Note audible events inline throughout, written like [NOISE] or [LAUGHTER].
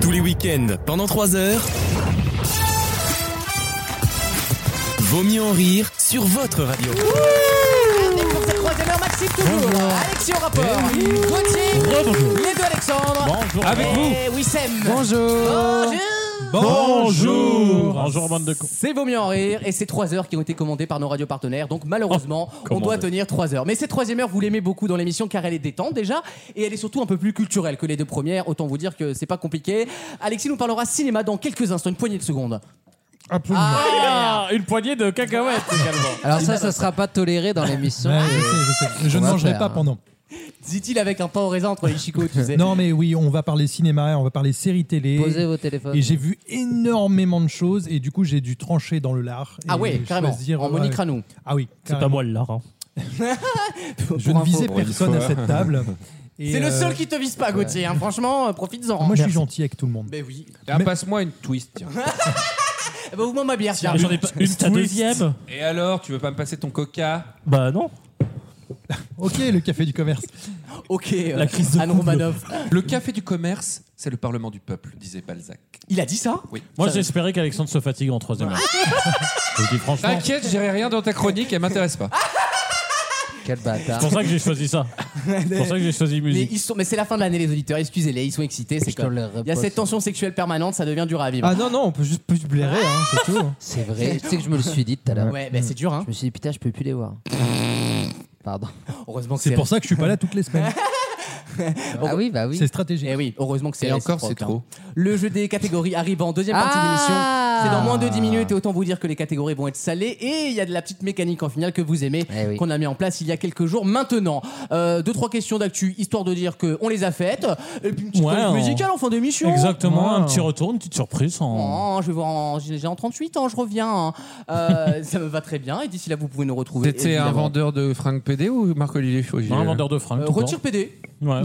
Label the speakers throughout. Speaker 1: Tous les week-ends, pendant 3 heures. Vaut mieux en rire sur votre radio.
Speaker 2: Avec pour cette troisième heure, Maxime toujours. Alexis au rapport. Gauthier. Les deux Alexandre.
Speaker 3: Bonjour.
Speaker 4: Avec
Speaker 2: et
Speaker 4: vous.
Speaker 2: Wissem.
Speaker 5: Bonjour.
Speaker 2: Eh Bonjour.
Speaker 3: Bonjour. Bonjour bande de cons.
Speaker 2: C'est Vaut mieux en rire et c'est trois heures qui ont été commandées par nos radios partenaires. Donc malheureusement, on
Speaker 3: commandées.
Speaker 2: doit tenir trois heures. Mais cette troisième heure, vous l'aimez beaucoup dans l'émission car elle est détente déjà et elle est surtout un peu plus culturelle que les deux premières. Autant vous dire que c'est pas compliqué. Alexis nous parlera cinéma dans quelques instants, une poignée de secondes.
Speaker 5: Absolument.
Speaker 3: Ah, une poignée de cacahuètes également.
Speaker 5: Alors ça, ça sera pas toléré dans l'émission.
Speaker 6: Ouais, je sais, je sais. Je
Speaker 5: On
Speaker 6: ne
Speaker 5: va
Speaker 6: mangerai
Speaker 5: faire,
Speaker 6: pas
Speaker 5: hein.
Speaker 6: pendant.
Speaker 2: [LAUGHS] Dit-il avec un pain au raisin entre les chicots, tu sais.
Speaker 6: Non, mais oui, on va parler cinéma, on va parler séries télé.
Speaker 5: Posez vos téléphones.
Speaker 6: Et j'ai vu énormément de choses et du coup j'ai dû trancher dans le lard.
Speaker 2: Ah
Speaker 6: et
Speaker 2: ouais, carrément.
Speaker 6: choisir-
Speaker 2: en Monique
Speaker 6: ouais.
Speaker 2: Ranou.
Speaker 6: Ah oui,
Speaker 3: C'est pas
Speaker 6: carrément.
Speaker 3: moi le lard. hein.
Speaker 6: Je
Speaker 2: Pour
Speaker 6: ne
Speaker 2: info.
Speaker 6: visais
Speaker 7: Pour une
Speaker 6: personne à
Speaker 7: fois.
Speaker 6: cette table. Et,
Speaker 2: C'est le seul
Speaker 6: euh,
Speaker 2: qui te vise pas, Gauthier. hein. Franchement, euh, profites-en.
Speaker 6: Moi je suis gentil avec tout le monde.
Speaker 2: Ben oui.
Speaker 7: Ah, Passe-moi une twist. tiens.
Speaker 2: Eh ben, ouvre-moi ma bière, tiens.
Speaker 3: Ah, J'en ai pas une ta deuxième
Speaker 7: Et alors, tu veux pas me passer ton coca
Speaker 3: Bah non.
Speaker 6: Ok, le café du commerce.
Speaker 2: Ok, euh,
Speaker 3: La crise de
Speaker 2: Anne
Speaker 3: couple.
Speaker 2: Romanoff.
Speaker 7: Le café du commerce, c'est le parlement du peuple, disait Balzac.
Speaker 2: Il a dit ça
Speaker 7: Oui.
Speaker 3: Moi j'espérais qu'Alexandre se fatigue en troisième heure. Je vous dis franchement.
Speaker 7: T'inquiète, j'irai rien dans ta chronique, elle m'intéresse pas.
Speaker 5: Quel
Speaker 3: C'est
Speaker 5: bâtard.
Speaker 3: pour ça que j'ai choisi ça. C'est pour ça que j'ai choisi
Speaker 2: mais,
Speaker 3: musique.
Speaker 2: ils sont, mais c'est la fin de l'année, les auditeurs. Excusez-les, ils sont excités. C'est
Speaker 5: Je
Speaker 2: comme-
Speaker 5: tolérerai
Speaker 2: Il y a
Speaker 5: pas
Speaker 2: cette
Speaker 5: ça.
Speaker 2: tension sexuelle permanente, ça devient dur à vivre.
Speaker 6: Ah non, non, on peut juste plus blairer, hein, c'est tout. hein.
Speaker 5: [LAUGHS] C'est vrai. Tu sais que je me le suis dit tout à l'heure.
Speaker 2: ouais, ben c'est dur, hein.
Speaker 5: Je me suis dit putain, je peux plus les voir.
Speaker 2: Ah
Speaker 5: Pardon.
Speaker 2: Heureusement que
Speaker 6: C'est
Speaker 2: c'est.
Speaker 6: pour ça que je suis pas là toutes les semaines.
Speaker 5: Ah oui, bah oui.
Speaker 6: C'est stratégique.
Speaker 2: Eh oui, heureusement que c'est.
Speaker 7: Et encore,
Speaker 2: réciproque,
Speaker 7: c'est trop.
Speaker 2: hein. Le jeu des catégories arrive en deuxième partie
Speaker 5: Ah
Speaker 2: de l'émission. C'est dans moins de 10 minutes et autant vous dire que les catégories vont être salées et il y a de la petite mécanique en finale que vous aimez,
Speaker 5: Eh oui.
Speaker 2: qu'on a mis en place il y a quelques jours maintenant. Euh, deux, trois questions d'actu, histoire de dire qu'on les a faites. Et puis une petite
Speaker 3: Ouais,
Speaker 2: chronique
Speaker 3: on-
Speaker 2: musicale en fin d'émission.
Speaker 3: Exactement, un
Speaker 6: Wow.
Speaker 3: petit retour, une petite surprise. En...
Speaker 2: Oh, je vais voir en, j'ai j'ai en 38 ans, je reviens. hein. Euh, [LAUGHS] ça me va très bien. Et d'ici là, vous pouvez nous retrouver.
Speaker 7: C'était un
Speaker 2: évidemment.
Speaker 7: vendeur de fringues PD ou Marc-Olivier Faugier
Speaker 3: Non, un vendeur de fringues.
Speaker 2: Euh,
Speaker 3: tout court.
Speaker 2: retire PD.
Speaker 3: [LAUGHS] Ouais.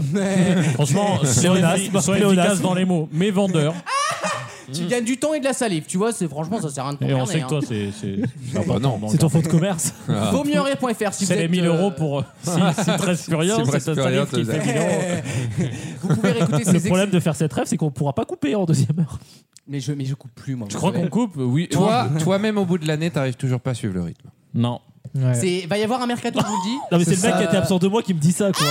Speaker 3: [LAUGHS] Franchement, soyez efficace, soyez efficace dans les mots. Mais [LAUGHS] vendeur.
Speaker 2: Tu gagnes du temps et de la salive. Tu vois, c'est franchement, ça sert à rien de
Speaker 3: Mmh. Et on sait
Speaker 2: t'emmerder,
Speaker 3: que toi, c'est.
Speaker 7: bah non.
Speaker 3: C'est ton faux de commerce.
Speaker 2: hein. Vaut mieux en rire.fr si vous
Speaker 3: C'est les
Speaker 2: êtes,
Speaker 3: 1000
Speaker 2: euh,
Speaker 3: euros pour. [LAUGHS] Si, si Presse Furieux,
Speaker 7: Si Presse
Speaker 3: c'est un
Speaker 7: Furieux,
Speaker 3: tarif qui
Speaker 7: t'as-
Speaker 3: fait 1000 euros.
Speaker 2: Vous pouvez réécouter ces
Speaker 3: Le problème
Speaker 2: extraits.
Speaker 3: de faire cette rêve, c'est qu'on pourra pas couper en deuxième heure.
Speaker 2: Mais je, mais je coupe plus, moi.
Speaker 3: Tu crois
Speaker 2: vous savez.
Speaker 3: qu'on coupe Oui.
Speaker 7: Toi, toi-même, au bout de l'année, t'arrives toujours pas à suivre le rythme.
Speaker 3: Non.
Speaker 6: Ouais.
Speaker 2: C'est- va y avoir un mercato, je vous le
Speaker 5: [LAUGHS]
Speaker 2: dis.
Speaker 3: Non, mais c'est le
Speaker 6: ça.
Speaker 3: mec qui était absent de moi qui me dit ça, quoi.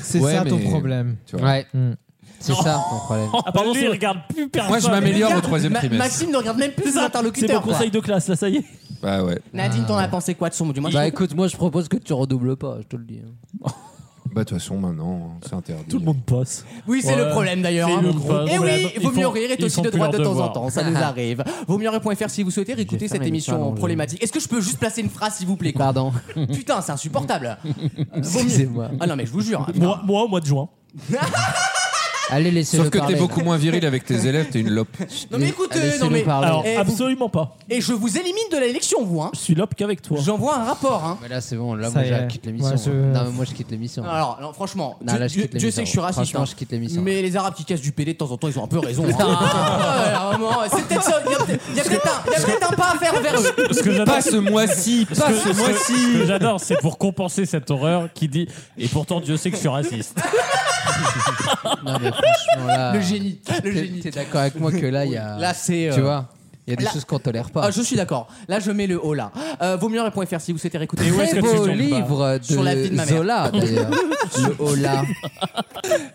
Speaker 6: C'est
Speaker 7: Ouais,
Speaker 6: ça ton
Speaker 7: mais-
Speaker 6: problème.
Speaker 7: Tu vois.
Speaker 5: Ouais.
Speaker 2: Hmm.
Speaker 5: mm. C'est ça ton
Speaker 2: [LAUGHS]
Speaker 5: problème.
Speaker 3: Ah, pardon, il regarde plus personne.
Speaker 7: Moi, je m'améliore au troisième
Speaker 2: Ma-
Speaker 7: trimestre.
Speaker 2: Maxime ne regarde même plus
Speaker 3: C'est
Speaker 2: ses
Speaker 3: ça, c'est
Speaker 2: interlocuteurs.
Speaker 3: mon
Speaker 2: quoi.
Speaker 3: conseil Ah. de classe, là, ça y est.
Speaker 7: Bah ouais.
Speaker 2: Nadine, t'en as pensé quoi de son du moins,
Speaker 5: Bah
Speaker 2: je-
Speaker 5: écoute, moi je propose que tu redoubles pas, je te le dis. hein.
Speaker 7: Bah de toute façon, maintenant, c'est interdit.
Speaker 3: Tout le monde passe.
Speaker 2: Oui, c'est
Speaker 3: Ouais.
Speaker 2: le problème d'ailleurs.
Speaker 3: C'est
Speaker 2: hein.
Speaker 3: le
Speaker 2: Et
Speaker 3: problème.
Speaker 2: oui,
Speaker 3: Ils
Speaker 2: vaut mieux
Speaker 3: font-
Speaker 2: rire est
Speaker 3: ils
Speaker 2: aussi
Speaker 3: font
Speaker 2: de
Speaker 3: plus
Speaker 2: droite de
Speaker 3: leur
Speaker 2: temps en
Speaker 3: devoir.
Speaker 2: temps,
Speaker 5: [LAUGHS]
Speaker 2: ça nous arrive. Vaut mieux rire.fr si vous souhaitez réécouter
Speaker 5: fait
Speaker 2: cette
Speaker 5: un émission
Speaker 2: émission
Speaker 5: avant de-
Speaker 2: problématique. Est-ce que je peux juste placer une phrase s'il vous plaît quoi
Speaker 5: Pardon.
Speaker 2: [LAUGHS] Putain, c'est
Speaker 5: [LAUGHS]
Speaker 2: insupportable. Vaut mieux-
Speaker 5: Bah. Excusez-moi.
Speaker 2: Ah non, mais je vous jure. hein,
Speaker 3: Moi, moi, au mois de juin.
Speaker 5: Allez, laissez-le
Speaker 7: Sauf que
Speaker 5: parler.
Speaker 7: t'es beaucoup moins viril avec tes élèves, t'es une lope.
Speaker 2: Non mais écoutez,
Speaker 5: Laissez-le
Speaker 2: non mais
Speaker 5: parler.
Speaker 3: Alors,
Speaker 2: Eh, vous-
Speaker 3: absolument pas.
Speaker 2: et je vous élimine de l'élection, vous. Hein.
Speaker 3: Je suis lope qu'avec toi.
Speaker 2: J'envoie un rapport. Hein.
Speaker 5: Mais là c'est bon, là
Speaker 6: Ça
Speaker 5: moi
Speaker 6: y
Speaker 5: je
Speaker 6: est.
Speaker 5: quitte l'émission.
Speaker 6: Moi, je-
Speaker 5: hein. Non mais moi je quitte l'émission. hein.
Speaker 2: Alors, non, franchement,
Speaker 5: Non,
Speaker 2: Dieu-
Speaker 5: là, je
Speaker 2: Dieu,
Speaker 5: quitte
Speaker 2: Dieu
Speaker 5: l'émission.
Speaker 2: sait que je suis raciste.
Speaker 5: Franchement,
Speaker 2: hein.
Speaker 5: je quitte l'émission.
Speaker 2: Mais les Arabes qui cassent du PD de temps en temps, ils ont un peu raison.
Speaker 5: [LAUGHS]
Speaker 2: hein. Ah, ouais, vraiment, c'est peut-être ça. Il y a peut-être il y a peut-être un, il y a peut-être un pas à faire vers eux.
Speaker 3: Ce que j'adore,
Speaker 7: Pas ce mois-ci,
Speaker 3: ce
Speaker 7: pas
Speaker 3: que-
Speaker 7: ce
Speaker 3: ce que- ce que
Speaker 7: mois-ci
Speaker 3: j'adore, c'est pour compenser cette horreur qui dit. Et pourtant, Dieu sait que je suis raciste.
Speaker 5: Non mais franchement là.
Speaker 2: Le génie. Le
Speaker 5: Ah. t'es-
Speaker 2: génie.
Speaker 5: T'es d'accord avec moi que là il y a.
Speaker 2: Là, c'est. euh,
Speaker 5: tu vois, il y a des
Speaker 2: là-
Speaker 5: choses qu'on tolère pas.
Speaker 2: Ah, je suis d'accord. Là, je mets le haut là. Euh, vaut mieux répondre.fr si vous souhaitez réécouter.
Speaker 3: Et où est-ce
Speaker 5: Très
Speaker 3: que tu
Speaker 5: beau
Speaker 3: tombes,
Speaker 5: livre de,
Speaker 2: Sur la vie de ma mère.
Speaker 5: Zola d'ailleurs.
Speaker 2: [LAUGHS]
Speaker 5: le Ola.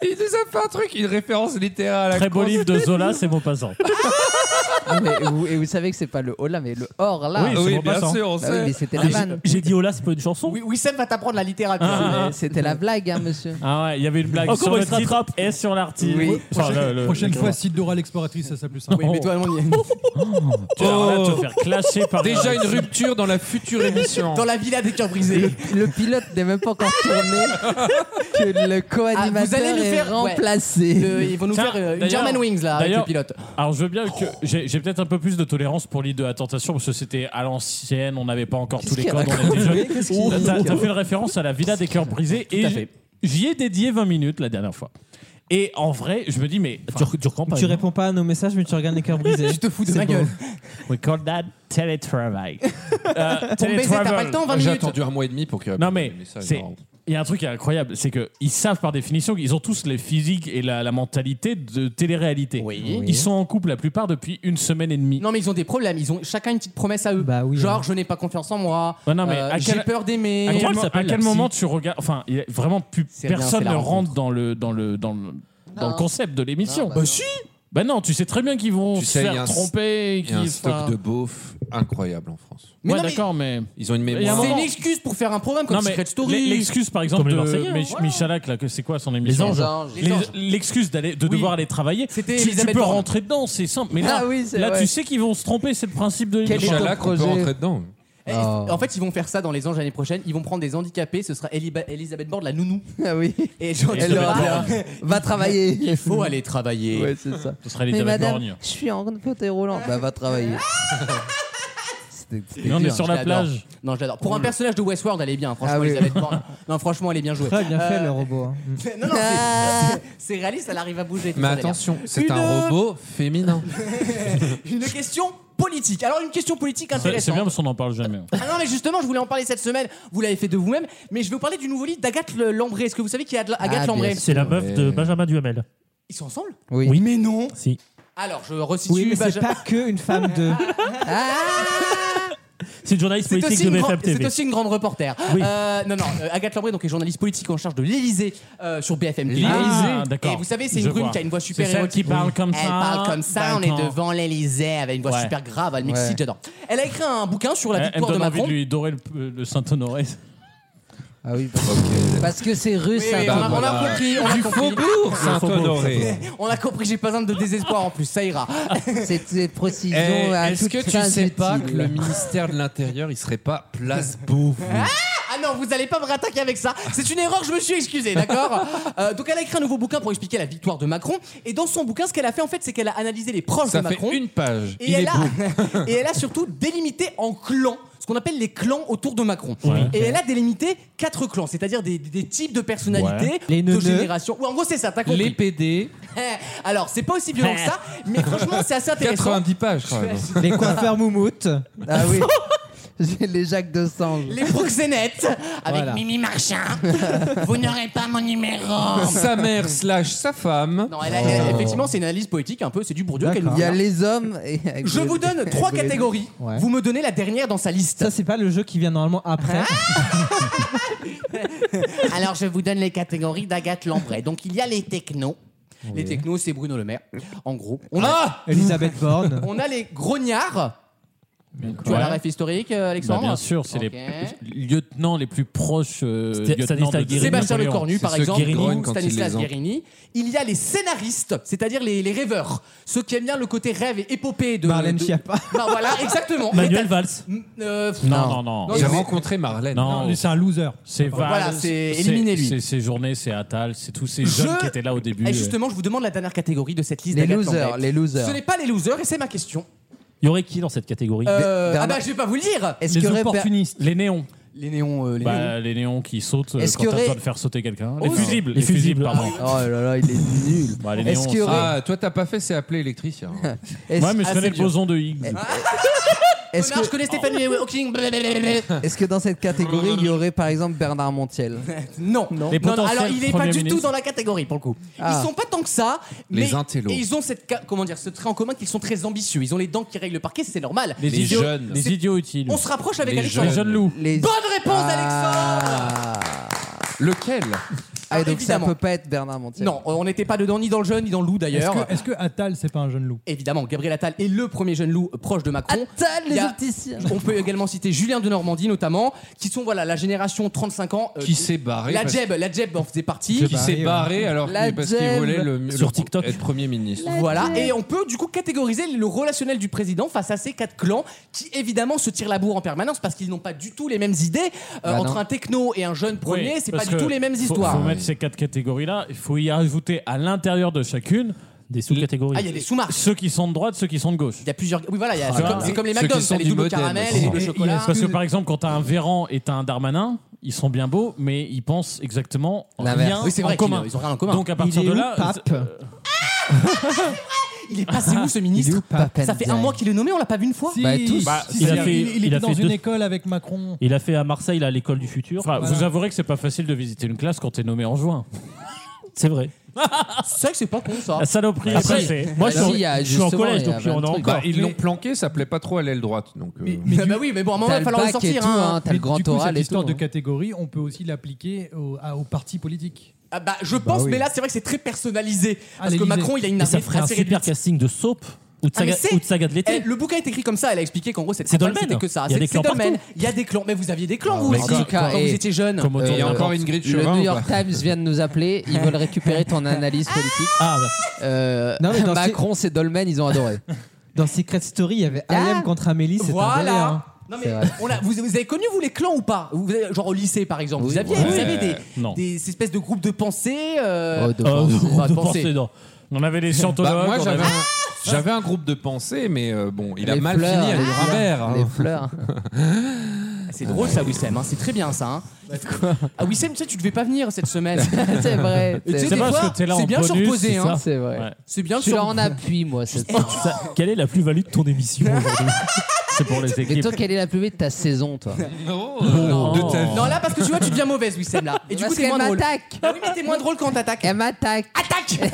Speaker 7: Il nous a fait un truc, une référence littérale. à la
Speaker 3: Très beau
Speaker 7: con.
Speaker 3: livre de Zola, c'est mon passant.
Speaker 5: Ah, mais vous- et vous savez que c'est pas le Ola mais le Orla.
Speaker 3: Oui,
Speaker 5: Bah
Speaker 3: c'est
Speaker 7: Oui,
Speaker 3: mon
Speaker 7: bien
Speaker 3: passant.
Speaker 7: sûr, on
Speaker 5: oui, mais
Speaker 7: sait.
Speaker 5: c'était la
Speaker 3: J'ai-
Speaker 5: vanne.
Speaker 3: J'ai dit Ola, c'est pas une chanson.
Speaker 2: Oui, Wissem va t'apprendre la littérature.
Speaker 5: Ah, Mais C'était la blague, hein, monsieur.
Speaker 3: Ah ouais, il y avait une blague
Speaker 6: Oh,
Speaker 3: sur
Speaker 6: comment
Speaker 3: le
Speaker 6: il se
Speaker 3: titre et sur l'article.
Speaker 5: Oui.
Speaker 3: Enfin, le- le-
Speaker 6: Prochaine
Speaker 3: le-
Speaker 6: fois, cite Dora l'exploratrice, ça sera plus simple.
Speaker 2: [LAUGHS] Oui, mais toi, on y est.
Speaker 3: Tu vas là te faire clasher par
Speaker 7: Oh. Déjà une rupture dans la future émission.
Speaker 2: Dans la villa des cœurs brisés.
Speaker 5: Le pilote n'est même pas encore tourné que
Speaker 2: Ah,
Speaker 5: le
Speaker 2: vous
Speaker 5: co-animateur
Speaker 2: allez nous
Speaker 5: est
Speaker 2: faire- ouais.
Speaker 5: remplacé.
Speaker 2: Le- ils vont nous
Speaker 3: Tiens,
Speaker 2: faire euh, une
Speaker 3: d'ailleurs-
Speaker 2: German Wings là avec le
Speaker 3: d'ailleurs-
Speaker 2: pilote.
Speaker 3: Alors je veux bien que j'ai j'ai peut-être un peu plus de tolérance pour l'idée de la tentation parce que c'était à l'ancienne, on n'avait pas encore tous les
Speaker 5: qu'il
Speaker 3: codes, on était jeunes. T'as- T'as t'as fait une référence à la Villa des cœurs brisés et
Speaker 2: à
Speaker 3: j'-
Speaker 2: fait.
Speaker 3: j'y ai dédié 20 minutes la dernière fois. Et en vrai, je me dis mais tu re- tu recampagnes,
Speaker 8: Tu
Speaker 3: hein.
Speaker 8: réponds pas à nos messages, mais tu regardes les cœurs brisés.
Speaker 2: Je te fous de
Speaker 8: C'est
Speaker 2: ma
Speaker 8: beau.
Speaker 2: gueule.
Speaker 3: We call that télétravail. Euh,
Speaker 2: Ton baiser, t'as pas [LAUGHS]
Speaker 3: télétravel.
Speaker 2: le temps, 20
Speaker 7: Ah, J'ai
Speaker 2: minutes.
Speaker 7: attendu un mois et demi pour qu'il réponde
Speaker 3: Non mais
Speaker 7: à mes messages.
Speaker 3: c'est Il y a un truc qui est incroyable, c'est que ils savent par définition qu'ils ont tous les physiques et la, la mentalité de télé-réalité.
Speaker 2: Oui.
Speaker 3: Ils sont en couple la plupart depuis une semaine et demie.
Speaker 2: Non, mais ils ont des problèmes. Ils ont chacun une petite promesse à eux.
Speaker 8: Bah oui,
Speaker 2: Genre,
Speaker 8: hein.
Speaker 2: je n'ai pas confiance en moi.
Speaker 3: Ouais, non, mais
Speaker 2: euh,
Speaker 3: à
Speaker 2: j'ai
Speaker 3: quel-
Speaker 2: peur d'aimer.
Speaker 3: à quel, mo- à
Speaker 8: s'appelle,
Speaker 3: quel
Speaker 8: la
Speaker 3: moment tu regardes Enfin, il y a vraiment plus
Speaker 2: C'est rien, c'est
Speaker 3: personne
Speaker 2: la
Speaker 3: ne
Speaker 2: rencontre.
Speaker 3: rentre dans le dans le dans le, dans le
Speaker 5: Non.
Speaker 3: concept de l'émission.
Speaker 5: Non, bah non.
Speaker 3: si. Bah non, tu sais très bien qu'ils vont
Speaker 7: Tu
Speaker 3: se
Speaker 7: sais, il y a
Speaker 3: faire
Speaker 7: un-
Speaker 3: tromper. et
Speaker 7: Il y a un
Speaker 3: qu'ils-
Speaker 7: stock
Speaker 3: enfin,
Speaker 7: de beaufs incroyable en France.
Speaker 2: Mais
Speaker 3: ouais,
Speaker 2: non, mais-
Speaker 3: d'accord, mais
Speaker 7: Ils ont une
Speaker 3: Il y a un
Speaker 7: mémoire.
Speaker 2: C'est une
Speaker 3: moment-
Speaker 2: excuse pour faire un programme comme
Speaker 3: non mais
Speaker 2: Secret
Speaker 3: l-
Speaker 2: Story.
Speaker 3: l'excuse par exemple
Speaker 4: Comme les
Speaker 3: de
Speaker 4: Marseillais, hein.
Speaker 3: Mich- Michalak là que c'est quoi son émission
Speaker 8: anges.
Speaker 2: Les
Speaker 3: Les-
Speaker 2: anges.
Speaker 3: L'excuse d'aller de devoir aller travailler.
Speaker 2: C'était
Speaker 3: Tu, tu
Speaker 2: Elisabeth
Speaker 3: peux
Speaker 2: Borne.
Speaker 3: rentrer dedans, c'est simple. Mais là,
Speaker 5: Ah oui, c'est
Speaker 3: là
Speaker 5: vrai.
Speaker 3: tu sais qu'ils vont se tromper, c'est le principe de
Speaker 5: Quel
Speaker 3: l'émission.
Speaker 5: est ton
Speaker 7: Inch'Allah qu'on peut
Speaker 5: projet
Speaker 7: rentrer dedans.
Speaker 2: Et-
Speaker 5: Oh.
Speaker 2: En fait, ils vont faire ça dans les anges l'année prochaine. Ils vont prendre des handicapés. Ce sera Eliba- Elisabeth Borne, la nounou.
Speaker 5: Ah oui.
Speaker 2: Et genre,
Speaker 3: Et
Speaker 2: tu
Speaker 5: Elle
Speaker 3: Elisabeth
Speaker 2: vas-
Speaker 5: aura-
Speaker 2: [LAUGHS]
Speaker 5: va travailler.
Speaker 2: Il faut aller travailler.
Speaker 5: Ouais, c'est ça.
Speaker 3: Ce sera
Speaker 5: Mais
Speaker 3: Elisabeth Borgne.
Speaker 5: madame, je suis en fauteuil roulant. Bah, va travailler. C'était- c'était
Speaker 3: Et on est
Speaker 5: dur.
Speaker 3: sur la
Speaker 2: je l'adore.
Speaker 3: plage.
Speaker 2: Non, je l'adore. Pour un personnage de Westworld, elle est bien. Franchement,
Speaker 5: Ah oui.
Speaker 2: Elisabeth Borne. Non, franchement, elle est bien jouée.
Speaker 8: Très bien fait
Speaker 2: Euh,
Speaker 8: le robot. hein. Mm.
Speaker 2: [LAUGHS] Non, non,
Speaker 5: Ah.
Speaker 2: c'est- c'est c'est réaliste. Elle arrive à bouger. tout
Speaker 7: Mais
Speaker 2: ça, d'ailleurs.
Speaker 7: attention, c'est
Speaker 2: Une-
Speaker 7: un robot féminin.
Speaker 2: Une question politique. Alors, une question politique
Speaker 3: C'est c'est
Speaker 2: intéressante.
Speaker 3: bien parce qu'on n'en parle jamais. hein.
Speaker 2: Ah non, mais justement, je voulais en parler cette semaine. Vous l'avez fait de vous-même. Mais je vais vous parler du nouveau livre d'Agathe Le- Lambré. Est-ce que vous savez qui est Adla- Agathe
Speaker 5: Ah,
Speaker 2: Lambré
Speaker 5: bien
Speaker 4: C'est la meuf de
Speaker 7: Ouais.
Speaker 4: Benjamin Duhamel.
Speaker 2: Ils sont ensemble
Speaker 5: Oui.
Speaker 4: Oui.
Speaker 2: Mais non
Speaker 4: Si.
Speaker 2: Alors, je resitue.
Speaker 8: Oui, mais c'est
Speaker 2: Benjamin-
Speaker 8: pas que une femme de.
Speaker 4: C'est une journaliste
Speaker 2: C'est
Speaker 4: politique
Speaker 2: aussi,
Speaker 4: de
Speaker 2: une grande-
Speaker 4: BFM
Speaker 2: c'est
Speaker 4: TV.
Speaker 2: aussi une grande reporter.
Speaker 4: Oui.
Speaker 2: Euh, non, non, euh, Agathe Lambré donc, est journaliste politique en charge de l'Elysée sur BFM TV.
Speaker 3: Ah,
Speaker 2: Et
Speaker 3: d'accord.
Speaker 2: vous savez, c'est une
Speaker 3: Je
Speaker 2: brune
Speaker 3: vois.
Speaker 2: qui a une voix super
Speaker 3: C'est celle
Speaker 2: érotique.
Speaker 3: qui parle comme ça.
Speaker 2: Elle parle comme ça, on est
Speaker 3: d'accord.
Speaker 2: devant l'Elysée avec une voix
Speaker 3: Ouais.
Speaker 2: super grave, elle mixe
Speaker 5: Ouais.
Speaker 2: j'adore. Elle a écrit un bouquin sur la
Speaker 3: Elle, elle me
Speaker 2: victoire de
Speaker 3: donne envie
Speaker 2: Macron.
Speaker 3: de lui dorer le, le Saint-Honoré.
Speaker 5: Ah oui.
Speaker 7: Ok.
Speaker 5: [LAUGHS] Parce que c'est russe, hein,
Speaker 2: Oui, oui, bah,
Speaker 5: un
Speaker 2: on, a, on
Speaker 5: peu.
Speaker 2: a
Speaker 7: voilà.
Speaker 2: compris, on a compris.
Speaker 7: Saint-Honoré.
Speaker 2: On a compris, j'ai pas un de désespoir en plus, ça ira.
Speaker 5: C'est des précisions
Speaker 7: Eh,
Speaker 5: à
Speaker 7: Est-ce
Speaker 5: toute
Speaker 7: que tu
Speaker 5: fin
Speaker 7: sais pas
Speaker 5: utile.
Speaker 7: que le ministère de l'Intérieur, il serait pas place Beauvau
Speaker 2: Ah non, vous allez pas me rattaquer avec ça. C'est une erreur, je me suis excusé, d'accord
Speaker 7: [LAUGHS]
Speaker 2: Euh, Donc elle a écrit un nouveau bouquin pour expliquer la victoire de Macron. Et dans son bouquin, ce qu'elle a fait en fait, c'est qu'elle a analysé les proches
Speaker 7: Ça
Speaker 2: de
Speaker 7: fait
Speaker 2: Macron.
Speaker 7: une page.
Speaker 2: Et
Speaker 7: il
Speaker 2: elle,
Speaker 7: est beau.
Speaker 2: a, [LAUGHS] et elle a surtout délimité en clans, ce qu'on appelle les clans autour de Macron.
Speaker 3: Ouais.
Speaker 2: Et elle a délimité quatre clans, c'est-à-dire des, des types de personnalités,
Speaker 8: Les
Speaker 2: de
Speaker 8: neuneux.
Speaker 2: générations. Ouais, en gros, c'est ça, t'as compris.
Speaker 7: Les PD,
Speaker 2: [LAUGHS] Alors, c'est pas aussi violent que
Speaker 7: [LAUGHS]
Speaker 2: ça, mais franchement, c'est assez intéressant.
Speaker 7: 90 pages quand même.
Speaker 8: Les coiffeurs moumoutes.
Speaker 5: Ah oui. [LAUGHS] J'ai les Jacques de Sange.
Speaker 2: Les proxénètes avec
Speaker 8: Voilà.
Speaker 2: Mimi Marchand. [LAUGHS] Vous n'aurez pas mon numéro.
Speaker 7: sa mère slash sa femme.
Speaker 2: Non, elle a- elle- effectivement, c'est une analyse poétique un peu. C'est du Bourdieu qu'elle nous
Speaker 5: Il y a
Speaker 2: fait.
Speaker 5: les hommes. Et avec
Speaker 2: Je
Speaker 5: les-
Speaker 2: vous
Speaker 5: [LAUGHS]
Speaker 2: donne trois
Speaker 5: avec les-
Speaker 2: catégories.
Speaker 8: Ouais.
Speaker 2: Vous me donnez la dernière dans sa liste.
Speaker 8: Ça, c'est pas le jeu qui vient normalement après.
Speaker 2: Alors, je vous donne les catégories d'Agathe Lambray. Donc, il y a les technos. Les technos, c'est Bruno Le Maire. En gros, on a,
Speaker 8: Elisabeth Borne.
Speaker 2: on a les grognards. Tu as la ref historique, euh,
Speaker 3: Bah,
Speaker 2: Alexandre
Speaker 3: bien sûr, c'est
Speaker 2: Ok.
Speaker 3: les lieutenants les plus proches. euh,
Speaker 4: C'était- ça
Speaker 3: lieutenants de
Speaker 4: distingue Guérini.
Speaker 2: Sébastien
Speaker 3: Napoléon.
Speaker 2: Lecornu,
Speaker 7: C'est
Speaker 2: par
Speaker 7: ceux qui
Speaker 2: exemple,
Speaker 7: grognent
Speaker 2: ou
Speaker 7: quand ils
Speaker 2: Stanislas
Speaker 7: les ont.
Speaker 2: Guérini. Il y a les scénaristes, c'est-à-dire les, les rêveurs, ceux qui aiment bien le côté rêve et épopée de.
Speaker 8: Marlène
Speaker 2: de-
Speaker 8: Schiappa.
Speaker 2: Bah, voilà, exactement.
Speaker 4: Manuel Valls.
Speaker 2: Mais t'as- euh, pff,
Speaker 3: Non, non, non.
Speaker 2: Non,
Speaker 7: J'ai
Speaker 2: mais-
Speaker 7: rencontré Marlène.
Speaker 3: Non,
Speaker 6: Non, C'est un loser.
Speaker 3: c'est Valls.
Speaker 2: Voilà, c'est éliminé, lui.
Speaker 3: C'est ces journées, c'est Attal, c'est tous ces
Speaker 2: Je-
Speaker 3: jeunes qui étaient là au début. euh.
Speaker 2: Et justement, je vous demande la dernière catégorie de cette liste
Speaker 5: Les
Speaker 2: d'Agathe
Speaker 5: losers.
Speaker 2: Lambray.
Speaker 5: Les
Speaker 2: Ce
Speaker 5: losers.
Speaker 2: n'est pas les losers et c'est ma question.
Speaker 4: Il y aurait qui dans cette catégorie
Speaker 2: Euh,
Speaker 5: Bernard-
Speaker 2: ah bah je vais pas vous le dire.
Speaker 5: Est-ce
Speaker 3: les
Speaker 5: que Rébert-
Speaker 3: opportunistes, les néons.
Speaker 2: Les néons, euh, les néons.
Speaker 3: Bah, les néons qui sautent euh,
Speaker 5: Est-ce
Speaker 3: quand
Speaker 5: qu'il y
Speaker 3: t'as
Speaker 5: aurait-
Speaker 3: besoin de faire sauter quelqu'un. Les
Speaker 2: Oh,
Speaker 3: fusibles.
Speaker 4: les
Speaker 3: Les fusibles,
Speaker 4: fusibles.
Speaker 3: pardon.
Speaker 5: Oh là là, il est nul.
Speaker 3: Bah, les
Speaker 5: Est-ce
Speaker 3: néons,
Speaker 5: qu'il y
Speaker 3: ça-
Speaker 5: aurait-
Speaker 7: Ah, toi t'as pas fait, c'est appeler électricien.
Speaker 5: Est-ce
Speaker 3: Ouais, mais je
Speaker 2: Ah,
Speaker 3: connais
Speaker 2: c'est
Speaker 3: le
Speaker 2: dur. Ah,
Speaker 3: boson de Higgs.
Speaker 5: est-ce
Speaker 2: Connard,
Speaker 5: que,
Speaker 2: je connais Stéphanie
Speaker 6: Oh.
Speaker 2: Hawking. [LAUGHS] blablabla.
Speaker 5: est-ce que dans cette catégorie, il y aurait par exemple
Speaker 2: [LAUGHS]
Speaker 5: Bernard Montiel
Speaker 2: Non, non,
Speaker 3: Les
Speaker 2: non,
Speaker 3: potentiels
Speaker 2: alors il est pas
Speaker 3: premiers
Speaker 2: du tout
Speaker 3: ministres.
Speaker 2: dans la catégorie pour le coup.
Speaker 5: Ah.
Speaker 2: Ils sont pas tant que ça, mais
Speaker 7: Les intellos.
Speaker 2: et ils ont cette ca- comment dire ce trait en commun qu'ils sont très ambitieux. Ils ont les dents qui règlent le parquet, c'est normal.
Speaker 3: Les,
Speaker 7: Les
Speaker 3: idiots,
Speaker 7: jeunes.
Speaker 3: les
Speaker 2: C'est-
Speaker 3: idiots utiles.
Speaker 2: On se rapproche avec
Speaker 7: Les
Speaker 2: Alexandre.
Speaker 3: Les jeunes loups.
Speaker 5: Les-
Speaker 2: Bonne réponse Alexandre.
Speaker 5: Ah.
Speaker 7: Lequel
Speaker 5: Ah, et donc
Speaker 2: Évidemment.
Speaker 5: ça peut pas être Bernard Montiel.
Speaker 2: Non, on n'était pas dedans ni dans le jeune ni dans le loup
Speaker 6: Est-ce
Speaker 2: d'ailleurs.
Speaker 6: que, est-ce que Attal, c'est pas un jeune loup
Speaker 2: Évidemment, Gabriel Attal est le premier jeune loup proche de Macron.
Speaker 5: Attal,
Speaker 2: Il y
Speaker 5: les
Speaker 2: a-
Speaker 5: opticiens.
Speaker 2: On peut également citer Julien de Normandie notamment, qui sont voilà la génération 35 ans. euh,
Speaker 7: Qui s'est barré
Speaker 2: La
Speaker 7: parce-
Speaker 2: Jeb, la Jeb en faisait partie.
Speaker 7: Qui s'est barré alors
Speaker 5: La
Speaker 7: que parce qu'il
Speaker 5: gemme.
Speaker 7: voulait le,
Speaker 4: hein. Sur
Speaker 7: le-
Speaker 4: TikTok.
Speaker 7: être premier ministre.
Speaker 2: Voilà, et on peut du coup catégoriser le relationnel du président face à ces quatre clans qui évidemment se tirent la bourre en permanence parce qu'ils n'ont pas du tout les mêmes idées. Euh,
Speaker 5: Bah
Speaker 2: entre
Speaker 5: non.
Speaker 2: un techno et un jeune premier,
Speaker 3: Oui,
Speaker 2: c'est pas
Speaker 3: parce
Speaker 2: du
Speaker 3: que
Speaker 2: tout les mêmes
Speaker 3: faut-
Speaker 2: histoires.
Speaker 3: faut mettre ces quatre catégories-là. Il faut y ajouter à l'intérieur de chacune
Speaker 4: Des sous-catégories.
Speaker 2: Ah, il y a des sous-marques.
Speaker 3: ceux qui sont de droite, ceux qui sont de gauche.
Speaker 2: Il y a plusieurs. Oui, voilà, il y a-
Speaker 3: Ah,
Speaker 2: c'est
Speaker 3: là.
Speaker 2: comme, c'est comme les
Speaker 7: Ceux qui
Speaker 2: McDonald's,
Speaker 7: sont
Speaker 2: t'as les
Speaker 7: du
Speaker 2: doubles
Speaker 7: modèle
Speaker 2: caramel
Speaker 7: aussi.
Speaker 2: et les
Speaker 3: Et-
Speaker 2: deux
Speaker 3: et-
Speaker 2: chocolats.
Speaker 3: Parce que par exemple, quand t'as un Véran et t'as un Darmanin, ils sont bien beaux, mais ils pensent exactement
Speaker 5: L'inverse.
Speaker 3: rien
Speaker 2: Oui, c'est
Speaker 3: en
Speaker 2: vrai qu'ils
Speaker 3: commun.
Speaker 2: n'ont- ils ont rien en commun.
Speaker 3: Donc à partir
Speaker 8: Il est
Speaker 3: de
Speaker 8: où,
Speaker 3: là,
Speaker 8: pape
Speaker 3: euh,
Speaker 2: Il est passé où ce ministre Ça fait un mois qu'il est nommé, on l'a pas vu une fois.
Speaker 6: Si,
Speaker 5: Bah, tous.
Speaker 6: bah,
Speaker 3: il
Speaker 6: si,
Speaker 3: a
Speaker 4: fait-
Speaker 6: il, il
Speaker 4: il
Speaker 6: était
Speaker 4: a
Speaker 6: dans
Speaker 4: fait
Speaker 6: une
Speaker 4: deux-
Speaker 6: école avec Macron.
Speaker 4: Il a fait à Marseille, là, à l'école du futur.
Speaker 3: Enfin,
Speaker 6: Voilà.
Speaker 3: Vous avouerez que c'est pas facile de visiter une classe quand t'es nommé en juin.
Speaker 4: [LAUGHS] C'est vrai.
Speaker 2: C'est vrai que c'est pas con ça.
Speaker 3: Ah,
Speaker 4: La saloperie.
Speaker 5: Après,
Speaker 4: Après, moi, je
Speaker 5: Bah,
Speaker 4: suis,
Speaker 5: si, il y a
Speaker 4: je suis en
Speaker 5: justement,
Speaker 4: collège,
Speaker 5: il y a
Speaker 4: donc je suis en
Speaker 5: plein de
Speaker 4: encore.
Speaker 5: trucs.
Speaker 7: Bah, ils
Speaker 6: Mais-
Speaker 7: l'ont planqué, ça plaît pas trop à l'aile droite. Donc, euh,
Speaker 6: Mais- mais
Speaker 2: Ah
Speaker 6: du-
Speaker 2: bah oui, mais bon, à un moment, il va
Speaker 5: T'as le
Speaker 2: falloir le
Speaker 5: bac et
Speaker 2: sortir.
Speaker 5: tout,
Speaker 2: hein.
Speaker 5: hein, t'as le
Speaker 6: mais
Speaker 5: grand
Speaker 6: du coup,
Speaker 5: oral
Speaker 6: cette
Speaker 5: et tout.
Speaker 6: histoire de
Speaker 5: hein.
Speaker 6: catégorie, on peut aussi l'appliquer au- à- aux partis politiques.
Speaker 2: Ah bah, je pense,
Speaker 6: oui.
Speaker 2: mais là, c'est vrai que c'est très personnalisé. Parce que
Speaker 6: l'Élysée.
Speaker 2: Macron, il a une
Speaker 4: Et ça
Speaker 2: narrative
Speaker 4: ferait un
Speaker 2: assez
Speaker 4: super
Speaker 2: réduite.
Speaker 4: casting de soap ou de
Speaker 2: Ah, mais
Speaker 4: saga,
Speaker 2: c'est-
Speaker 4: ou de, saga de
Speaker 2: Eh,
Speaker 4: l'été.
Speaker 2: le bouquin est écrit comme ça, elle a expliqué qu'en gros cette
Speaker 4: C'est
Speaker 2: campagne,
Speaker 4: Dolmen.
Speaker 2: c'était que ça.
Speaker 4: Il y a
Speaker 2: C'est-
Speaker 4: des
Speaker 2: c'est
Speaker 4: clans
Speaker 2: Dolmen.
Speaker 4: partout.
Speaker 2: Il y a des clans, mais vous aviez des clans
Speaker 5: Ah,
Speaker 2: vous
Speaker 5: mais
Speaker 2: aussi
Speaker 5: en tout cas,
Speaker 2: quand vous
Speaker 5: et-
Speaker 2: étiez jeune.
Speaker 3: Comme
Speaker 7: il
Speaker 3: autour
Speaker 7: y a
Speaker 3: d'un
Speaker 7: encore
Speaker 3: corps.
Speaker 7: Ingrid
Speaker 5: Le
Speaker 7: Chauvin.
Speaker 5: New
Speaker 7: ou
Speaker 5: York
Speaker 7: pas
Speaker 5: Times vient de nous appeler, ils veulent récupérer
Speaker 2: [LAUGHS]
Speaker 5: ton analyse politique.
Speaker 4: Ah, bah,
Speaker 5: Euh, [LAUGHS]
Speaker 8: Non, Ah, mais dans
Speaker 5: Macron, c'est Dolmen, ils ont adoré.
Speaker 8: Dans Secret Story, il y avait
Speaker 5: Ah.
Speaker 8: Ayam contre Amélie, c'était un délire,
Speaker 2: Voilà.
Speaker 8: hein.
Speaker 2: Non
Speaker 5: C'est
Speaker 2: mais
Speaker 5: vrai.
Speaker 2: on l'a- vous, vous avez connu vous les clans ou pas vous avez- Genre au lycée par exemple,
Speaker 5: Oui.
Speaker 2: vous aviez,
Speaker 7: Ouais.
Speaker 2: vous aviez des,
Speaker 3: Non.
Speaker 2: des espèces de groupes de pensée. euh,
Speaker 5: Oh, de
Speaker 4: euh,
Speaker 5: France.
Speaker 2: Pas de
Speaker 4: de
Speaker 2: pensée.
Speaker 4: pensée, non.
Speaker 3: On avait les
Speaker 7: Bah,
Speaker 3: scientologues.
Speaker 7: moi,
Speaker 3: on avait-
Speaker 7: j'avais un, j'avais un groupe de pensée, mais euh, bon, il a
Speaker 5: Les
Speaker 7: mal
Speaker 5: fleurs,
Speaker 7: fini avec
Speaker 5: les-
Speaker 7: Rambert. hein.
Speaker 5: Les fleurs.
Speaker 2: C'est drôle ça Wissem, hein, c'est très bien ça. hein. Ah Wissem, tu sais, tu devais pas venir cette semaine.
Speaker 5: c'est vrai.
Speaker 2: Et tu sais, des
Speaker 5: C'est vrai.
Speaker 3: parce
Speaker 2: fois,
Speaker 3: que t'es là
Speaker 2: c'est
Speaker 3: en
Speaker 2: bien se
Speaker 3: bonus,
Speaker 2: reposer,
Speaker 3: c'est
Speaker 2: hein.
Speaker 3: ça.
Speaker 5: C'est vrai.
Speaker 3: Ouais.
Speaker 2: C'est bien
Speaker 5: Je
Speaker 2: se
Speaker 5: suis en
Speaker 2: reposer.
Speaker 5: appui, moi. c'est-
Speaker 4: Ça- quelle est la plus-value de ton émission aujourd'hui C'est pour les
Speaker 5: Mais
Speaker 4: équipes.
Speaker 5: toi, quelle est la plus belle de ta saison, toi
Speaker 7: Non,
Speaker 4: Oh.
Speaker 7: de ta vie.
Speaker 2: Non là parce que tu vois, tu deviens mauvaise Wissem là. Et du coup,
Speaker 5: Parce
Speaker 2: t'es
Speaker 5: qu'elle
Speaker 2: moins drôle.
Speaker 5: m'attaque.
Speaker 2: Ah oui, mais t'es moins drôle quand on t'attaque.
Speaker 5: Elle m'attaque.
Speaker 2: [LAUGHS] Attaque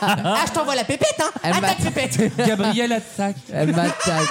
Speaker 2: Ah, je t'envoie la pépette, hein
Speaker 5: Elle
Speaker 2: Attaque pépette
Speaker 5: [LAUGHS]
Speaker 7: Gabriel attaque.
Speaker 2: [LAUGHS]
Speaker 5: Elle m'attaque.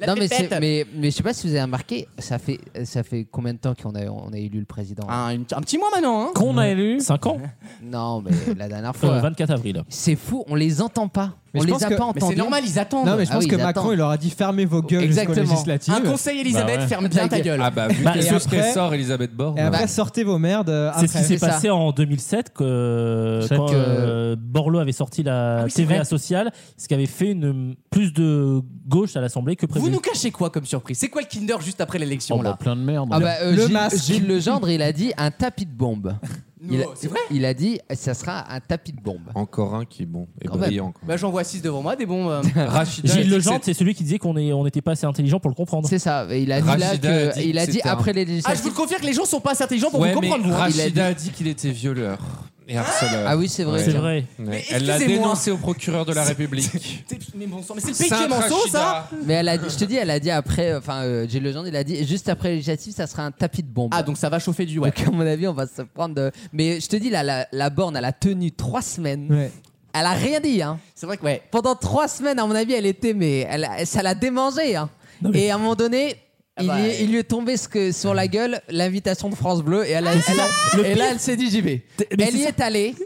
Speaker 2: La
Speaker 5: Non mais,
Speaker 2: pépette.
Speaker 5: c'est- mais mais je sais pas si vous avez remarqué, ça fait ça fait combien de temps qu'on a on a élu le président hein
Speaker 2: un, Ah, une- un petit mois maintenant, hein
Speaker 3: Qu'on a élu.
Speaker 4: 5 ans
Speaker 5: Non mais la dernière
Speaker 4: Euh,
Speaker 5: fois.
Speaker 4: 24 avril.
Speaker 5: C'est fou, on les entend pas,
Speaker 8: Mais
Speaker 5: on
Speaker 8: je
Speaker 5: les
Speaker 8: pense
Speaker 5: a
Speaker 8: que-
Speaker 5: pas
Speaker 2: Mais
Speaker 5: entendus.
Speaker 2: c'est normal, ils attendent.
Speaker 8: Non, mais je
Speaker 5: Ah
Speaker 8: pense
Speaker 5: oui,
Speaker 8: que
Speaker 5: ils
Speaker 8: Macron,
Speaker 5: attendent.
Speaker 8: il leur a dit fermez vos gueules jusqu'aux
Speaker 5: Exactement.
Speaker 8: législatives.
Speaker 2: Un conseil, Elisabeth,
Speaker 3: Bah ouais.
Speaker 2: ferme bien ta gueule.
Speaker 7: Ah bah, vu
Speaker 4: Bah,
Speaker 7: que
Speaker 8: et
Speaker 7: ce
Speaker 8: après-
Speaker 7: qu'elle sort, Elisabeth Borne. hein.
Speaker 8: Et après,
Speaker 5: Bah.
Speaker 8: sortez vos merdes. euh,
Speaker 4: C'est ce qui
Speaker 8: après.
Speaker 4: s'est
Speaker 5: C'est ça.
Speaker 4: passé en 2007 que,
Speaker 5: C'est
Speaker 4: quand
Speaker 5: que-
Speaker 4: euh, Borloo avait sorti la
Speaker 2: Ah oui, c'est
Speaker 4: TVA
Speaker 2: vrai.
Speaker 4: sociale, ce qui avait fait une, plus de gauche à l'Assemblée que prévu.
Speaker 2: Vous nous cachez quoi comme surprise C'est quoi le Kinder juste après l'élection,
Speaker 3: Oh, bah,
Speaker 2: là
Speaker 3: plein de merde.
Speaker 5: Ah bah, euh,
Speaker 8: Le
Speaker 5: Gilles,
Speaker 8: masque.
Speaker 5: Gilles Legendre, il a dit un tapis
Speaker 2: [LAUGHS]
Speaker 5: de bombe.
Speaker 2: Non,
Speaker 5: Il a-
Speaker 2: euh, Oh, C'est vrai
Speaker 5: Il a dit ça sera un tapis de bombe.
Speaker 7: Encore un qui est bon et
Speaker 5: Quand même.
Speaker 7: brillant.
Speaker 2: [LAUGHS]
Speaker 7: quoi.
Speaker 2: Bah, j'en vois six devant moi, des bons... euh,
Speaker 7: Rachida, elle
Speaker 4: Gilles
Speaker 7: dit que
Speaker 4: Legendre,
Speaker 7: c'est-
Speaker 4: c'est celui qui disait qu'on est- on n'était pas assez intelligent pour le comprendre.
Speaker 5: C'est ça. Et Il a dit
Speaker 7: Rachida
Speaker 5: là que
Speaker 7: a dit
Speaker 5: il a
Speaker 7: que
Speaker 5: dit
Speaker 7: c'était
Speaker 5: après les
Speaker 2: Ah, je vous le
Speaker 5: législatives.
Speaker 2: confirme, les gens sont pas assez intelligents pour
Speaker 7: Ouais,
Speaker 2: vous
Speaker 7: mais
Speaker 2: comprendre, vous. hein.
Speaker 7: Rachida a dit qu'il était violeur et harceleur.
Speaker 5: Ah oui, c'est vrai.
Speaker 4: C'est vrai.
Speaker 7: Ouais.
Speaker 2: Mais
Speaker 7: Elle l'a
Speaker 2: excusez-moi.
Speaker 7: dénoncé au procureur de la République.
Speaker 2: C'est- Mais bon sang, mais c'est le pays qui est
Speaker 7: Sainte
Speaker 2: mensonge, ça
Speaker 7: Rachida.
Speaker 5: Mais elle a dit, je te dis, elle a dit après, enfin, euh, Gilles Legendre, il a dit juste après les législatives, ça sera un tapis de bombe.
Speaker 2: Ah, donc ça va chauffer du ouais.
Speaker 5: [LAUGHS] Donc, à mon avis, on va se prendre. de- Mais je te dis, là, la, la borne, elle a tenu trois semaines.
Speaker 8: Ouais.
Speaker 5: Elle a rien dit, hein.
Speaker 2: C'est vrai que, ouais.
Speaker 5: Pendant trois semaines, à mon avis, elle était, mais elle, a- ça l'a démangé, hein. Et à un moment donné.
Speaker 2: Ah
Speaker 5: il,
Speaker 2: bah,
Speaker 5: lui-
Speaker 2: ouais.
Speaker 5: il lui est tombé ce que, sur la gueule l'invitation de France Bleu et, elle a- elle a- et là elle s'est dit j'y vais.
Speaker 4: mais
Speaker 5: Elle y est allée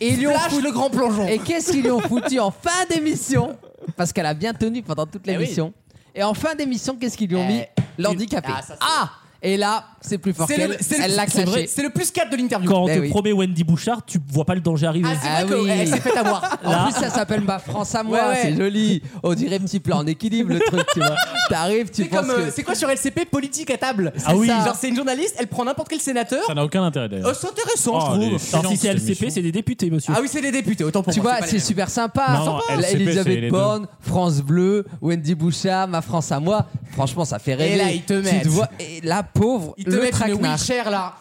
Speaker 5: et ils lui ont
Speaker 2: Lâche le grand plongeon
Speaker 5: et qu'est-ce qu'ils lui ont foutu en fin d'émission Parce qu'elle a bien tenu pendant toute
Speaker 2: Eh oui.
Speaker 5: l'émission. Et en fin d'émission, qu'est-ce qu'ils lui ont
Speaker 2: Eh,
Speaker 5: mis L'handicapé.
Speaker 2: ah,
Speaker 5: Ah,
Speaker 2: ça, c'est-
Speaker 5: Et là, c'est plus fort
Speaker 2: C'est
Speaker 5: qu'elle.
Speaker 2: le- c'est le-
Speaker 5: Elle l'a
Speaker 2: c'est vrai,
Speaker 5: clashé.
Speaker 2: C'est le plus 4 de l'interview.
Speaker 4: Quand on
Speaker 5: Eh
Speaker 4: te
Speaker 5: oui.
Speaker 4: promet Wendy Bouchard, tu vois pas le danger arriver.
Speaker 2: Ah, c'est
Speaker 5: Ah
Speaker 2: vrai
Speaker 5: oui.
Speaker 2: qu'elle s'est fait avoir.
Speaker 5: En plus, ça s'appelle ma France à moi.
Speaker 2: Ouais, ouais.
Speaker 5: C'est joli. On dirait petit plan en équilibre le truc, tu vois. T'arrives, tu
Speaker 2: C'est
Speaker 5: penses
Speaker 2: comme, euh,
Speaker 5: que.
Speaker 2: c'est quoi sur LCP Politique à table
Speaker 5: Ah oui.
Speaker 2: Genre, c'est une journaliste, elle prend n'importe quel sénateur.
Speaker 3: Ça n'a aucun intérêt d'ailleurs.
Speaker 2: Euh, c'est intéressant,
Speaker 5: Ah,
Speaker 4: Ah,
Speaker 3: Oh,
Speaker 2: je
Speaker 3: les
Speaker 2: trouve.
Speaker 3: chiens,
Speaker 4: Alors si c'est
Speaker 3: cette
Speaker 4: LCP,
Speaker 3: émission.
Speaker 4: c'est des députés, monsieur.
Speaker 2: Ah oui, c'est les députés, autant pour
Speaker 5: Tu
Speaker 2: moi.
Speaker 5: vois,
Speaker 2: pas
Speaker 5: c'est
Speaker 2: les mêmes.
Speaker 5: super sympa.
Speaker 3: Non, non,
Speaker 5: La-
Speaker 3: LCP, c'est
Speaker 5: Elisabeth
Speaker 3: les
Speaker 5: Borne, France Bleu, Wendy Bouchard, ma France à moi. Franchement, ça fait rêver.
Speaker 2: là, ils te
Speaker 5: Tu
Speaker 2: mettent.
Speaker 5: vois, et la pauvre,
Speaker 2: Ils te
Speaker 5: le
Speaker 2: mettent une
Speaker 5: traquenard.
Speaker 2: wheelchair là.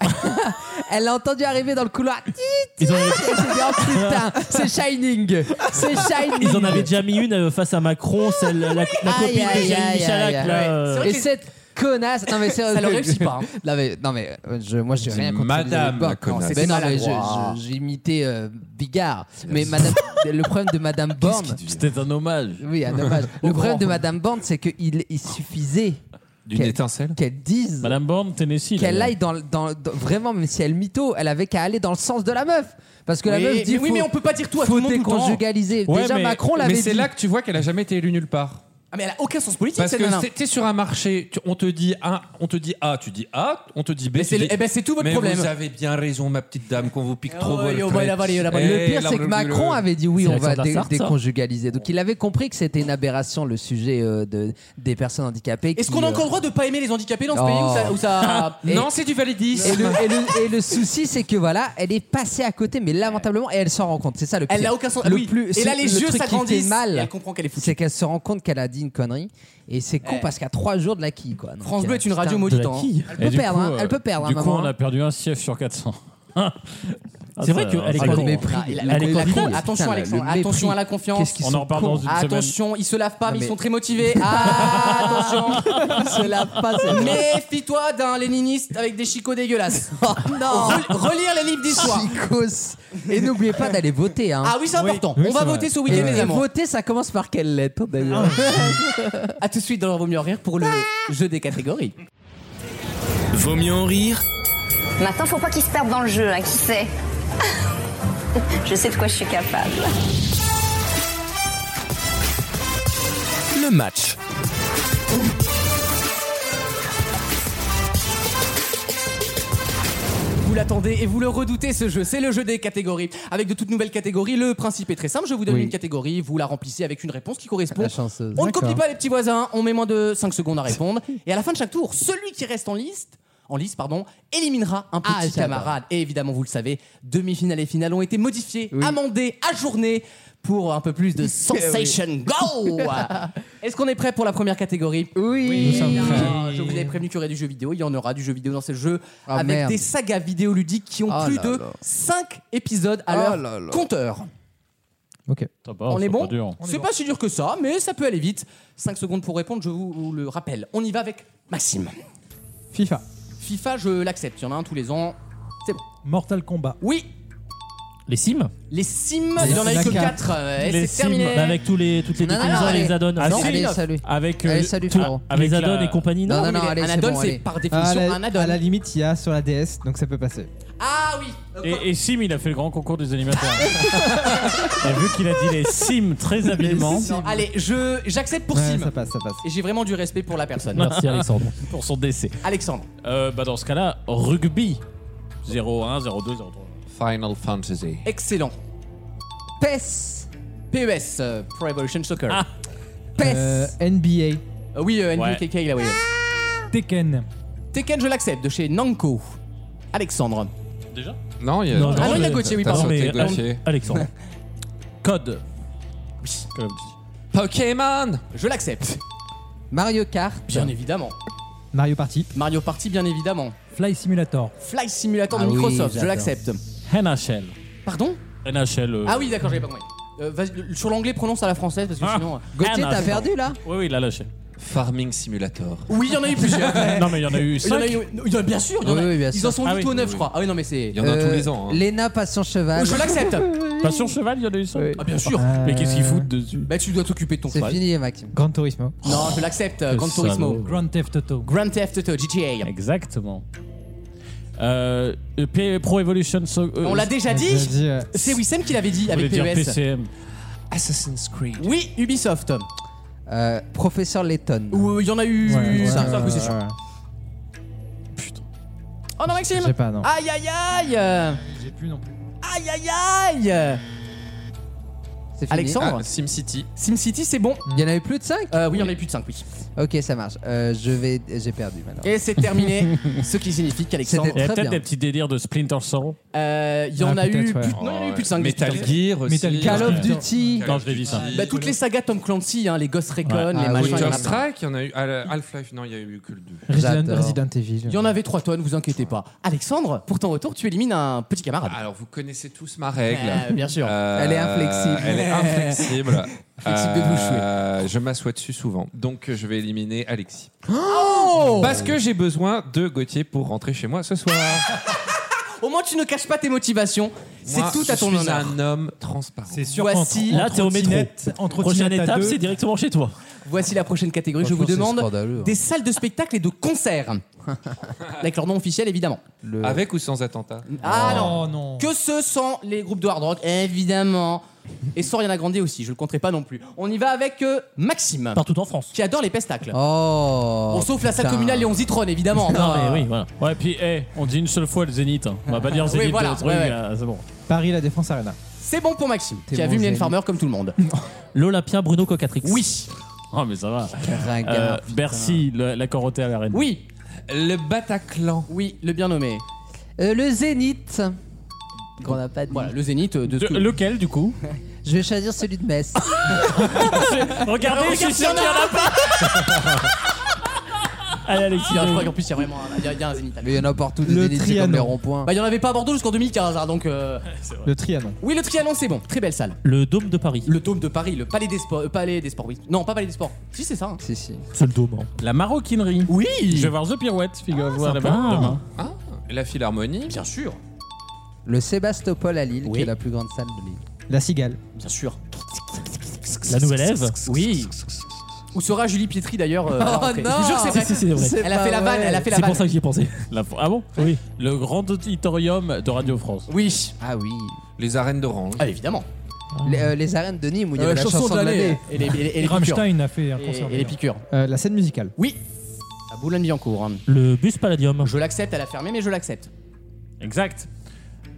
Speaker 5: Elle l'a entendu arriver dans le couloir.
Speaker 4: Ils, en avaient,
Speaker 5: Elle s'est dit, oh putain, c'est Shining. C'est Shining.
Speaker 4: ils en avaient déjà mis une euh, face à Macron, celle, la, la copine
Speaker 5: aïe,
Speaker 4: de
Speaker 5: aïe,
Speaker 4: Jérémy Chalac.
Speaker 5: aïe,
Speaker 4: là,
Speaker 2: aïe.
Speaker 4: euh,
Speaker 2: C'est vrai
Speaker 5: Et cette connasse. Non, mais c'est-
Speaker 2: Ça leur réussit pas, hein.
Speaker 5: [LAUGHS] Non, mais, non, mais euh, je, moi, je dis rien contre
Speaker 7: Madame
Speaker 5: Elisabeth Borne.
Speaker 7: la connasse.
Speaker 5: Non, c'est-
Speaker 2: C'était
Speaker 5: mais non, mais
Speaker 2: maladroit.
Speaker 5: je- je- j'imitais euh, Bigard. Mais madame, le problème de Madame Borne.
Speaker 3: C'était un hommage.
Speaker 5: Oui, un hommage. Le problème de Madame Borne, c'est qu'il il suffisait
Speaker 7: D'une
Speaker 5: Quel-
Speaker 7: étincelle.
Speaker 5: qu'elle dise.
Speaker 3: Madame Borne, Tennessee.
Speaker 5: Qu'elle
Speaker 3: d'ailleurs.
Speaker 5: aille dans, le- dans, dans- Vraiment, même si elle mytho, elle avait qu'à aller dans le sens de la meuf. Parce que la
Speaker 2: Oui,
Speaker 5: meuf dit
Speaker 2: mais oui,
Speaker 5: faut,
Speaker 2: mais on peut pas dire tout à tout
Speaker 5: faut
Speaker 2: le monde. tout le temps.
Speaker 5: déconjugaliser.
Speaker 3: Ouais,
Speaker 5: Déjà,
Speaker 3: mais-
Speaker 5: Macron l'avait
Speaker 7: Mais
Speaker 5: dit.
Speaker 7: c'est là que tu vois qu'elle a jamais été élue nulle part.
Speaker 2: Ah, mais elle a aucun sens politique,
Speaker 7: Parce
Speaker 2: cette
Speaker 7: que
Speaker 2: nana.
Speaker 7: t'es- t'es sur un marché, tu- on te dit A, on te dit A, tu dis A, on te dit B,
Speaker 2: Mais
Speaker 7: tu
Speaker 2: c'est
Speaker 7: dis
Speaker 2: le- eh ben, c'est tout votre
Speaker 7: Mais
Speaker 2: problème.
Speaker 7: vous avez bien raison, ma petite dame, qu'on vous pique trop
Speaker 2: Oh,
Speaker 7: vos
Speaker 2: yo,
Speaker 7: retraites.
Speaker 2: bah, là, là, là, là.
Speaker 7: Eh,
Speaker 5: Ah Le pire,
Speaker 7: là,
Speaker 5: c'est que
Speaker 7: le-
Speaker 5: Macron
Speaker 7: le-
Speaker 5: avait dit oui,
Speaker 4: C'est
Speaker 5: on va
Speaker 4: Alexandre
Speaker 5: dé-
Speaker 4: Lassard, ça.
Speaker 5: déconjugaliser. Donc il avait compris que c'était une aberration le sujet euh, de, des personnes handicapées.
Speaker 2: Est-ce
Speaker 5: qui,
Speaker 2: qu'on a
Speaker 5: euh,
Speaker 2: encore le droit de pas aimer les handicapés dans ce
Speaker 5: Oh.
Speaker 2: pays où ça- où
Speaker 5: [LAUGHS]
Speaker 2: ça.
Speaker 5: Et-
Speaker 7: Non, c'est du validisme.
Speaker 5: et le, et le- et le souci, c'est que voilà, elle est passée à côté, mais lamentablement, et elle s'en rend compte. C'est ça le pire.
Speaker 2: Elle n'a aucun sens.
Speaker 5: Le
Speaker 2: oui.
Speaker 5: plus-
Speaker 2: Et là,
Speaker 5: ce-
Speaker 2: les
Speaker 5: le
Speaker 2: yeux
Speaker 5: truc qui fait
Speaker 2: s'agrandissent.
Speaker 5: mal.
Speaker 2: et Elle comprend qu'elle est foutue.
Speaker 5: C'est qu'elle se rend compte qu'elle a dit une connerie, et c'est con
Speaker 2: Eh.
Speaker 5: parce qu'à trois jours de la quille, quoi. Donc,
Speaker 2: France
Speaker 5: euh,
Speaker 2: Bleu est une
Speaker 5: putain.
Speaker 4: de
Speaker 2: radio
Speaker 4: la
Speaker 2: maudite. hein.
Speaker 4: quille.
Speaker 5: Elle
Speaker 3: Et
Speaker 5: peut
Speaker 3: du
Speaker 5: perdre,
Speaker 3: coup,
Speaker 5: hein,
Speaker 3: euh,
Speaker 5: elle peut perdre,
Speaker 3: Du
Speaker 5: hein,
Speaker 4: [LAUGHS]
Speaker 3: coup,
Speaker 5: maman,
Speaker 3: on
Speaker 5: hein.
Speaker 4: Ah,
Speaker 3: a perdu un siège sur 400.
Speaker 4: C'est vrai
Speaker 3: ça,
Speaker 4: que
Speaker 3: ça,
Speaker 4: euh, ah, elle est
Speaker 3: ça
Speaker 4: candidate.
Speaker 3: compte.
Speaker 5: mépris.
Speaker 2: La-
Speaker 5: le-
Speaker 2: la-
Speaker 5: le-
Speaker 2: la-
Speaker 5: le-
Speaker 2: la- attention,
Speaker 5: putain,
Speaker 2: Alexandre,
Speaker 5: le mépris.
Speaker 2: attention à la confiance.
Speaker 5: Qu'est-ce qu'ils
Speaker 3: On
Speaker 5: sont
Speaker 3: en reparle dans
Speaker 5: cons.
Speaker 3: une semaine.
Speaker 2: Attention, ils se lavent pas, mais,
Speaker 5: mais-
Speaker 2: ils sont très motivés. [LAUGHS] Ah, attention.
Speaker 5: se lavent pas, c'est vrai.
Speaker 2: Méfie-toi d'un léniniste avec des chicots [LAUGHS] dégueulasses.
Speaker 5: Non.
Speaker 2: Re- Relire les livres d'histoire.
Speaker 5: Chicos. Et n'oubliez pas d'aller voter. Hein.
Speaker 2: Ah oui, c'est important.
Speaker 6: Oui,
Speaker 2: On va
Speaker 6: c'est vrai.
Speaker 2: voter ce
Speaker 5: et
Speaker 2: week-end, les amants.
Speaker 5: voter, ça commence par quelle lettre d'ailleurs
Speaker 2: Ah. À tout de suite dans leur vaut mieux en rire pour le jeu des catégories.
Speaker 1: [LAUGHS] Vaut mieux en rire
Speaker 9: Maintenant, faut pas qu'ils se perdent dans le jeu, hein, qui sait [LAUGHS] Je sais de quoi je suis capable.
Speaker 1: le match.
Speaker 2: Vous l'attendez et vous le redoutez ce jeu. C'est le jeu des catégories. Avec de toutes nouvelles catégories, le principe est très simple. Je vous donne
Speaker 5: Oui.
Speaker 2: une catégorie, vous la remplissez avec une réponse qui correspond.
Speaker 5: La chanceuse.
Speaker 2: On ne
Speaker 6: D'accord.
Speaker 2: copie pas les petits voisins, on met moins de 5 secondes à répondre. Et à la fin de chaque tour, celui qui reste en liste, en liste, pardon, éliminera un petit
Speaker 5: Ah, j'adore.
Speaker 2: camarade. Et évidemment, vous le savez, demi-finale et finale ont été modifiées, amendées, ajournées pour un peu plus
Speaker 5: [LAUGHS]
Speaker 2: de sensation go. Est-ce qu'on est prêt pour la première catégorie
Speaker 5: Oui.
Speaker 2: Ah, Je vous avais prévenu qu'il y aurait du jeu vidéo, il y en aura du jeu vidéo dans ce jeu
Speaker 5: Ah,
Speaker 2: avec
Speaker 5: merde.
Speaker 2: des sagas vidéoludiques qui ont
Speaker 5: Ah
Speaker 2: plus
Speaker 5: là
Speaker 2: de
Speaker 5: là.
Speaker 2: 5 épisodes à
Speaker 5: Ah
Speaker 2: leur
Speaker 5: là là.
Speaker 2: compteur.
Speaker 3: Ça va,
Speaker 2: On
Speaker 3: c'est
Speaker 2: est bon
Speaker 3: pas dur.
Speaker 2: C'est pas si dur que ça, mais ça peut aller vite. 5 secondes pour répondre, je vous, vous le rappelle. On y va avec Maxime.
Speaker 6: FIFA,
Speaker 2: FIFA, je l'accepte, il y en a un tous les ans.
Speaker 6: Mortal Kombat,
Speaker 2: Oui,
Speaker 4: Les sims
Speaker 2: les Sims,
Speaker 6: Les
Speaker 2: il y en a eu que
Speaker 6: Sims.
Speaker 2: 4. euh,
Speaker 3: Les
Speaker 2: et
Speaker 3: Sims.
Speaker 2: C'est terminé.
Speaker 4: Bah, Avec tous les, toutes les
Speaker 5: Non, non,
Speaker 4: déclinaisons
Speaker 5: non,
Speaker 4: et les
Speaker 5: allez.
Speaker 4: addons.
Speaker 3: Ah,
Speaker 4: non
Speaker 3: si.
Speaker 5: Allez,
Speaker 3: Sims.
Speaker 5: salut.
Speaker 3: Avec euh,
Speaker 5: Allez, salut,
Speaker 3: tout-
Speaker 5: frérot.
Speaker 3: avec
Speaker 4: les
Speaker 3: la-
Speaker 4: addons et compagnie.
Speaker 5: Non,
Speaker 4: Non,
Speaker 5: non, non,
Speaker 2: Un
Speaker 5: allez, c'est
Speaker 2: add-on,
Speaker 5: bon,
Speaker 2: c'est
Speaker 5: allez.
Speaker 2: par
Speaker 8: Ah, à
Speaker 2: définition un
Speaker 8: la, à la
Speaker 2: add-on.
Speaker 8: limite, il y a sur la DS, donc ça peut passer.
Speaker 2: Ah oui
Speaker 3: Et, et Sim, il a fait le grand concours des animateurs. Et vu qu'il a dit les Sims très habilement
Speaker 2: Non, Allez, je- j'accepte pour
Speaker 8: Ouais,
Speaker 2: Sim.
Speaker 8: ça passe, ça passe.
Speaker 2: Et j'ai vraiment du respect pour la personne.
Speaker 4: Merci Alexandre.
Speaker 3: pour son décès.
Speaker 2: Alexandre,
Speaker 3: Euh, bah dans ce cas-là, rugby 0-1, 0-2, 0-3.
Speaker 7: Final Fantasy.
Speaker 2: excellent. E
Speaker 5: PES.
Speaker 2: PES, euh, Pro Evolution Soccer.
Speaker 3: Ah.
Speaker 5: PES.
Speaker 8: Euh, NBA,
Speaker 2: Euh, oui, euh,
Speaker 3: Ouais.
Speaker 2: NBKK, là, oui.
Speaker 6: Tekken,
Speaker 2: Tekken, je l'accepte, de chez Namco. Alexandre.
Speaker 3: Déjà
Speaker 7: Euh, Non, il y a.
Speaker 4: Non, non,
Speaker 2: Ah non, il y a
Speaker 4: mais-
Speaker 2: Gauthier, oui,
Speaker 7: T'as
Speaker 2: pardon.
Speaker 4: Non,
Speaker 7: sauté
Speaker 3: euh,
Speaker 4: mais-
Speaker 7: Gauthier.
Speaker 4: Alexandre.
Speaker 3: [LAUGHS] Code. Call of
Speaker 7: Pokémon
Speaker 2: Je l'accepte.
Speaker 5: Mario Kart.
Speaker 2: Bien évidemment.
Speaker 8: Mario Party,
Speaker 2: Mario Party, bien évidemment.
Speaker 6: Fly Simulator,
Speaker 2: Fly Simulator de
Speaker 5: Ah oui,
Speaker 2: Microsoft, je
Speaker 5: j'adore.
Speaker 2: l'accepte.
Speaker 3: Duty. NHL.
Speaker 2: Pardon
Speaker 3: NHL. euh,
Speaker 2: Ah oui, d'accord, j'avais pas compris. Euh, vas-y, sur l'anglais, prononce à la française parce que
Speaker 3: Ah.
Speaker 2: sinon. euh,
Speaker 5: Gauthier,
Speaker 3: Ah, non,
Speaker 5: t'as
Speaker 3: c'est
Speaker 5: perdu là
Speaker 3: Oui, oui, il a lâché.
Speaker 7: Farming Simulator.
Speaker 2: Oui, il y en a eu plusieurs.
Speaker 3: [LAUGHS] Non, mais il y en a eu
Speaker 2: Il y en
Speaker 3: 5.
Speaker 2: a eu. il y en a- bien sûr, il y en a.
Speaker 5: Oui, oui, bien
Speaker 2: Ils
Speaker 5: sûr.
Speaker 2: en sont
Speaker 3: Ah
Speaker 2: 8
Speaker 3: oui.
Speaker 2: ou 9, je crois. Ah oui, non, mais c'est. Oh,
Speaker 7: Il y en a
Speaker 5: Euh,
Speaker 7: tous les ans. hein.
Speaker 5: Lena Passion Cheval.
Speaker 2: Je l'accepte.
Speaker 3: Passion Cheval, il y en a eu 5.
Speaker 2: Ah, bien sûr.
Speaker 3: Mais qu'est-ce qu'ils foutent dessus
Speaker 2: Bah, tu dois t'occuper de ton
Speaker 5: C'est
Speaker 2: cheval.
Speaker 5: fini, Maxime.
Speaker 8: Gran Turismo,
Speaker 2: Non, je l'accepte, euh, Gran
Speaker 3: Oh, salaud.
Speaker 2: Turismo.
Speaker 6: Grand Theft Auto,
Speaker 2: Grand Theft Auto, GTA.
Speaker 3: Exactement. Euh, euh, P- Pro Evolution Soccer.
Speaker 2: On l'a déjà
Speaker 8: Je
Speaker 2: dit
Speaker 8: dis, euh,
Speaker 2: C'est Wissem qui l'avait dit avec
Speaker 3: dire
Speaker 2: PES.
Speaker 3: PCM.
Speaker 7: Assassin's Creed.
Speaker 2: Oui, Ubisoft.
Speaker 5: Euh, Professeur Letton.
Speaker 2: Ou euh, il y en a eu.
Speaker 8: ouais,
Speaker 2: Mmh, ça,
Speaker 8: ouais,
Speaker 2: ça, oui, c'est
Speaker 8: ouais,
Speaker 2: sûr.
Speaker 8: ouais.
Speaker 2: Oh non, Maxime
Speaker 8: Je sais pas, non.
Speaker 2: Aïe aïe aïe euh,
Speaker 8: J'ai plus non plus.
Speaker 2: Aïe aïe aïe euh,
Speaker 5: C'est fini.
Speaker 2: Alexandre
Speaker 7: Ah, SimCity.
Speaker 2: SimCity, c'est bon
Speaker 5: Il y en avait plus de 5
Speaker 2: Euh, Oui, il y en a eu plus de 5, oui.
Speaker 5: Ok, ça marche. Euh, je vais, j'ai perdu maintenant.
Speaker 2: Et c'est terminé. Ce qui signifie qu'Alexandre.
Speaker 5: C'était-
Speaker 3: Il y a
Speaker 5: Très
Speaker 3: peut-être des
Speaker 5: bien.
Speaker 3: petits délires de Splinter Cell.
Speaker 2: euh, Il y en
Speaker 6: Ah,
Speaker 2: a eu
Speaker 6: peut-être,
Speaker 2: plus,
Speaker 6: ouais.
Speaker 2: non, il y en a eu plus de 5.
Speaker 7: Metal Gear aussi.
Speaker 6: Metal Gear.
Speaker 5: Call of
Speaker 3: Ouais.
Speaker 5: Duty.
Speaker 3: Non, je l'ai dit ça.
Speaker 2: Bah, toutes les sagas Tom Clancy, hein, les Ghost Recon,
Speaker 3: Ouais.
Speaker 2: les
Speaker 5: Ah,
Speaker 2: machins. il y
Speaker 5: oui.
Speaker 2: en a
Speaker 7: Counter
Speaker 2: plein.
Speaker 7: Strike, il y en a eu. Al- Half-Life, non, il y a eu que le 2.
Speaker 8: Resident,
Speaker 5: J'adore.
Speaker 8: Resident Evil.
Speaker 2: Il y en avait 3 tonnes, vous inquiétez pas. Alexandre, pour ton retour, tu élimines un petit camarade.
Speaker 7: Ah, Alors, vous connaissez tous ma règle.
Speaker 2: Euh, bien sûr.
Speaker 7: Euh,
Speaker 5: Elle est inflexible.
Speaker 7: Elle est [LAUGHS] inflexible.
Speaker 2: Flexible de
Speaker 7: Euh, je m'assois dessus souvent. Donc, je vais
Speaker 2: [GASPS]
Speaker 7: éliminer Alexis.
Speaker 2: Oh
Speaker 7: Parce que j'ai besoin de Gauthier pour rentrer chez moi ce soir.
Speaker 2: Au moins, tu ne caches pas tes motivations. C'est
Speaker 7: Moi,
Speaker 2: tout à ton
Speaker 7: Je suis
Speaker 2: honneur.
Speaker 7: un homme transparent.
Speaker 6: c'est sûr.
Speaker 2: Voici-
Speaker 6: qu'en- en
Speaker 4: Là, t'es au métro.
Speaker 6: trottinette- en
Speaker 4: Prochaine
Speaker 6: trottinette à
Speaker 4: étape,
Speaker 6: deux.
Speaker 4: c'est directement chez toi.
Speaker 2: Voici la prochaine catégorie. Je vous
Speaker 5: Franchement, c'est
Speaker 2: demande
Speaker 5: scandaleux, hein.
Speaker 2: des salles de spectacle et de concerts. [LAUGHS] Avec leur nom officiel, évidemment.
Speaker 5: Le-
Speaker 7: Avec ou sans attentat
Speaker 2: Ah non
Speaker 6: Oh non.
Speaker 2: Que ce sont les groupes de hard rock, évidemment. Et sans rien agrandi aussi, je le compterai pas non plus. On y va avec euh, Maxime,
Speaker 4: Ah, Partout en France.
Speaker 2: qui adore les pestacles.
Speaker 5: Oh.
Speaker 2: On sauf la salle
Speaker 5: putain.
Speaker 2: communale Léon Zitron, évidemment. Ah.
Speaker 4: Non,
Speaker 2: Enfin,
Speaker 4: mais oui, voilà.
Speaker 3: Ouais, puis, eh, on dit une seule fois le Zénith. hein. On va
Speaker 2: [LAUGHS]
Speaker 3: pas dire Zénith
Speaker 2: voilà,
Speaker 3: de truc,
Speaker 2: ouais, ouais.
Speaker 3: euh, c'est bon.
Speaker 8: Paris La Défense Arena.
Speaker 2: C'est bon pour Maxime,
Speaker 5: T'es
Speaker 2: qui a
Speaker 5: bon,
Speaker 2: vu Mylène
Speaker 5: Zénith.
Speaker 2: Farmer comme tout
Speaker 4: [LAUGHS]
Speaker 2: le monde.
Speaker 4: L'Olympia Bruno Cocatrix.
Speaker 2: Oui,
Speaker 3: Oh, mais ça va. Euh,
Speaker 5: Ringard.
Speaker 3: Bercy, le- la Coroté à l'arène.
Speaker 2: oui,
Speaker 7: Le Bataclan.
Speaker 2: oui, le bien nommé.
Speaker 5: Euh, le Zénith. Qu'on n'a pas dit.
Speaker 2: Voilà, le Zénith de...
Speaker 3: De- lequel, du coup
Speaker 5: Je vais choisir celui
Speaker 2: [LAUGHS]
Speaker 5: de Metz.
Speaker 3: Regardez, je suis sûr qu'il y en a pas
Speaker 4: Allez,
Speaker 2: Il
Speaker 4: Alexis.
Speaker 2: y a- hein, je crois qu'en plus, il y a vraiment un, il y a- il y a un zénith.
Speaker 5: Mais il y en a partout
Speaker 8: Le
Speaker 5: des élites comme
Speaker 8: Trianon.
Speaker 5: les ronds-points.
Speaker 2: Bah, il y en avait pas à Bordeaux jusqu'en 2015, hein, donc. euh,
Speaker 8: Le Trianon.
Speaker 2: Oui, le Trianon, c'est bon. Très belle salle.
Speaker 4: Le dôme de Paris.
Speaker 2: Le Dôme de Paris, le Palais des Sports. euh, Palais des Sports, oui. Non, pas Palais des Sports. Si, c'est ça. hein.
Speaker 5: Si, si.
Speaker 4: C'est le dôme. hein.
Speaker 3: La maroquinerie.
Speaker 2: Oui
Speaker 3: Je vais voir The Pirouette, figure-vous,
Speaker 4: Ah,
Speaker 3: là-bas,
Speaker 4: sympa.
Speaker 3: demain.
Speaker 7: Ah, la Philharmonie.
Speaker 2: Bien sûr,
Speaker 5: Le Sébastopol à Lille,
Speaker 2: Oui.
Speaker 5: qui est la plus grande salle de Lille.
Speaker 8: La Cigale.
Speaker 2: bien sûr.
Speaker 4: La nouvelle Ève.
Speaker 2: Oui. Où sera Julie Pietri d'ailleurs
Speaker 5: [LAUGHS]
Speaker 2: euh, à la rentrée. Je vous jure que c'est vrai.
Speaker 4: Si, si, c'est vrai.
Speaker 5: C'est
Speaker 2: Elle a
Speaker 5: pas
Speaker 2: fait la vanne,
Speaker 5: vrai.
Speaker 2: elle a fait la
Speaker 4: C'est
Speaker 2: vanne.
Speaker 4: pour ça que j'y ai pensé.
Speaker 3: La- Ah bon
Speaker 4: Oui.
Speaker 3: Le grand auditorium de Radio France.
Speaker 2: Oui.
Speaker 5: Ah oui.
Speaker 7: Les arènes d'Orange.
Speaker 2: Ah, évidemment.
Speaker 5: Les, euh, les arènes de Nîmes où il y
Speaker 2: Euh,
Speaker 5: avait la chanson de l'année.
Speaker 2: Et les, et les- et les piqûres.
Speaker 6: Rammstein a fait un
Speaker 2: Et,
Speaker 6: concert.
Speaker 2: et les piqûres.
Speaker 8: Euh, la scène musicale.
Speaker 2: Oui. À Boulogne-Billancourt. hein.
Speaker 4: Le bus Palladium.
Speaker 2: Je l'accepte, elle a fermé, mais je l'accepte.
Speaker 3: Exact.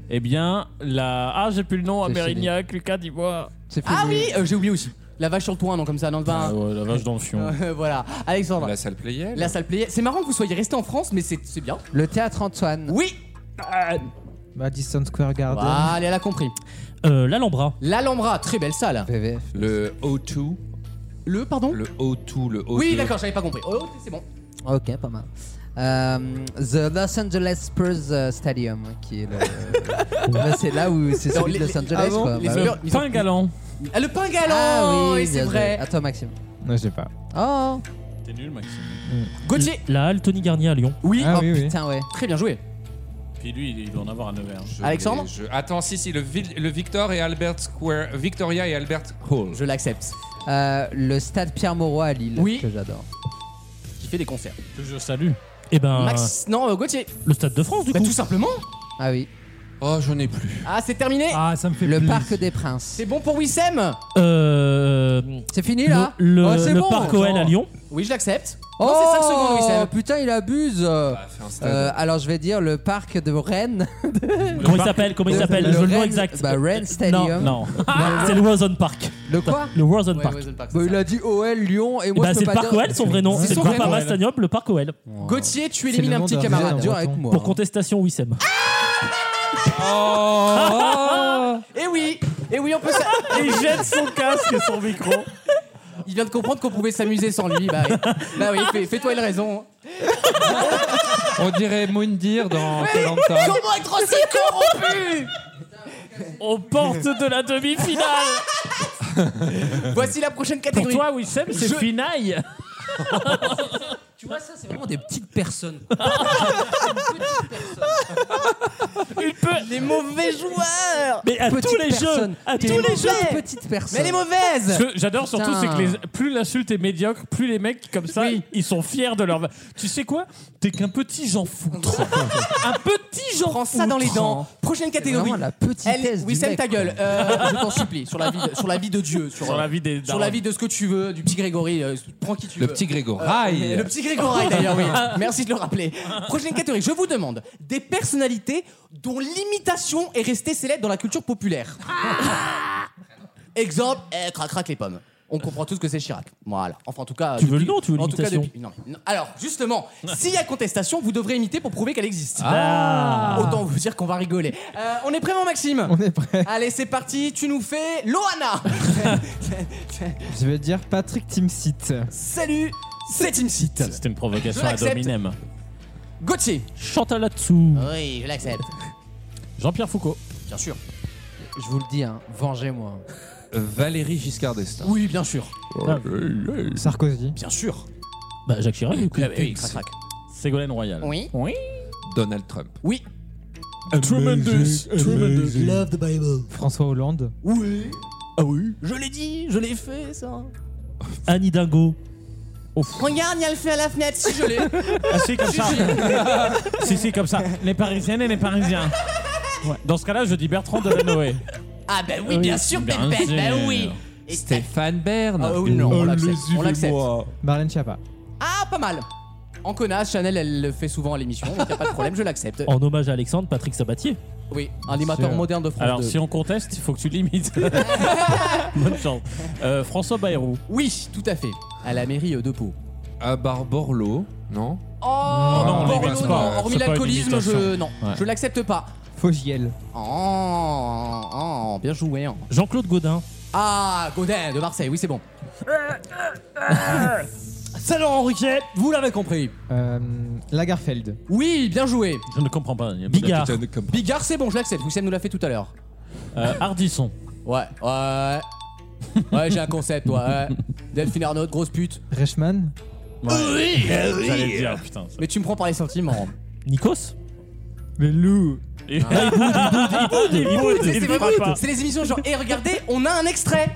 Speaker 3: Eh bien, la. Ah, j'ai plus le nom à
Speaker 5: C'est chez
Speaker 3: Mérignac, Lucas, dis-moi.
Speaker 5: C'est
Speaker 2: Ah
Speaker 5: fini.
Speaker 2: oui, euh, j'ai oublié aussi. La vache sur le toit, non, comme ça, dans le
Speaker 3: Ah
Speaker 2: bain.
Speaker 3: ouais, la vache dans le fion.
Speaker 2: Euh, [LAUGHS] voilà. Alexandre,
Speaker 7: La salle Playel.
Speaker 2: la salle playée. C'est marrant que vous soyez resté en France, mais c'est c'est bien.
Speaker 5: Le théâtre Antoine.
Speaker 2: Oui
Speaker 8: Madison Square Garden.
Speaker 2: Voilà, elle a compris.
Speaker 4: Euh, L'Alhambra.
Speaker 3: Ah,
Speaker 2: L'Alhambra, très belle salle.
Speaker 5: VVF.
Speaker 7: Le O2.
Speaker 2: Le, pardon
Speaker 7: Le O2. Le O2.
Speaker 2: Oui, d'accord, j'avais pas compris. Oh, c'est bon.
Speaker 5: Ok, pas mal. Euh, the Los Angeles Spurs euh, Stadium, qui est
Speaker 4: [LAUGHS]
Speaker 5: le. Bah, c'est là où c'est
Speaker 2: Non,
Speaker 5: celui
Speaker 2: les-
Speaker 5: de Los
Speaker 2: les-
Speaker 5: Angeles,
Speaker 2: avant,
Speaker 5: quoi.
Speaker 2: les
Speaker 5: Bah oui.
Speaker 2: Spurs-
Speaker 3: Le
Speaker 2: ils ont-
Speaker 3: pain galant.
Speaker 2: Ah, le pain galant
Speaker 5: Ah oui,
Speaker 2: et c'est
Speaker 5: bien joué.
Speaker 2: vrai.
Speaker 5: À toi, Maxime.
Speaker 8: Non, je l'ai pas.
Speaker 5: Oh,
Speaker 3: T'es nul, Maxime.
Speaker 2: Gauthier
Speaker 4: La halle Tony Garnier à Lyon.
Speaker 2: Oui,
Speaker 8: Ah
Speaker 5: oh
Speaker 8: oui, oui.
Speaker 5: putain, ouais.
Speaker 2: très bien joué.
Speaker 3: Puis lui, il doit en avoir à Nevers.
Speaker 7: Je
Speaker 2: Alexandre
Speaker 7: l'ai- je- Attends, si, si. Le, Vil- le Victor et Albert Square. Victoria et Albert Hall.
Speaker 2: Je l'accepte.
Speaker 5: Euh, le stade Pierre Mauroy à Lille,
Speaker 2: Oui.
Speaker 5: que j'adore.
Speaker 2: Qui fait des concerts.
Speaker 3: Que je salue.
Speaker 4: Et
Speaker 3: Ah.
Speaker 4: ben,
Speaker 2: Max, non, euh, Gauthier.
Speaker 4: le Stade de France, du
Speaker 2: Bah,
Speaker 4: coup.
Speaker 2: tout simplement.
Speaker 5: Ah oui.
Speaker 7: Oh, j'en ai plus.
Speaker 2: Ah, c'est terminé.
Speaker 6: Ah, ça me fait
Speaker 5: Le
Speaker 6: plaisir.
Speaker 5: Parc des Princes.
Speaker 2: C'est bon pour Wissem
Speaker 4: Euh,
Speaker 5: C'est fini
Speaker 4: le
Speaker 5: là Ah,
Speaker 4: le,
Speaker 2: Oh, c'est
Speaker 4: le
Speaker 2: bon,
Speaker 4: Parc
Speaker 2: genre.
Speaker 4: OL à Lyon.
Speaker 2: Oui, je l'accepte. Non,
Speaker 5: Oh.
Speaker 2: c'est 5 secondes, Wissem.
Speaker 5: putain, il abuse.
Speaker 7: Ah, fais un stade.
Speaker 5: Euh, alors je vais dire le parc de Rennes.
Speaker 4: Comment il s'appelle Comment il
Speaker 5: le-
Speaker 4: s'appelle
Speaker 5: le
Speaker 4: Je le nom
Speaker 5: Rennes-
Speaker 4: exact.
Speaker 5: bah, Rennes Stadium.
Speaker 4: Non, non. c'est le Warzone Park.
Speaker 5: Le quoi
Speaker 4: Le Warzone Park.
Speaker 2: Ouais, Wissem Park, c'est
Speaker 5: Bah,
Speaker 2: ça.
Speaker 5: Il a dit OL Lyon et moi
Speaker 4: bah,
Speaker 5: je
Speaker 4: c'est
Speaker 5: peux
Speaker 4: le
Speaker 5: pas
Speaker 4: Parc
Speaker 5: dire-
Speaker 4: OL, son vrai nom.
Speaker 2: C'est
Speaker 4: C'est le
Speaker 2: son
Speaker 4: Grand
Speaker 2: vrai
Speaker 4: Parma
Speaker 2: nom.
Speaker 4: Stadium, le Parc OL.
Speaker 2: Gauthier, tu
Speaker 8: C'est
Speaker 2: élimines
Speaker 8: le
Speaker 2: un
Speaker 8: nom
Speaker 2: petit
Speaker 8: d'un
Speaker 5: Vous êtes
Speaker 2: camarade.
Speaker 5: dur avec moi.
Speaker 4: Pour contestation, Wissem.
Speaker 2: Eh oui, eh oui, on peut. s'a-
Speaker 4: Il jette son casque et son micro.
Speaker 2: Il vient de comprendre qu'on pouvait s'amuser sans lui. Bah, oui. bah oui, fais- fais-toi une raison.
Speaker 7: On dirait Moundir dans
Speaker 2: Comment
Speaker 7: Colanta.
Speaker 2: être aussi corrompu
Speaker 4: On porte de la demi-finale.
Speaker 2: Voici la prochaine
Speaker 4: Pour
Speaker 2: catégorie.
Speaker 4: toi, Wissem, c'est
Speaker 2: Je-
Speaker 4: finaille.
Speaker 5: Tu vois ça, c'est vraiment des petites personnes.
Speaker 4: Il peut.
Speaker 2: les mauvais joueurs
Speaker 4: Mais à
Speaker 5: Petites
Speaker 4: tous les
Speaker 5: personnes.
Speaker 4: jeux, à
Speaker 5: Des
Speaker 4: tous les
Speaker 5: mauvaises
Speaker 4: jeux.
Speaker 5: petites personnes.
Speaker 2: Mais elle est mauvaise
Speaker 3: Ce que j'adore surtout, c'est que les- plus l'insulte est médiocre, plus les mecs comme ça, ils sont fiers de leur. Tu sais quoi T'es qu'un petit
Speaker 2: [LAUGHS]
Speaker 3: Jean foutre. un petit Jean
Speaker 2: Prends ça dans les dents. Prochaine catégorie.
Speaker 5: Vraiment la petitesse
Speaker 2: Elle,
Speaker 5: du
Speaker 2: Wissem,
Speaker 5: mec, hein.
Speaker 2: ta
Speaker 5: quoi.
Speaker 2: gueule. Euh, je t'en supplie, sur la vie de, sur la vie de Dieu, sur,
Speaker 3: Sur la vie des.
Speaker 2: sur la vie de ce que tu veux, du petit Grégory. euh, prends qui tu
Speaker 7: Le
Speaker 2: veux.
Speaker 7: petit Grégory.
Speaker 2: Euh, Le petit Grégory d'ailleurs, oui. Merci de le rappeler. Prochaine catégorie, je vous demande des personnalités dont l'imitation est restée célèbre dans la culture populaire. Ah Exemple, eh, crac crac les pommes. On comprend tous que c'est Chirac. Voilà. Enfin, en tout cas.
Speaker 4: Tu veux le nom, tu veux
Speaker 2: en tout cas,
Speaker 4: l'imitation
Speaker 2: depuis- non, mais- non. Alors,
Speaker 4: [LAUGHS]
Speaker 2: justement, s'il y a contestation, vous devrez imiter pour prouver qu'elle existe.
Speaker 4: Ah.
Speaker 2: Autant vous dire qu'on va rigoler. Euh, on est prêt, mon Maxime
Speaker 8: [LAUGHS] On est prêt.
Speaker 2: Allez, c'est parti. Tu nous fais [LAUGHS] Loana.
Speaker 8: Je vais dire Patrick Timsit.
Speaker 2: Salut, c'est Team Site.
Speaker 3: C'était une
Speaker 2: Je
Speaker 3: provocation à
Speaker 2: l'accepte.
Speaker 3: Dominem.
Speaker 2: Gauthier.
Speaker 4: Chantal là-dessous.
Speaker 2: Oui, je l'accepte.
Speaker 3: Jean-Pierre Foucault.
Speaker 2: Bien sûr.
Speaker 5: Je vous le dis, hein, vengez-moi.
Speaker 7: Valérie Giscard d'Estaing.
Speaker 2: Oui, bien sûr.
Speaker 3: Ah.
Speaker 8: Sarkozy.
Speaker 2: Bien sûr.
Speaker 4: Bah, Jacques Chirac, du coup.
Speaker 2: Ah, bah oui, crac, crac.
Speaker 3: Ségolène Royal.
Speaker 2: Oui.
Speaker 7: Donald Trump.
Speaker 2: Oui.
Speaker 3: Tremendous. Tremendous.
Speaker 8: François Hollande.
Speaker 2: Oui. Ah oui. Je l'ai dit, je l'ai fait ça.
Speaker 4: Anne Hidalgo.
Speaker 2: Regarde, il y a le fait à la fenêtre, si je l'ai.
Speaker 3: Ah, si, comme ça. [LAUGHS] si, si, comme ça. Les Parisiennes et les Parisiens. Ouais. Dans ce cas-là, je dis Bertrand Delanoë.
Speaker 2: [LAUGHS] ah bah oui, bien sûr,
Speaker 3: bien
Speaker 2: Pépette,
Speaker 3: sûr.
Speaker 2: bah oui. Et
Speaker 7: Stéphane Bern.
Speaker 2: Ah oui, non, on l'accepte. On l'accepte.
Speaker 8: Marlène Schiappa.
Speaker 2: Ah, pas mal. En connasse, Chanel, elle le fait souvent à l'émission, donc y a pas de problème, je l'accepte.
Speaker 3: Oh,
Speaker 4: En hommage à Alexandre, Patrick Sabatier.
Speaker 2: Oui, animateur
Speaker 8: Sûr.
Speaker 2: moderne de France
Speaker 3: Alors,
Speaker 2: 2.
Speaker 3: si on conteste, il faut que
Speaker 2: [LAUGHS]
Speaker 3: tu limites. Bonne chance. Euh, François Bayrou.
Speaker 2: Oui, tout à fait. À la mairie euh, de Pau.
Speaker 7: À Barborlo. Non
Speaker 2: Oh, non,
Speaker 3: Ah, on
Speaker 2: non,
Speaker 3: l'imite
Speaker 2: non,
Speaker 3: pas.
Speaker 2: non, hormis
Speaker 3: C'est pas une
Speaker 2: l'alcoolisme, je
Speaker 3: imitation.
Speaker 2: non,
Speaker 3: Ouais.
Speaker 2: je l'accepte pas.
Speaker 8: Fogiel.
Speaker 2: Oh, oh, bien joué. hein.
Speaker 4: Jean-Claude Godin.
Speaker 2: Ah, Godin de Marseille, oui, c'est bon. C'est Laurent Ruquier, vous l'avez compris.
Speaker 8: Euh, Lagerfeld.
Speaker 2: Oui, bien joué.
Speaker 3: Je ne comprends pas. il y a pas de-
Speaker 4: Bigard.
Speaker 2: Bigard, c'est bon, je l'accepte. Wissem nous l'a fait tout à l'heure.
Speaker 3: Euh, Ardisson.
Speaker 2: Ouais, ouais. Ouais, j'ai un concept, ouais. ouais. Delphine Arnaud, grosse pute.
Speaker 8: Reichmann.
Speaker 3: Oui, J'allais le dire, putain. ça.
Speaker 2: Mais tu me prends par les sentiments.
Speaker 4: Nikos
Speaker 8: Le loup.
Speaker 3: Et- Il boude, il boude,
Speaker 2: Ah, C'est
Speaker 3: il
Speaker 2: c'est
Speaker 3: ne fera
Speaker 2: vraiment-
Speaker 3: pas.
Speaker 2: c'est les émissions genre, et regardez, on a un extrait.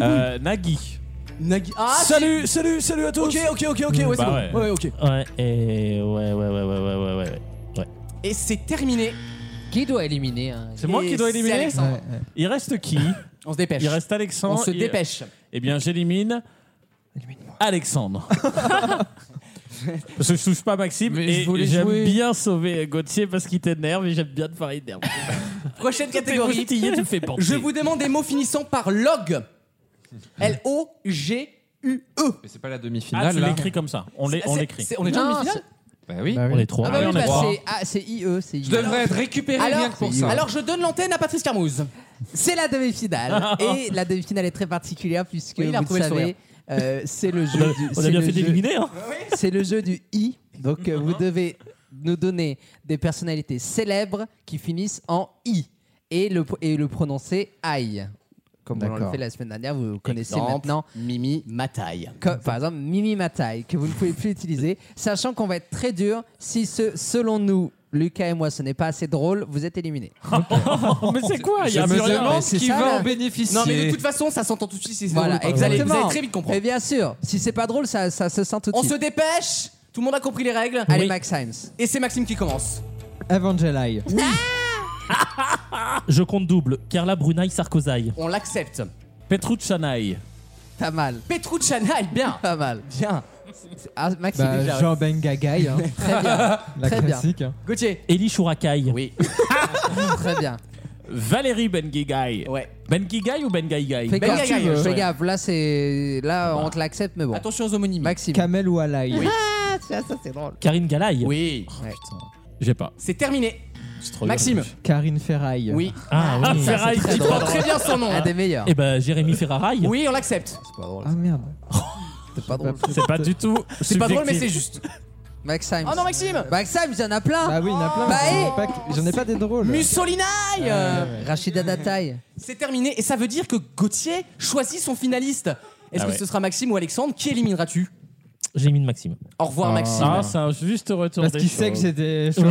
Speaker 3: Euh, Nagui.
Speaker 2: Nagui- Ah,
Speaker 3: Salut, salut, salut à tous.
Speaker 2: Ok, ok, ok, ok, ouais, c'est
Speaker 3: Bah
Speaker 2: bon.
Speaker 3: ouais.
Speaker 2: Ouais, ok.
Speaker 4: Ouais, et... ouais, ouais, ouais, ouais, ouais, ouais, ouais, ouais.
Speaker 2: Et c'est terminé.
Speaker 5: Qui doit éliminer hein
Speaker 3: C'est moi
Speaker 2: Et
Speaker 3: qui dois
Speaker 2: c'est
Speaker 3: éliminer.
Speaker 2: Alexandre.
Speaker 3: Il reste qui
Speaker 2: On se dépêche.
Speaker 3: Il reste Alexandre.
Speaker 2: on se
Speaker 3: Oh, Il-
Speaker 2: dépêche.
Speaker 3: Eh bien, j'élimine. Alexandre. parce que je touche pas Maxime
Speaker 7: Mais je voulais
Speaker 3: et j'aime
Speaker 7: jouer.
Speaker 3: bien sauver Gauthier parce qu'il t'énerve et j'aime bien te faire énerver.
Speaker 2: Prochaine
Speaker 3: T'es
Speaker 2: catégorie.
Speaker 3: moustillé, tu fais penser.
Speaker 2: Je vous demande des mots finissant par log. L-O-G-U-E.
Speaker 7: Mais c'est pas la
Speaker 3: Ah,
Speaker 7: demi-finale
Speaker 3: tu
Speaker 7: là.
Speaker 3: l'écris comme ça. On l'é- on
Speaker 2: C'est-
Speaker 3: l'écrit.
Speaker 2: c'est- On est déjà en
Speaker 5: Non,
Speaker 2: demi-finale
Speaker 7: Bah oui.
Speaker 4: On est trois.
Speaker 5: Ah bah
Speaker 3: Ah,
Speaker 5: oui,
Speaker 3: on a
Speaker 5: bah
Speaker 3: trois.
Speaker 5: c'est ah, c'est IE, c'est IE.
Speaker 7: Je devrais être récupéré rien que pour ça.
Speaker 2: alors je donne l'antenne à Patrice Carmouze.
Speaker 5: C'est la demi-finale. Et la demi-finale est très particulière puisque,
Speaker 2: Oui, il a
Speaker 5: vous
Speaker 2: retrouvé
Speaker 5: le
Speaker 2: le sourire.
Speaker 5: savez, euh, c'est
Speaker 4: On
Speaker 5: le
Speaker 4: a,
Speaker 5: jeu du...
Speaker 4: on a
Speaker 5: c'est
Speaker 4: bien
Speaker 5: le
Speaker 4: fait
Speaker 5: jeu-
Speaker 4: d'éliminer, hein
Speaker 5: C'est le jeu du I. Donc euh, vous devez nous donner des personnalités célèbres qui finissent en I et le, et le prononcer I. Comme on l'a
Speaker 8: D'accord.
Speaker 5: fait la semaine dernière, vous connaissez
Speaker 2: Exemple,
Speaker 5: maintenant.
Speaker 2: Mimi Mataille.
Speaker 5: Comme, par exemple, Mimi Matai, que vous ne pouvez plus utiliser, sachant qu'on va être très dur. Si, ce, selon nous, Lucas et moi, ce n'est pas assez drôle, vous êtes éliminés.
Speaker 3: mais c'est quoi Il y
Speaker 7: Je
Speaker 3: a
Speaker 7: me
Speaker 3: plus rien.
Speaker 7: demande
Speaker 5: c'est
Speaker 7: qui
Speaker 5: ça,
Speaker 7: va
Speaker 5: là.
Speaker 7: en bénéficier.
Speaker 2: Non mais de toute façon ça s'entend tout de suite. si c'est
Speaker 5: Voilà,
Speaker 2: drôle ou pas. vous allez, vous
Speaker 5: exactement.
Speaker 2: allez très vite comprendre.
Speaker 5: Mais bien sûr, si c'est pas drôle, ça, ça se sent tout de
Speaker 2: On se
Speaker 5: suite.
Speaker 2: dépêche. Tout le monde a compris les règles.
Speaker 5: Allez,
Speaker 2: Allez,
Speaker 5: Max Himes.
Speaker 2: et c'est Maxime qui commence.
Speaker 8: Evangeli.
Speaker 4: Je compte double. Carla Brunei Sarkozy.
Speaker 2: On l'accepte.
Speaker 3: Petruccianai.
Speaker 5: Pas mal.
Speaker 2: Petrucciana,
Speaker 5: [LAUGHS]
Speaker 2: bien.
Speaker 5: Pas mal.
Speaker 2: Bien.
Speaker 5: Ah, Max, il est
Speaker 8: Bah,
Speaker 5: déjà-
Speaker 8: Jean
Speaker 2: [LAUGHS]
Speaker 8: Bengagai. Hein.
Speaker 5: Très bien.
Speaker 8: [LAUGHS] La
Speaker 5: Très bien.
Speaker 8: classique. hein.
Speaker 2: Gauthier.
Speaker 4: Elie Chourakai.
Speaker 2: Oui.
Speaker 5: Très bien.
Speaker 3: Valérie Benguigai.
Speaker 2: Ouais.
Speaker 3: Benguigai ou Bengaigai
Speaker 5: Fais
Speaker 2: Ben
Speaker 5: gaffe,
Speaker 2: Gagai,
Speaker 5: fais
Speaker 2: ouais.
Speaker 5: gaffe. Là, c'est... Là
Speaker 2: Bah.
Speaker 5: on te l'accepte, mais bon.
Speaker 2: Attention aux homonymes.
Speaker 5: Maxime.
Speaker 8: Kamel ou Alaï.
Speaker 5: Ah, ça, ça, c'est drôle.
Speaker 4: Karine Galaï.
Speaker 2: Oui.
Speaker 3: J'ai pas.
Speaker 2: C'est terminé.
Speaker 3: C'est trop
Speaker 2: Maxime.
Speaker 3: dur.
Speaker 8: Karine Ferraille.
Speaker 2: Oui.
Speaker 4: Ah,
Speaker 3: Ah,
Speaker 4: oui.
Speaker 3: Ferraille,
Speaker 5: très
Speaker 3: dis
Speaker 5: drôle.
Speaker 3: pas
Speaker 2: Très bien son nom.
Speaker 5: Un
Speaker 2: hein.
Speaker 5: des meilleurs.
Speaker 4: Eh ben, Jérémy Ferrarai.
Speaker 2: Oui, on l'accepte.
Speaker 5: C'est pas drôle.
Speaker 8: Ah merde. Bah,
Speaker 5: C'est pas drôle.
Speaker 3: C'est pas du tout.
Speaker 2: C'est pas drôle mais c'est juste.
Speaker 5: Max Himes.
Speaker 2: Oh non Maxime.
Speaker 5: Max Himes, il y en a plein.
Speaker 8: Ah oui, il y en a plein.
Speaker 5: Bah,
Speaker 8: J'en ai
Speaker 5: eh.
Speaker 8: pas que- J'en ai pas des drôles.
Speaker 2: Mussolinaille euh,
Speaker 5: Rachida Dataï.
Speaker 2: C'est terminé et ça veut dire que Gauthier choisit son finaliste. Est-ce
Speaker 3: Ah
Speaker 2: que
Speaker 3: ouais.
Speaker 2: ce sera Maxime ou Alexandre Qui élimineras-tu
Speaker 4: J'ai mis de Maxime.
Speaker 2: Au revoir
Speaker 8: Ah.
Speaker 2: Maxime.
Speaker 3: Ah, c'est un juste retour
Speaker 8: Parce
Speaker 3: des
Speaker 8: qu'il sait que
Speaker 3: choses.
Speaker 8: c'est des
Speaker 2: Eh
Speaker 8: choses.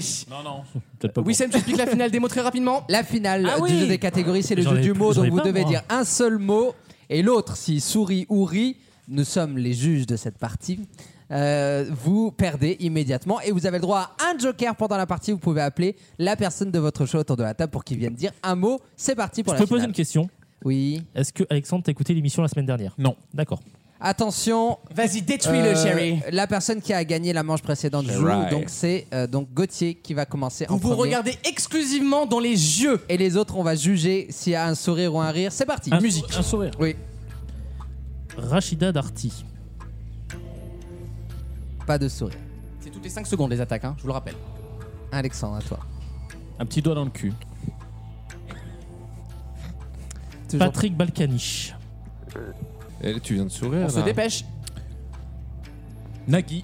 Speaker 2: oui.
Speaker 3: Non, non. Peut-être pas.
Speaker 2: Oui, Sam, tu expliques la finale des mots très rapidement.
Speaker 5: La finale
Speaker 2: Ah
Speaker 5: du
Speaker 2: oui.
Speaker 5: jeu des catégories, c'est le
Speaker 4: J'en
Speaker 5: jeu
Speaker 4: ai-
Speaker 5: du mot.
Speaker 4: j'en ai
Speaker 5: Donc vous
Speaker 4: pas,
Speaker 5: devez
Speaker 4: moi.
Speaker 5: dire un seul mot et l'autre, s'il sourit ou rit, nous sommes les juges de cette partie. euh, vous perdez immédiatement et vous avez le droit à un joker pendant la partie. Vous pouvez appeler la personne de votre choix autour de la table pour qu'il vienne dire un mot. C'est parti pour
Speaker 4: Je
Speaker 5: la
Speaker 4: peux poser
Speaker 5: finale.
Speaker 4: une question.
Speaker 5: Oui.
Speaker 4: Est-ce que Alexandre t'a écouté l'émission la semaine dernière
Speaker 3: Non.
Speaker 4: D'accord.
Speaker 5: Attention.
Speaker 2: Vas-y, détruis-le,
Speaker 5: euh,
Speaker 2: Sherry.
Speaker 5: la personne qui a gagné la manche précédente joue.
Speaker 7: Sherry.
Speaker 5: Donc c'est euh, donc Gauthier qui va commencer en
Speaker 2: Vous vous
Speaker 5: premier.
Speaker 2: regardez exclusivement dans les yeux.
Speaker 5: Et les autres, on va juger s'il y a un sourire ou un rire. C'est parti.
Speaker 4: Un-
Speaker 2: musique.
Speaker 4: Un sourire.
Speaker 5: Oui.
Speaker 4: Rachida Darty.
Speaker 5: Pas de sourire.
Speaker 2: C'est toutes les 5 secondes les attaques, hein, je vous le rappelle.
Speaker 5: Alexandre, à toi.
Speaker 3: Un petit doigt dans le cul.
Speaker 5: Toujours.
Speaker 4: Patrick Balkanich.
Speaker 7: Eh, tu viens de sourire.
Speaker 2: On se
Speaker 7: là.
Speaker 2: dépêche.
Speaker 3: Nagui.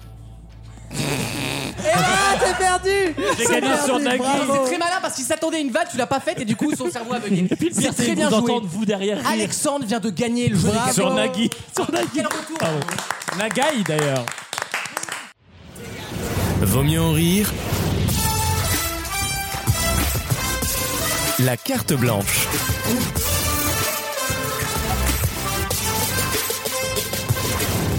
Speaker 5: Ah, t'es perdu
Speaker 3: J'ai gagné sur Nagui.
Speaker 2: C'est très malin parce qu'il s'attendait à une vanne, tu l'as pas faite et du coup son cerveau a bugué.
Speaker 4: Et puis le
Speaker 2: C'est
Speaker 4: pire, c'est
Speaker 2: très
Speaker 4: qu'ils
Speaker 2: bien
Speaker 4: vous
Speaker 2: joué.
Speaker 4: entendent vous derrière. rire.
Speaker 2: Alexandre vient de gagner le jeu. des
Speaker 3: Sur
Speaker 2: catégories.
Speaker 3: Nagui. Sur Nagui.
Speaker 2: Quel retour
Speaker 4: Ah ouais.
Speaker 3: Nagai d'ailleurs.
Speaker 1: Vaut mieux en rire. La carte blanche.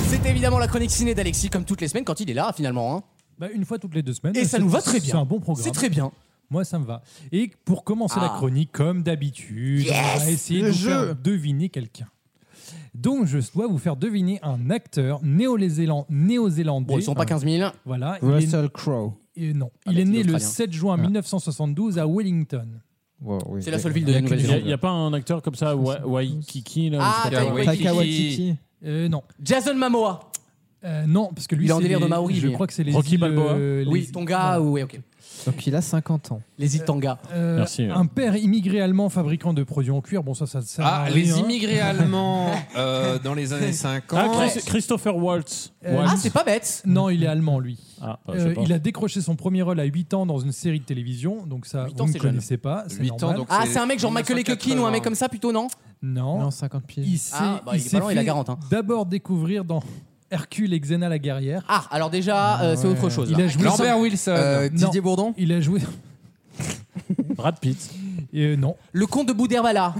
Speaker 2: C'est évidemment la chronique ciné d'Alexis, comme toutes les semaines, quand il est là, finalement. hein.
Speaker 6: Bah, une fois toutes les deux semaines.
Speaker 2: Et ça
Speaker 6: C'est-
Speaker 2: nous va très bien.
Speaker 6: C'est un bon programme.
Speaker 2: C'est très bien.
Speaker 6: Moi, ça me va. Et pour commencer la
Speaker 2: Ah.
Speaker 6: chronique, comme d'habitude, on va essayer de
Speaker 8: Le
Speaker 6: vous
Speaker 8: jeu.
Speaker 6: faire deviner quelqu'un. Donc, je dois vous faire deviner un acteur néo-zélandais. Néo
Speaker 2: Bon, ils sont pas 15 000.
Speaker 6: Voilà. il est-
Speaker 8: Russell Crowe.
Speaker 6: et non.
Speaker 2: Ah,
Speaker 6: il
Speaker 2: bah,
Speaker 6: est
Speaker 2: c'est
Speaker 6: né le
Speaker 2: l'Australien.
Speaker 6: 7 juin 1972 à Wellington.
Speaker 8: Wow, oui.
Speaker 2: C'est la seule ville de la
Speaker 6: Il y a-
Speaker 3: Il y a-
Speaker 2: Nouvelle-Zélande.
Speaker 3: il y a pas un acteur comme ça, Wa- Waikiki là,
Speaker 2: Ah,
Speaker 3: je sais pas
Speaker 2: t'as-
Speaker 3: quoi.
Speaker 7: Taika
Speaker 8: Taika
Speaker 7: Waititi.
Speaker 8: Waititi.
Speaker 6: Euh, non.
Speaker 2: Jason Mamoa.
Speaker 6: Euh, non, parce que lui,
Speaker 2: Il est en
Speaker 6: c'est
Speaker 2: délire de
Speaker 6: les-
Speaker 2: Maori,
Speaker 6: Je
Speaker 2: lui.
Speaker 6: crois que c'est les.
Speaker 3: Rocky
Speaker 6: îles,
Speaker 3: Balboa.
Speaker 6: euh, les-
Speaker 2: Oui, Tonga, ou ouais, ok.
Speaker 8: Donc il a 50 ans.
Speaker 2: Les Itanga.
Speaker 6: Euh,
Speaker 3: Merci.
Speaker 6: Un père immigré allemand fabricant de produits en cuir. Bon, ça, ça ne sert à
Speaker 7: Ah,
Speaker 6: rien.
Speaker 2: hein.
Speaker 7: les immigrés
Speaker 2: [LAUGHS]
Speaker 7: allemands euh, dans les années 50.
Speaker 3: Ah, Chris- Christopher Waltz.
Speaker 6: Euh,
Speaker 3: Waltz.
Speaker 2: Ah, c'est pas bête.
Speaker 6: Non, il est allemand, lui.
Speaker 3: Ah, bah, je sais
Speaker 6: Euh,
Speaker 3: pas.
Speaker 6: il a décroché son premier rôle à 8 ans dans une série de télévision, donc ça,
Speaker 2: Huit
Speaker 6: vous
Speaker 2: ans,
Speaker 6: ne
Speaker 2: c'est jeune.
Speaker 6: connaissez pas. c'est
Speaker 7: 8 ans,
Speaker 6: normal.
Speaker 7: donc
Speaker 2: Ah, c'est un mec genre Macaulay Culkin ou un mec comme ça plutôt, non
Speaker 6: Non.
Speaker 8: Non, 50 piges.
Speaker 6: Il s'est
Speaker 2: Ah, bah, il est
Speaker 6: s'est
Speaker 2: pas loin, il a
Speaker 6: fait
Speaker 2: 40, hein.
Speaker 6: D'abord découvrir dans Hercule et Xena la guerrière.
Speaker 2: Ah, alors déjà, euh, c'est autre chose.
Speaker 6: Il
Speaker 2: là.
Speaker 6: a joué
Speaker 7: Lambert Wilson.
Speaker 5: Euh,
Speaker 6: Non.
Speaker 5: Didier Bourdon
Speaker 6: Il a joué.
Speaker 3: [LAUGHS] Brad Pitt.
Speaker 6: Et euh, non.
Speaker 2: Le comte de
Speaker 6: [LAUGHS]
Speaker 2: Bouderbala.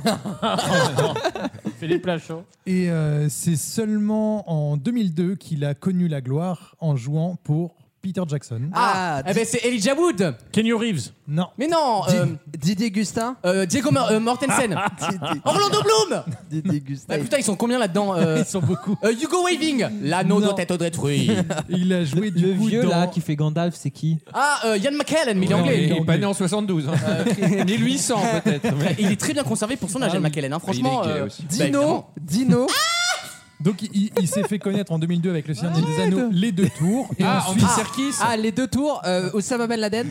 Speaker 3: Philippe Lachaud.
Speaker 6: Et euh, c'est seulement en 2002 qu'il a connu la gloire en jouant pour Peter Jackson.
Speaker 2: Ah,
Speaker 5: Ah,
Speaker 2: eh ben c'est Elijah Wood.
Speaker 3: Kenny Reeves.
Speaker 6: Non.
Speaker 2: Mais non, euh,
Speaker 5: Didier Gustin
Speaker 2: euh, Diego Mor- euh,
Speaker 6: [LAUGHS]
Speaker 2: Mortensen.
Speaker 5: [LAUGHS] Didier-
Speaker 2: Orlando Bloom.
Speaker 5: Didier
Speaker 2: Ah,
Speaker 5: Gustin.
Speaker 2: putain, ils sont combien là-dedans euh,
Speaker 6: Ils sont beaucoup.
Speaker 2: euh, Hugo Waving. L'anneau
Speaker 6: Non.
Speaker 2: doit être
Speaker 6: [LAUGHS]
Speaker 2: détruit.
Speaker 6: Il a joué du
Speaker 8: Le
Speaker 6: coup
Speaker 8: vieux
Speaker 6: dans-
Speaker 8: là qui fait Gandalf, c'est qui
Speaker 2: Ah, euh, Ian McKellen, mais il est
Speaker 6: Ouais,
Speaker 2: anglais. Ah,
Speaker 7: Il
Speaker 2: lui.
Speaker 7: est pas né en 72. hein. [LAUGHS] 1800 peut-être. mais-
Speaker 2: Il est très bien conservé pour son âge, Ian McKellen. hein. Franchement,
Speaker 7: Il est gay
Speaker 2: euh,
Speaker 7: aussi.
Speaker 2: bah,
Speaker 5: Dino
Speaker 2: évidemment.
Speaker 6: [LAUGHS]
Speaker 5: Dino
Speaker 6: Donc il, il s'est fait connaître en 2002 avec Le Seigneur des Anneaux, Les Deux Tours. Et,
Speaker 7: Ah,
Speaker 6: ensuite,
Speaker 7: Andy Serkis.
Speaker 5: Ah, les deux tours, euh, Osama Ben Laden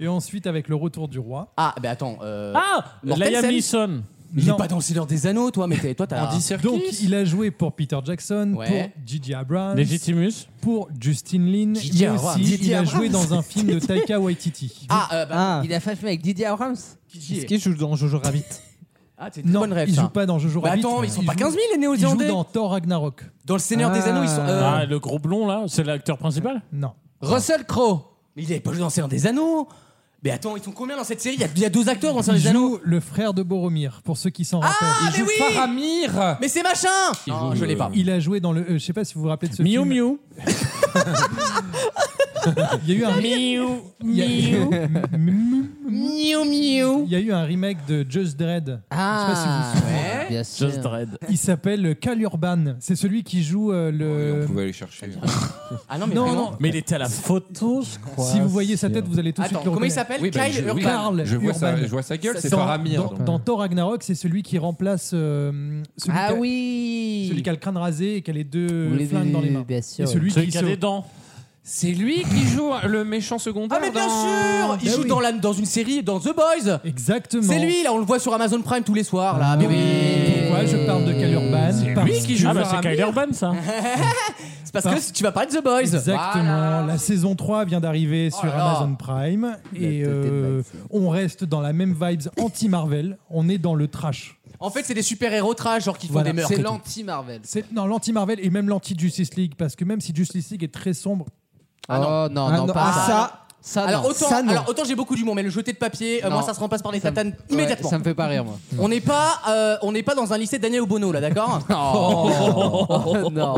Speaker 6: et ensuite avec Le Retour du Roi.
Speaker 2: Ah, ben attends. euh,
Speaker 3: Ah
Speaker 2: Mortensen.
Speaker 3: Liam Neeson.
Speaker 2: mais il est
Speaker 6: Non.
Speaker 2: pas dans le Seigneur des Anneaux, toi, mais t'es- toi, t'as.
Speaker 7: Andy Serkis.
Speaker 6: Donc il a joué pour Peter Jackson,
Speaker 2: Ouais.
Speaker 6: pour Gigi Abrams,
Speaker 3: Légitimus.
Speaker 6: pour Justin Lin,
Speaker 2: Gigi
Speaker 6: mais
Speaker 2: Abrams.
Speaker 6: aussi
Speaker 5: Gigi
Speaker 6: il a
Speaker 5: Abrams.
Speaker 6: joué dans un film de Taika
Speaker 2: [LAUGHS]
Speaker 6: Waititi.
Speaker 2: Ah, euh, bah,
Speaker 8: Ah,
Speaker 5: Il a fait un film avec Didier Abrams
Speaker 2: qui
Speaker 8: est-ce
Speaker 2: est
Speaker 8: qu'il joue dans Jojo Rabbit
Speaker 2: Ah, c'est une
Speaker 6: Non,
Speaker 2: bonne rêve.
Speaker 6: il
Speaker 2: ça.
Speaker 6: joue pas dans Jojo
Speaker 2: Bah,
Speaker 6: Rabbit.
Speaker 2: attends, ils sont
Speaker 6: Il
Speaker 2: pas
Speaker 6: joue-
Speaker 2: 15 000 les
Speaker 6: Il joue
Speaker 2: Néo-Zélandais.
Speaker 6: dans Thor Ragnarok.
Speaker 2: Dans le Seigneur des
Speaker 8: Ah.
Speaker 2: Anneaux, ils sont. euh,
Speaker 3: Ah, le gros blond là, c'est l'acteur principal
Speaker 6: Non.
Speaker 5: Russell Crowe
Speaker 2: Mais il avait pas joué dans le Seigneur des Anneaux. Mais attends, ils sont combien dans cette série il y, a, il y a deux acteurs dans le
Speaker 6: Il
Speaker 2: Seigneur des Anneaux.
Speaker 6: joue le frère de Boromir, pour ceux qui s'en
Speaker 2: Ah,
Speaker 6: rappellent.
Speaker 2: mais oui
Speaker 7: Faramir.
Speaker 2: Mais c'est machin Non, je l'ai pas.
Speaker 6: Il a joué dans le. euh, je sais pas si vous vous rappelez de ce
Speaker 3: Miu
Speaker 6: film.
Speaker 3: Miu.
Speaker 6: Il y a eu un.
Speaker 3: Miu
Speaker 6: il y a-
Speaker 3: Miu.
Speaker 2: Miou miou
Speaker 6: Il y a eu un remake de Just Dread.
Speaker 5: Ah.
Speaker 6: je sais pas si vous vous souvenez.
Speaker 2: Ouais.
Speaker 5: Bien sûr.
Speaker 3: [LAUGHS] Just Dread.
Speaker 6: Il s'appelle Cal Urban. C'est celui qui joue euh,
Speaker 7: On
Speaker 2: Oh,
Speaker 6: le.
Speaker 7: pouvait aller chercher.
Speaker 2: Ah non, mais
Speaker 6: Non,
Speaker 2: vraiment.
Speaker 6: non.
Speaker 3: Mais il était à la photo, je crois.
Speaker 6: Si vous voyez sa tête, vous allez tout de
Speaker 2: Attends,
Speaker 6: suite le
Speaker 2: comment il
Speaker 6: reconnaître.
Speaker 2: s'appelle
Speaker 7: Oui, bah,
Speaker 2: Kyle
Speaker 7: je- oui.
Speaker 2: Urban.
Speaker 6: Karl
Speaker 7: Je vois,
Speaker 6: Urban.
Speaker 7: sa, je vois sa gueule, c'est
Speaker 6: Dans-
Speaker 7: Faramir.
Speaker 6: Dans, dans Thor Ragnarok, c'est celui qui remplace euh, celui, qui
Speaker 5: Ah
Speaker 6: a, celui
Speaker 5: oui
Speaker 6: qui a le crâne rasé et qui a les deux
Speaker 5: Oui,
Speaker 6: flingues dans les mains.
Speaker 5: Bien
Speaker 6: Et
Speaker 5: sûr.
Speaker 6: celui
Speaker 3: Celui
Speaker 6: qui
Speaker 3: qui a
Speaker 6: se-
Speaker 3: des dents.
Speaker 7: C'est lui qui joue le méchant secondaire.
Speaker 2: Ah, mais bien
Speaker 7: dans-
Speaker 2: sûr Il
Speaker 6: Bah
Speaker 2: joue
Speaker 6: oui.
Speaker 2: dans, la- dans une série, dans The Boys
Speaker 6: Exactement.
Speaker 2: C'est lui, là, on le voit sur Amazon Prime tous les soirs, là. Mais oui
Speaker 6: Pourquoi je parle de Cal Urban Parce-
Speaker 7: Lui qui joue
Speaker 3: Ah bah c'est
Speaker 7: Faramir.
Speaker 3: Kyle Urban [LAUGHS] ça.
Speaker 2: C'est parce que tu vas parler de The Boys
Speaker 6: Exactement.
Speaker 2: Voilà.
Speaker 6: La saison 3 vient d'arriver
Speaker 2: Oh
Speaker 6: sur
Speaker 2: là là.
Speaker 6: Amazon Prime et
Speaker 5: tête est
Speaker 6: euh,
Speaker 5: maxi.
Speaker 6: on reste dans la même vibes anti-Marvel. On est dans le trash.
Speaker 2: En fait, c'est des super-héros trash, genre qui font
Speaker 6: Voilà.
Speaker 2: des meurtres.
Speaker 5: C'est
Speaker 2: et tout.
Speaker 5: l'anti-Marvel.
Speaker 6: C'est non l'anti-Marvel et même l'anti-Justice League parce que même si Justice League est très sombre,
Speaker 2: Ah non.
Speaker 5: oh non,
Speaker 8: Ah
Speaker 5: non,
Speaker 8: non,
Speaker 5: pas
Speaker 8: ah, ça,
Speaker 5: ça,
Speaker 2: alors,
Speaker 5: non.
Speaker 2: autant,
Speaker 5: ça, non.
Speaker 2: alors, autant j'ai beaucoup d'humour, mais le jeté de papier, euh,
Speaker 5: Non.
Speaker 2: moi ça se remplace par les
Speaker 5: Ça me-
Speaker 2: tatanes
Speaker 5: Ouais,
Speaker 2: immédiatement.
Speaker 5: ça me fait pas rire, moi.
Speaker 2: On n'est pas, euh, on n'est pas dans un lycée Daniel Obono là, d'accord
Speaker 5: [LAUGHS] Oh, non.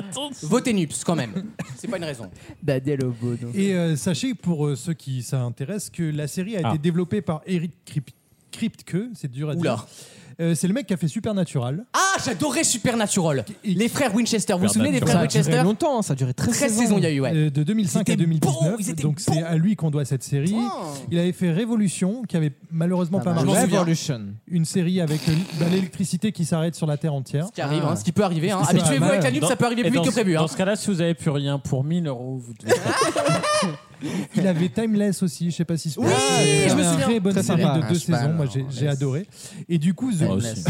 Speaker 5: [LAUGHS]
Speaker 2: Votez Nups quand même. C'est pas une raison.
Speaker 5: Daniel Obono.
Speaker 6: Et euh, sachez pour euh, ceux qui ça intéresse que la série a
Speaker 3: Ah.
Speaker 6: été développée par Eric Krip- Kripke, c'est dur à
Speaker 2: Oula.
Speaker 6: dire. Euh, c'est le mec qui a fait Supernatural.
Speaker 2: Ah, j'adorais Supernatural.
Speaker 6: Et-
Speaker 2: Les frères Winchester. Vous vous souvenez des
Speaker 3: Ça
Speaker 2: frères
Speaker 8: Ça a duré
Speaker 2: Winchester
Speaker 8: longtemps, ça a duré 13,
Speaker 2: 13 saisons, il y a eu, ouais.
Speaker 6: euh, de 2005 à
Speaker 2: Ils étaient bons,
Speaker 6: 2019.
Speaker 2: ils étaient
Speaker 6: donc c'est
Speaker 2: bons.
Speaker 6: à lui qu'on doit cette série. Il avait fait Révolution, qui avait malheureusement pas
Speaker 2: Je m'en
Speaker 6: marché.
Speaker 2: souviens.
Speaker 8: Revolution.
Speaker 6: Une série avec euh, bah, l'électricité qui s'arrête sur la Terre entière.
Speaker 2: Ce qui arrive, hein, ce qui peut arriver. hein.
Speaker 6: Parce que c'est
Speaker 2: Habituez-vous
Speaker 6: pas
Speaker 2: avec la
Speaker 6: mal.
Speaker 2: nupe,
Speaker 3: Dans-
Speaker 2: ça peut arriver
Speaker 3: et
Speaker 2: plus vite
Speaker 3: dans
Speaker 2: que
Speaker 3: ce-
Speaker 2: prévu. hein.
Speaker 3: Dans ce cas-là, si vous avez plus rien pour 1000 euros, vous devez.
Speaker 6: Il avait Timeless aussi, je sais pas si c'est
Speaker 2: Oui, je me
Speaker 6: Une
Speaker 2: souviens.
Speaker 6: Très bonne
Speaker 8: Très
Speaker 6: série
Speaker 8: sympa.
Speaker 6: de deux
Speaker 5: Ah, je sais pas,
Speaker 6: saisons, moi
Speaker 5: alors,
Speaker 6: j'ai- j'ai
Speaker 5: laisse.
Speaker 6: adoré. Et du coup, The,
Speaker 3: Moi aussi.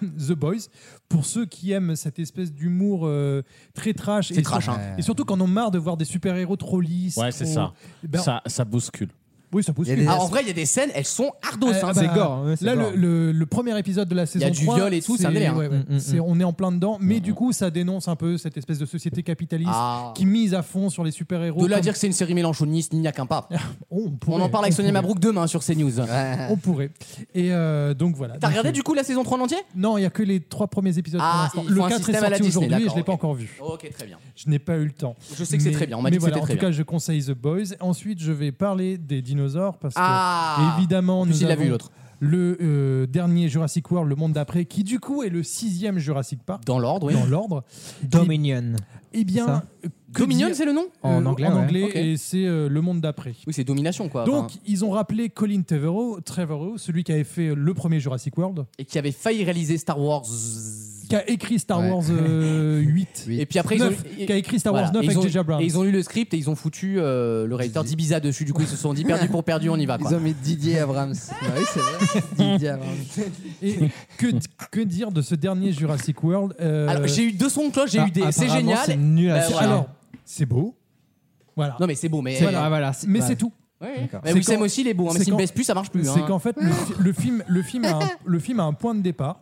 Speaker 6: The Boys, pour ceux qui aiment cette espèce d'humour euh, très trash,
Speaker 2: C'est
Speaker 6: et,
Speaker 2: trash,
Speaker 6: sur-
Speaker 2: hein.
Speaker 6: et surtout quand on a marre de voir des super-héros trop lisses.
Speaker 3: Ouais, c'est
Speaker 6: trop-
Speaker 3: ça.
Speaker 6: Ben,
Speaker 3: Ça, ça bouscule.
Speaker 6: Oui, ça pousse.
Speaker 8: Il y a des-
Speaker 2: Ah, en vrai, il y a des scènes, elles sont ardos. hein.
Speaker 8: bah, c'est gore, ouais, c'est
Speaker 6: là,
Speaker 8: gore.
Speaker 6: le, le- le premier épisode de la saison
Speaker 2: y a du
Speaker 6: 3,
Speaker 2: viol et tout, c'est un délire, hein.
Speaker 6: ouais, ouais,
Speaker 8: Mm, mm,
Speaker 6: c'est- On est en plein dedans, mais du coup, ça dénonce un peu cette espèce de société capitaliste
Speaker 2: Mm, Ah.
Speaker 6: qui mise à fond sur les super-héros.
Speaker 2: De là à
Speaker 6: comme-
Speaker 2: dire que c'est une série mélanchoniste, il n'y a qu'un pas.
Speaker 6: Oh, on,
Speaker 2: On en
Speaker 6: pourrait,
Speaker 2: parle avec
Speaker 6: on
Speaker 2: Sonia
Speaker 6: pourrait,
Speaker 2: Mabrouk demain sur CNews.
Speaker 5: Ouais.
Speaker 6: On pourrait. Et euh, donc voilà.
Speaker 2: Ah. T'as
Speaker 6: Donc,
Speaker 2: regardé
Speaker 6: euh,
Speaker 2: du coup la saison 3 en entier
Speaker 6: Non, il n'y a que les trois premiers épisodes
Speaker 2: Ah,
Speaker 6: pour
Speaker 2: ils
Speaker 6: l'instant.
Speaker 2: font un
Speaker 6: Le 4
Speaker 2: système
Speaker 6: est
Speaker 2: à la
Speaker 6: sorti
Speaker 2: Disney,
Speaker 6: aujourd'hui et je ne l'ai
Speaker 2: d'accord,
Speaker 6: pas
Speaker 2: ok.
Speaker 6: encore vu.
Speaker 2: Ok, très bien.
Speaker 6: Je n'ai pas eu le temps.
Speaker 2: Je sais que c'est
Speaker 6: Mais-
Speaker 2: très bien. On m'a dit
Speaker 6: mais
Speaker 2: que
Speaker 6: voilà,
Speaker 2: c'était très
Speaker 6: En tout
Speaker 2: bien.
Speaker 6: cas, je conseille The Boys. Ensuite, je vais parler des dinosaures parce que,
Speaker 2: Ah
Speaker 6: évidemment,
Speaker 2: En plus,
Speaker 6: nous
Speaker 2: il l'a
Speaker 6: avons
Speaker 2: vu, l'autre.
Speaker 6: le euh, dernier Jurassic World, le monde d'après, qui du coup est le sixième Jurassic Park
Speaker 2: Dans l'ordre, oui.
Speaker 6: dans l'ordre.
Speaker 8: Dominion.
Speaker 6: Eh bien,
Speaker 8: Ça.
Speaker 6: que
Speaker 2: Dominion,
Speaker 6: dire,
Speaker 2: c'est le nom
Speaker 8: En
Speaker 6: euh,
Speaker 8: anglais,
Speaker 6: en
Speaker 8: ouais.
Speaker 6: anglais
Speaker 2: Ok.
Speaker 6: et c'est euh, le monde d'après.
Speaker 2: Oui, c'est domination, quoi.
Speaker 6: Donc,
Speaker 2: Enfin,
Speaker 6: ils ont rappelé Colin Trevorrow, Trevorrow, celui qui avait fait le premier Jurassic World.
Speaker 2: et qui avait failli réaliser Star Wars
Speaker 8: qui a écrit Star
Speaker 5: Ouais.
Speaker 8: Wars euh, 8.
Speaker 5: Oui.
Speaker 2: Et puis [LAUGHS] après, ils ont,
Speaker 8: Neuf,
Speaker 2: ils-
Speaker 8: qui a écrit Star
Speaker 2: voilà.
Speaker 8: Wars 9
Speaker 2: Et ils
Speaker 8: avec
Speaker 2: ont-
Speaker 8: J.J. Abrams.
Speaker 2: Et ils ont lu le script et ils ont foutu euh, le réaliteur d'Ibiza dessus. Du coup, ils se sont dit perdu pour perdu, on y va. Quoi.
Speaker 5: Ils ont mis Didier [LAUGHS] Abrams. Bah oui, c'est vrai. Didier Abrams.
Speaker 8: Et que, que dire de ce dernier Jurassic World euh,
Speaker 2: Alors, j'ai eu deux sons de cloche, j'ai
Speaker 10: Ah,
Speaker 2: eu des. C'est
Speaker 10: apparemment,
Speaker 2: génial.
Speaker 10: C'est nul à
Speaker 2: Euh,
Speaker 10: chier.
Speaker 2: voilà.
Speaker 8: Alors, c'est beau. Voilà.
Speaker 2: Non, mais c'est beau, mais.
Speaker 10: C'est- ah, voilà, c'est-
Speaker 8: Mais
Speaker 10: ouais.
Speaker 8: c'est tout.
Speaker 2: Ouais.
Speaker 10: D'accord.
Speaker 2: Mais
Speaker 8: C'est
Speaker 2: Wissem
Speaker 8: quand-
Speaker 2: aussi, il est bon. hein, mais
Speaker 8: c'est
Speaker 2: s'il
Speaker 8: quand-
Speaker 2: baisse plus, ça marche plus.
Speaker 8: C'est
Speaker 2: hein.
Speaker 8: qu'en fait, le, fi- le film, le,
Speaker 2: [LAUGHS]
Speaker 8: film a un, le film a un point de départ.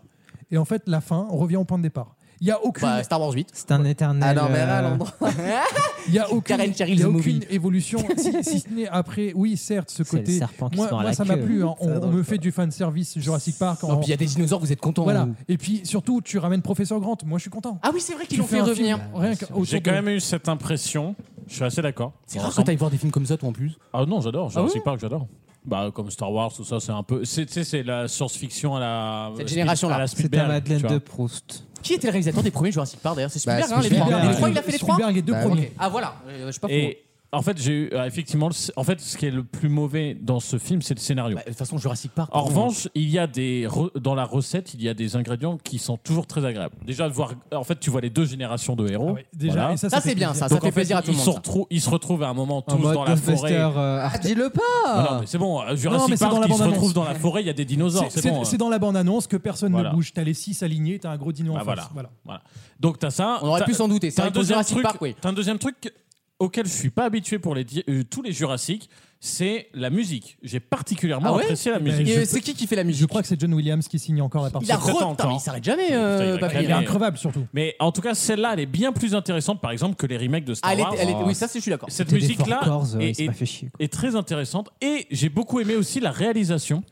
Speaker 8: Et en fait, la fin revient au point de départ. Il n'y a aucune,
Speaker 2: Bah, Star Wars 8.
Speaker 10: C'est un éternel.
Speaker 5: Alors, mais
Speaker 10: euh,
Speaker 5: à l'endroit.
Speaker 2: [LAUGHS]
Speaker 8: il y a aucune,
Speaker 2: Karen Cheryl
Speaker 8: il y a
Speaker 2: the
Speaker 8: aucune
Speaker 2: movie. [LAUGHS]
Speaker 8: évolution. si, si ce n'est après, oui, certes, ce
Speaker 10: C'est le
Speaker 8: côté.
Speaker 10: serpent qui
Speaker 8: Moi,
Speaker 10: se mord
Speaker 8: moi,
Speaker 10: la
Speaker 8: ça m'a
Speaker 10: queue.
Speaker 8: plu. hein.
Speaker 5: Ça
Speaker 8: On,
Speaker 5: va
Speaker 8: on
Speaker 5: dans
Speaker 8: me
Speaker 5: le
Speaker 8: fait du fan service Jurassic Park.
Speaker 2: Non,
Speaker 8: en-
Speaker 2: puis il y a des dinosaures, vous êtes contents.
Speaker 8: voilà.
Speaker 2: vous.
Speaker 8: Et puis surtout, tu ramènes Professeur Grant. Moi, je suis content.
Speaker 2: Ah oui, c'est vrai qu'ils
Speaker 8: Tu
Speaker 2: l'ont
Speaker 8: fais
Speaker 2: fait
Speaker 8: un film,
Speaker 2: revenir.
Speaker 8: rien que- autour
Speaker 6: J'ai quand
Speaker 8: de-
Speaker 6: même eu cette impression. Je suis assez d'accord.
Speaker 2: C'est rare que t'ailles voir des films comme ça, toi en plus.
Speaker 6: Ah non, j'adore. Jurassic
Speaker 2: ouais
Speaker 6: Park, j'adore. Bah, comme Star Wars, tout ça, c'est un peu. c'est- Tu sais, c'est la science-fiction à la.
Speaker 2: Cette génération-là.
Speaker 6: à la
Speaker 10: C'est un
Speaker 6: Spielberg,
Speaker 10: Madeleine
Speaker 6: tu
Speaker 10: de
Speaker 6: vois.
Speaker 10: Proust.
Speaker 2: Qui était le réalisateur des premiers Jurassic Park d'ailleurs C'est
Speaker 5: Bah,
Speaker 2: Spielberg, hein, les
Speaker 5: Spielberg.
Speaker 2: trois. Les
Speaker 10: Ouais.
Speaker 2: trois, il a fait les trois
Speaker 8: Spielberg est deux
Speaker 5: Bah,
Speaker 8: premiers.
Speaker 2: Ok. Ah voilà, euh, je sais pas pourquoi.
Speaker 6: Et en fait, j'ai eu. ah, Effectivement, le- en fait, ce qui est le plus mauvais dans ce film, c'est le scénario.
Speaker 2: Bah, De toute façon, Jurassic Park.
Speaker 6: En
Speaker 2: bon,
Speaker 6: revanche, il y a des re- dans la recette, il y a des ingrédients qui sont toujours très agréables. Déjà, de voir, en fait, tu vois les deux générations de héros.
Speaker 8: Ah ouais, déjà,
Speaker 6: Voilà.
Speaker 8: et ça,
Speaker 2: Ça,
Speaker 8: ça
Speaker 2: c'est
Speaker 8: fait
Speaker 2: bien,
Speaker 8: plaisir.
Speaker 2: ça.
Speaker 6: Donc, en fait,
Speaker 2: plaisir à tout le
Speaker 6: ils
Speaker 2: monde,
Speaker 6: se
Speaker 2: ça.
Speaker 6: retrous- ils se retrouvent à un moment
Speaker 10: En
Speaker 6: tous
Speaker 10: mode
Speaker 6: dans la
Speaker 10: Ghostbuster.
Speaker 6: forêt.
Speaker 10: euh,
Speaker 5: Ah,
Speaker 10: Art-
Speaker 5: dis-le pas
Speaker 6: Ah non, mais c'est bon, euh,
Speaker 8: Non, mais
Speaker 6: Jurassic
Speaker 8: c'est dans
Speaker 6: Park,
Speaker 8: la
Speaker 6: ils se
Speaker 8: bande-annonce.
Speaker 6: retrouvent dans la forêt, il y a des dinosaures,
Speaker 8: C'est
Speaker 6: c'est
Speaker 8: c'est-
Speaker 6: bon.
Speaker 8: c'est
Speaker 6: hein.
Speaker 8: dans la bande-annonce que personne
Speaker 6: Voilà.
Speaker 8: ne bouge. T'as les six alignés, t'as un gros dino en
Speaker 6: Ah,
Speaker 8: face.
Speaker 6: voilà.
Speaker 8: Voilà.
Speaker 6: Voilà. Donc t'as ça.
Speaker 2: On aurait
Speaker 6: T'as-
Speaker 2: pu s'en douter. C'est
Speaker 6: T'as
Speaker 2: vrai
Speaker 6: un
Speaker 2: que pour
Speaker 6: deuxième
Speaker 2: Jurassic
Speaker 6: truc.
Speaker 2: Park, oui.
Speaker 6: t'as un deuxième truc auquel je suis pas habitué pour les di- euh, tous les Jurassic, c'est la musique. J'ai particulièrement
Speaker 2: Ah ouais
Speaker 6: apprécié la
Speaker 8: Eh ben,
Speaker 6: musique.
Speaker 2: Et, euh, C'est qui qui fait la musique
Speaker 8: Je crois que c'est John Williams qui signe encore la partie.
Speaker 2: Il a
Speaker 6: c'est peut-être
Speaker 2: re... Putain,
Speaker 6: encore.
Speaker 2: mais il s'arrête jamais,
Speaker 6: Putain, il
Speaker 2: euh,
Speaker 6: a
Speaker 2: Papy.
Speaker 6: cramé.
Speaker 8: Il est increvable surtout.
Speaker 6: Mais en tout cas, celle-là, elle est bien plus intéressante, par exemple, que les remakes de Star
Speaker 2: Ah, elle est-
Speaker 6: Wars.
Speaker 2: elle est- Oui, ça, c'est- je suis d'accord.
Speaker 6: Cette
Speaker 10: C'était des
Speaker 6: musique-là
Speaker 10: Four Corps, euh,
Speaker 6: est-
Speaker 10: il s'est
Speaker 6: est-
Speaker 10: pas fait chier. quoi.
Speaker 6: est très intéressante et j'ai beaucoup aimé aussi la réalisation.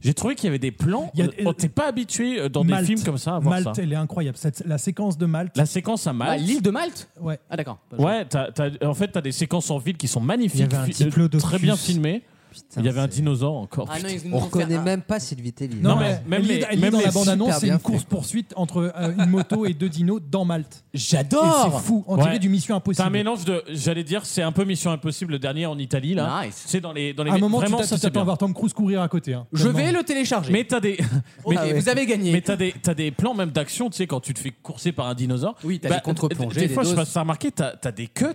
Speaker 6: J'ai trouvé qu'il y avait des plans. euh,
Speaker 8: Il y a-
Speaker 6: on t'es pas habitué euh, dans
Speaker 8: Malte.
Speaker 6: des films comme ça à voir
Speaker 8: Malte,
Speaker 6: ça.
Speaker 8: elle est incroyable. Cette- la séquence de Malte.
Speaker 6: La séquence à
Speaker 2: Ah,
Speaker 6: Malte.
Speaker 2: L'île de Malte
Speaker 8: Ouais.
Speaker 2: Ah, d'accord.
Speaker 6: ouais, t'as- t'as- en fait, t'as des séquences en ville qui sont magnifiques,
Speaker 10: Il y avait un
Speaker 6: fi- euh,
Speaker 10: diplodocus.
Speaker 6: très bien filmées.
Speaker 5: Putain,
Speaker 6: Il y avait un
Speaker 5: c'est-
Speaker 6: dinosaure encore.
Speaker 2: Ah non, ils nous
Speaker 5: On
Speaker 2: ont fait
Speaker 5: reconnaît
Speaker 2: un-
Speaker 5: même pas Sylvie Tellier.
Speaker 6: Non, mais même
Speaker 8: elle est-
Speaker 6: les-
Speaker 8: elle est
Speaker 6: même
Speaker 8: dans
Speaker 6: les
Speaker 8: la bande-annonce,
Speaker 5: super
Speaker 8: c'est
Speaker 5: bien
Speaker 8: une
Speaker 5: fait,
Speaker 8: course-poursuite entre euh, une moto et deux dinos dans Malte. Et
Speaker 2: J'adore
Speaker 8: c'est fou, en tiré
Speaker 6: Ouais.
Speaker 8: du Mission
Speaker 6: T'as un
Speaker 8: Impossible.
Speaker 6: mélange de, j'allais dire, c'est un peu Mission Impossible le dernier en Italie là.
Speaker 2: Nice.
Speaker 6: C'est dans les, dans les.
Speaker 8: À un moment,
Speaker 6: vraiment
Speaker 8: tu t'as-
Speaker 6: ça
Speaker 8: tu
Speaker 6: c'est
Speaker 8: t'attends à
Speaker 6: bien.
Speaker 8: voir Tom Cruise courir à côté. hein.
Speaker 2: Je vais
Speaker 8: Tellement.
Speaker 2: le télécharger.
Speaker 6: Mais
Speaker 10: [LAUGHS]
Speaker 6: t'as des, [LAUGHS] mais,
Speaker 2: Ah,
Speaker 6: t'as-
Speaker 2: Vous avez gagné.
Speaker 6: mais t'as des, t'as des plans même d'action, tu sais, quand tu te fais courser par un dinosaure.
Speaker 2: Oui, t'as
Speaker 6: Bah,
Speaker 2: des contre-plongées,
Speaker 6: Des
Speaker 2: des
Speaker 6: fois, je sais pas
Speaker 2: doses.
Speaker 6: si t'as remarqué, t'as t'as des cuts.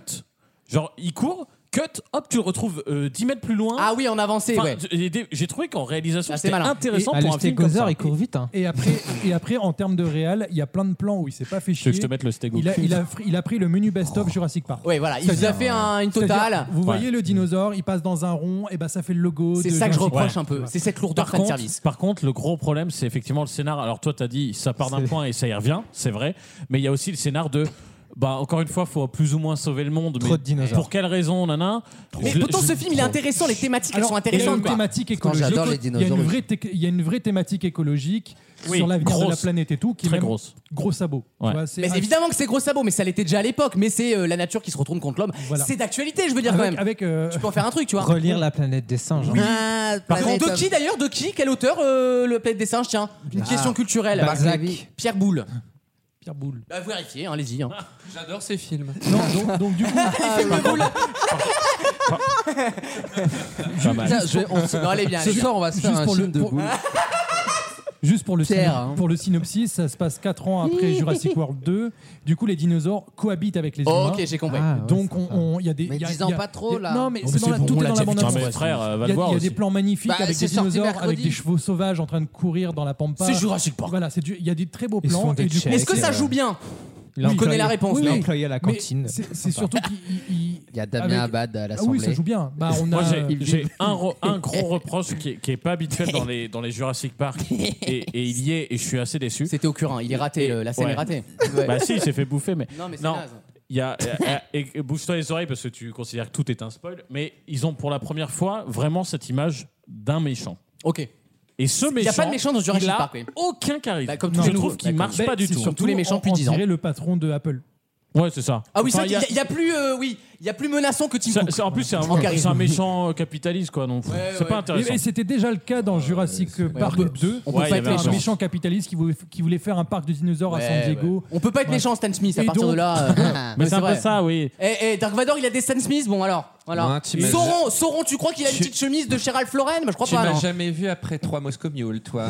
Speaker 6: Genre, il court, cut, hop, tu le retrouves euh, 10 mètres plus loin.
Speaker 2: Ah oui, en avancée,
Speaker 6: Enfin,
Speaker 2: ouais.
Speaker 6: tu- et des- J'ai trouvé qu'en réalisation,
Speaker 2: Ah, c'est
Speaker 6: c'était
Speaker 2: malin.
Speaker 6: intéressant
Speaker 10: Ah, le
Speaker 6: pour un film comme
Speaker 10: stégosaure,
Speaker 6: ça.
Speaker 10: il court vite. hein.
Speaker 8: Et après, et après, en termes de réel, il y a plein de plans où il s'est pas fait
Speaker 6: Tu veux
Speaker 8: chier.
Speaker 6: que je te mette le Oh. stégo
Speaker 8: Il a, il a, fri- il a pris le menu best-of Jurassic Park.
Speaker 2: Ouais, voilà. Il vous a fait un- une totale.
Speaker 8: C'est-à-dire, Vous voyez le dinosaure, il passe dans un rond, et ben ça fait le logo.
Speaker 2: C'est
Speaker 8: de
Speaker 2: ça que je
Speaker 8: Jurassic Park.
Speaker 2: reproche un peu. C'est cette lourdeur
Speaker 6: Par
Speaker 2: fan
Speaker 6: contre,
Speaker 2: service.
Speaker 6: par contre, le gros problème, c'est effectivement le scénar. Alors, toi, t'as dit, ça part d'un
Speaker 10: C'est-
Speaker 6: point et ça y revient, c'est vrai. Mais il y a aussi le scénar de. Bah, encore une fois, faut plus ou moins sauver le monde.
Speaker 10: Trop
Speaker 6: mais
Speaker 10: de dinosaures.
Speaker 6: Pour quelle raison, nana
Speaker 2: Mais
Speaker 6: Je-
Speaker 2: pourtant,
Speaker 6: je-
Speaker 2: ce film, il est intéressant. Les thématiques, elles
Speaker 8: Alors,
Speaker 2: sont
Speaker 8: il y a
Speaker 2: intéressantes.
Speaker 8: une
Speaker 2: quoi.
Speaker 8: thématique
Speaker 5: Pourtant,
Speaker 8: écologique.
Speaker 5: j'adore les
Speaker 8: Il y a une
Speaker 5: dinosaures.
Speaker 8: vraie, tec- il y a une vraie thématique écologique
Speaker 6: Oui,
Speaker 8: sur l'avenir de la
Speaker 6: grosse.
Speaker 8: planète et tout, qui est
Speaker 6: Très
Speaker 8: même
Speaker 6: grosse.
Speaker 8: Gros sabot. tu
Speaker 6: Ouais.
Speaker 8: vois, c'est
Speaker 2: Mais
Speaker 8: un-
Speaker 2: évidemment que c'est gros sabot, mais ça l'était déjà à l'époque. Mais c'est euh, la nature qui se retourne contre l'homme.
Speaker 8: Voilà.
Speaker 2: C'est d'actualité, je veux dire
Speaker 8: avec,
Speaker 2: quand même.
Speaker 8: avec, euh,
Speaker 2: Tu peux en faire un truc, tu vois.
Speaker 10: Relire la planète des singes. hein.
Speaker 5: Ah,
Speaker 2: Par
Speaker 5: planète-
Speaker 2: contre, de qui d'ailleurs De qui Quel auteur euh, le Planète des Singes Tiens, une question culturelle. Bah,
Speaker 5: Balzac.
Speaker 2: Pierre Boulle.
Speaker 8: Pierre Boulle.
Speaker 2: Bah, vérifiez, hein, allez-y. hein.
Speaker 11: J'adore ces films.
Speaker 8: Non, donc, donc, du [LAUGHS] coup,
Speaker 6: Pas mal.
Speaker 5: Tiens, je vais- on se-
Speaker 2: Non, allez bien.
Speaker 5: Ce
Speaker 2: Allez bien.
Speaker 5: soir, on va se faire
Speaker 8: juste
Speaker 5: un
Speaker 8: pour le-
Speaker 5: film de
Speaker 8: pour-
Speaker 5: boule.
Speaker 8: juste pour le,
Speaker 5: Pierre,
Speaker 8: syno-
Speaker 5: hein.
Speaker 8: pour le synopsis, ça se passe 4 ans [LAUGHS] après Jurassic World 2. Du coup, les dinosaures cohabitent avec les
Speaker 2: Oh,
Speaker 8: humains.
Speaker 2: ok, j'ai compris.
Speaker 10: Ah, ouais,
Speaker 8: Donc,
Speaker 10: ça
Speaker 8: on-
Speaker 10: va.
Speaker 8: on- il y a des.
Speaker 5: Mais
Speaker 8: il y a-
Speaker 5: disons
Speaker 8: il y a-
Speaker 5: pas trop,
Speaker 8: il y a-
Speaker 5: là.
Speaker 8: Non, mais
Speaker 2: Oh, mais
Speaker 8: c'est dans
Speaker 2: c'est
Speaker 8: la-
Speaker 2: bon,
Speaker 8: tout
Speaker 2: on
Speaker 8: est
Speaker 2: l'a
Speaker 8: dans
Speaker 2: déjà
Speaker 8: la
Speaker 2: vu,
Speaker 8: bande
Speaker 6: Non,
Speaker 2: putain,
Speaker 8: annonce.
Speaker 6: mais frère, euh, va
Speaker 8: Il y
Speaker 6: le
Speaker 8: a,
Speaker 6: voir.
Speaker 8: il y a des
Speaker 6: aussi.
Speaker 8: plans magnifiques
Speaker 5: Bah,
Speaker 8: avec
Speaker 5: c'est
Speaker 8: des
Speaker 5: sorti
Speaker 8: dinosaures, avec
Speaker 5: mercredi.
Speaker 8: des chevaux sauvages en train de courir dans la pampa.
Speaker 2: C'est Jurassic Park.
Speaker 8: Voilà, c'est du- il y a des très beaux
Speaker 10: Ils se
Speaker 8: plans.
Speaker 10: font des
Speaker 8: et du coup-
Speaker 10: checks.
Speaker 2: Mais est-ce que
Speaker 10: c'est,
Speaker 2: ça
Speaker 10: euh,
Speaker 2: joue bien
Speaker 10: L'employé-
Speaker 2: connaît la réponse, là.
Speaker 10: L'employé à la
Speaker 8: mais
Speaker 10: cantine.
Speaker 8: c'est c'est surtout qu'il.
Speaker 5: Il y a Damien
Speaker 8: Avec-
Speaker 5: Abad à
Speaker 8: Ah oui, ça
Speaker 5: l'Assemblée.
Speaker 8: joue bien. Bah, on
Speaker 6: Moi,
Speaker 8: a,
Speaker 6: j'ai- j'ai un, re- un gros reproche qui est, qui est pas habituel dans les, dans les
Speaker 8: [LAUGHS]
Speaker 6: Jurassic Park et, et il y est et je suis assez déçu.
Speaker 2: C'était au curin, il est raté,
Speaker 6: Et-
Speaker 2: euh, la scène
Speaker 6: ouais.
Speaker 2: est ratée.
Speaker 6: Bah si, il s'est fait bouffer, mais
Speaker 2: Non, mais c'est
Speaker 6: Non.
Speaker 2: naze.
Speaker 6: il y a euh, et- et bouge-toi les oreilles parce que tu considères que tout est un spoil. Mais ils ont pour la première fois vraiment cette image d'un méchant.
Speaker 2: Ok.
Speaker 6: Et ce méchant,
Speaker 2: Il n'y a pas de méchant dans Jurassic
Speaker 6: il a
Speaker 2: Park. oui.
Speaker 6: aucun charisme.
Speaker 2: Bah, comme
Speaker 8: tous
Speaker 6: je
Speaker 8: les
Speaker 6: trouve
Speaker 2: nouveaux.
Speaker 6: qu'il
Speaker 2: Bah,
Speaker 6: marche
Speaker 8: Bah,
Speaker 6: pas du
Speaker 8: c'est
Speaker 6: tout.
Speaker 2: surtout les méchants depuis
Speaker 8: on- on
Speaker 2: 10 ans.
Speaker 8: dirait le patron de Apple.
Speaker 6: Ouais, c'est ça.
Speaker 2: Ah oui,
Speaker 6: Enfin,
Speaker 2: ça, il n'y a, il y a plus. euh, oui, Il y a plus menaçant que Tim
Speaker 6: Ça-
Speaker 2: Cook.
Speaker 6: c'est- en plus, c'est un,
Speaker 2: En carré.
Speaker 6: c'est un méchant euh, capitaliste, quoi. Donc, c'est pas
Speaker 2: Ah,
Speaker 6: intéressant.
Speaker 8: Et c'était déjà le cas dans Jurassic Park 2.
Speaker 2: On
Speaker 6: Ouais,
Speaker 2: peut
Speaker 6: il y
Speaker 2: pas
Speaker 6: avait
Speaker 2: être
Speaker 6: un
Speaker 8: Un
Speaker 2: méchant.
Speaker 8: méchant capitaliste qui voulait, qui voulait faire un parc de dinosaures à
Speaker 2: Ouais,
Speaker 8: San Diego.
Speaker 2: On peut pas être
Speaker 8: Ouais.
Speaker 2: méchant Stan Smith à
Speaker 8: Et
Speaker 2: partir
Speaker 8: donc-
Speaker 2: de
Speaker 6: [LAUGHS]
Speaker 2: là.
Speaker 5: Ah.
Speaker 2: euh,
Speaker 6: Mais c'est un
Speaker 2: vrai.
Speaker 6: peu ça, oui.
Speaker 2: Eh, eh, Dark Vador, il a des Stan Smith. Bon, alors.
Speaker 7: Non,
Speaker 2: Voilà.
Speaker 7: t'imagines-
Speaker 2: Sauron, Sauron, tu crois qu'il a une
Speaker 7: Tu-
Speaker 2: petite chemise de Cheryl Floren Bah, Je crois
Speaker 7: Tu
Speaker 2: pas.
Speaker 7: m'as
Speaker 2: non.
Speaker 7: jamais vu après trois Moscow Mule, toi.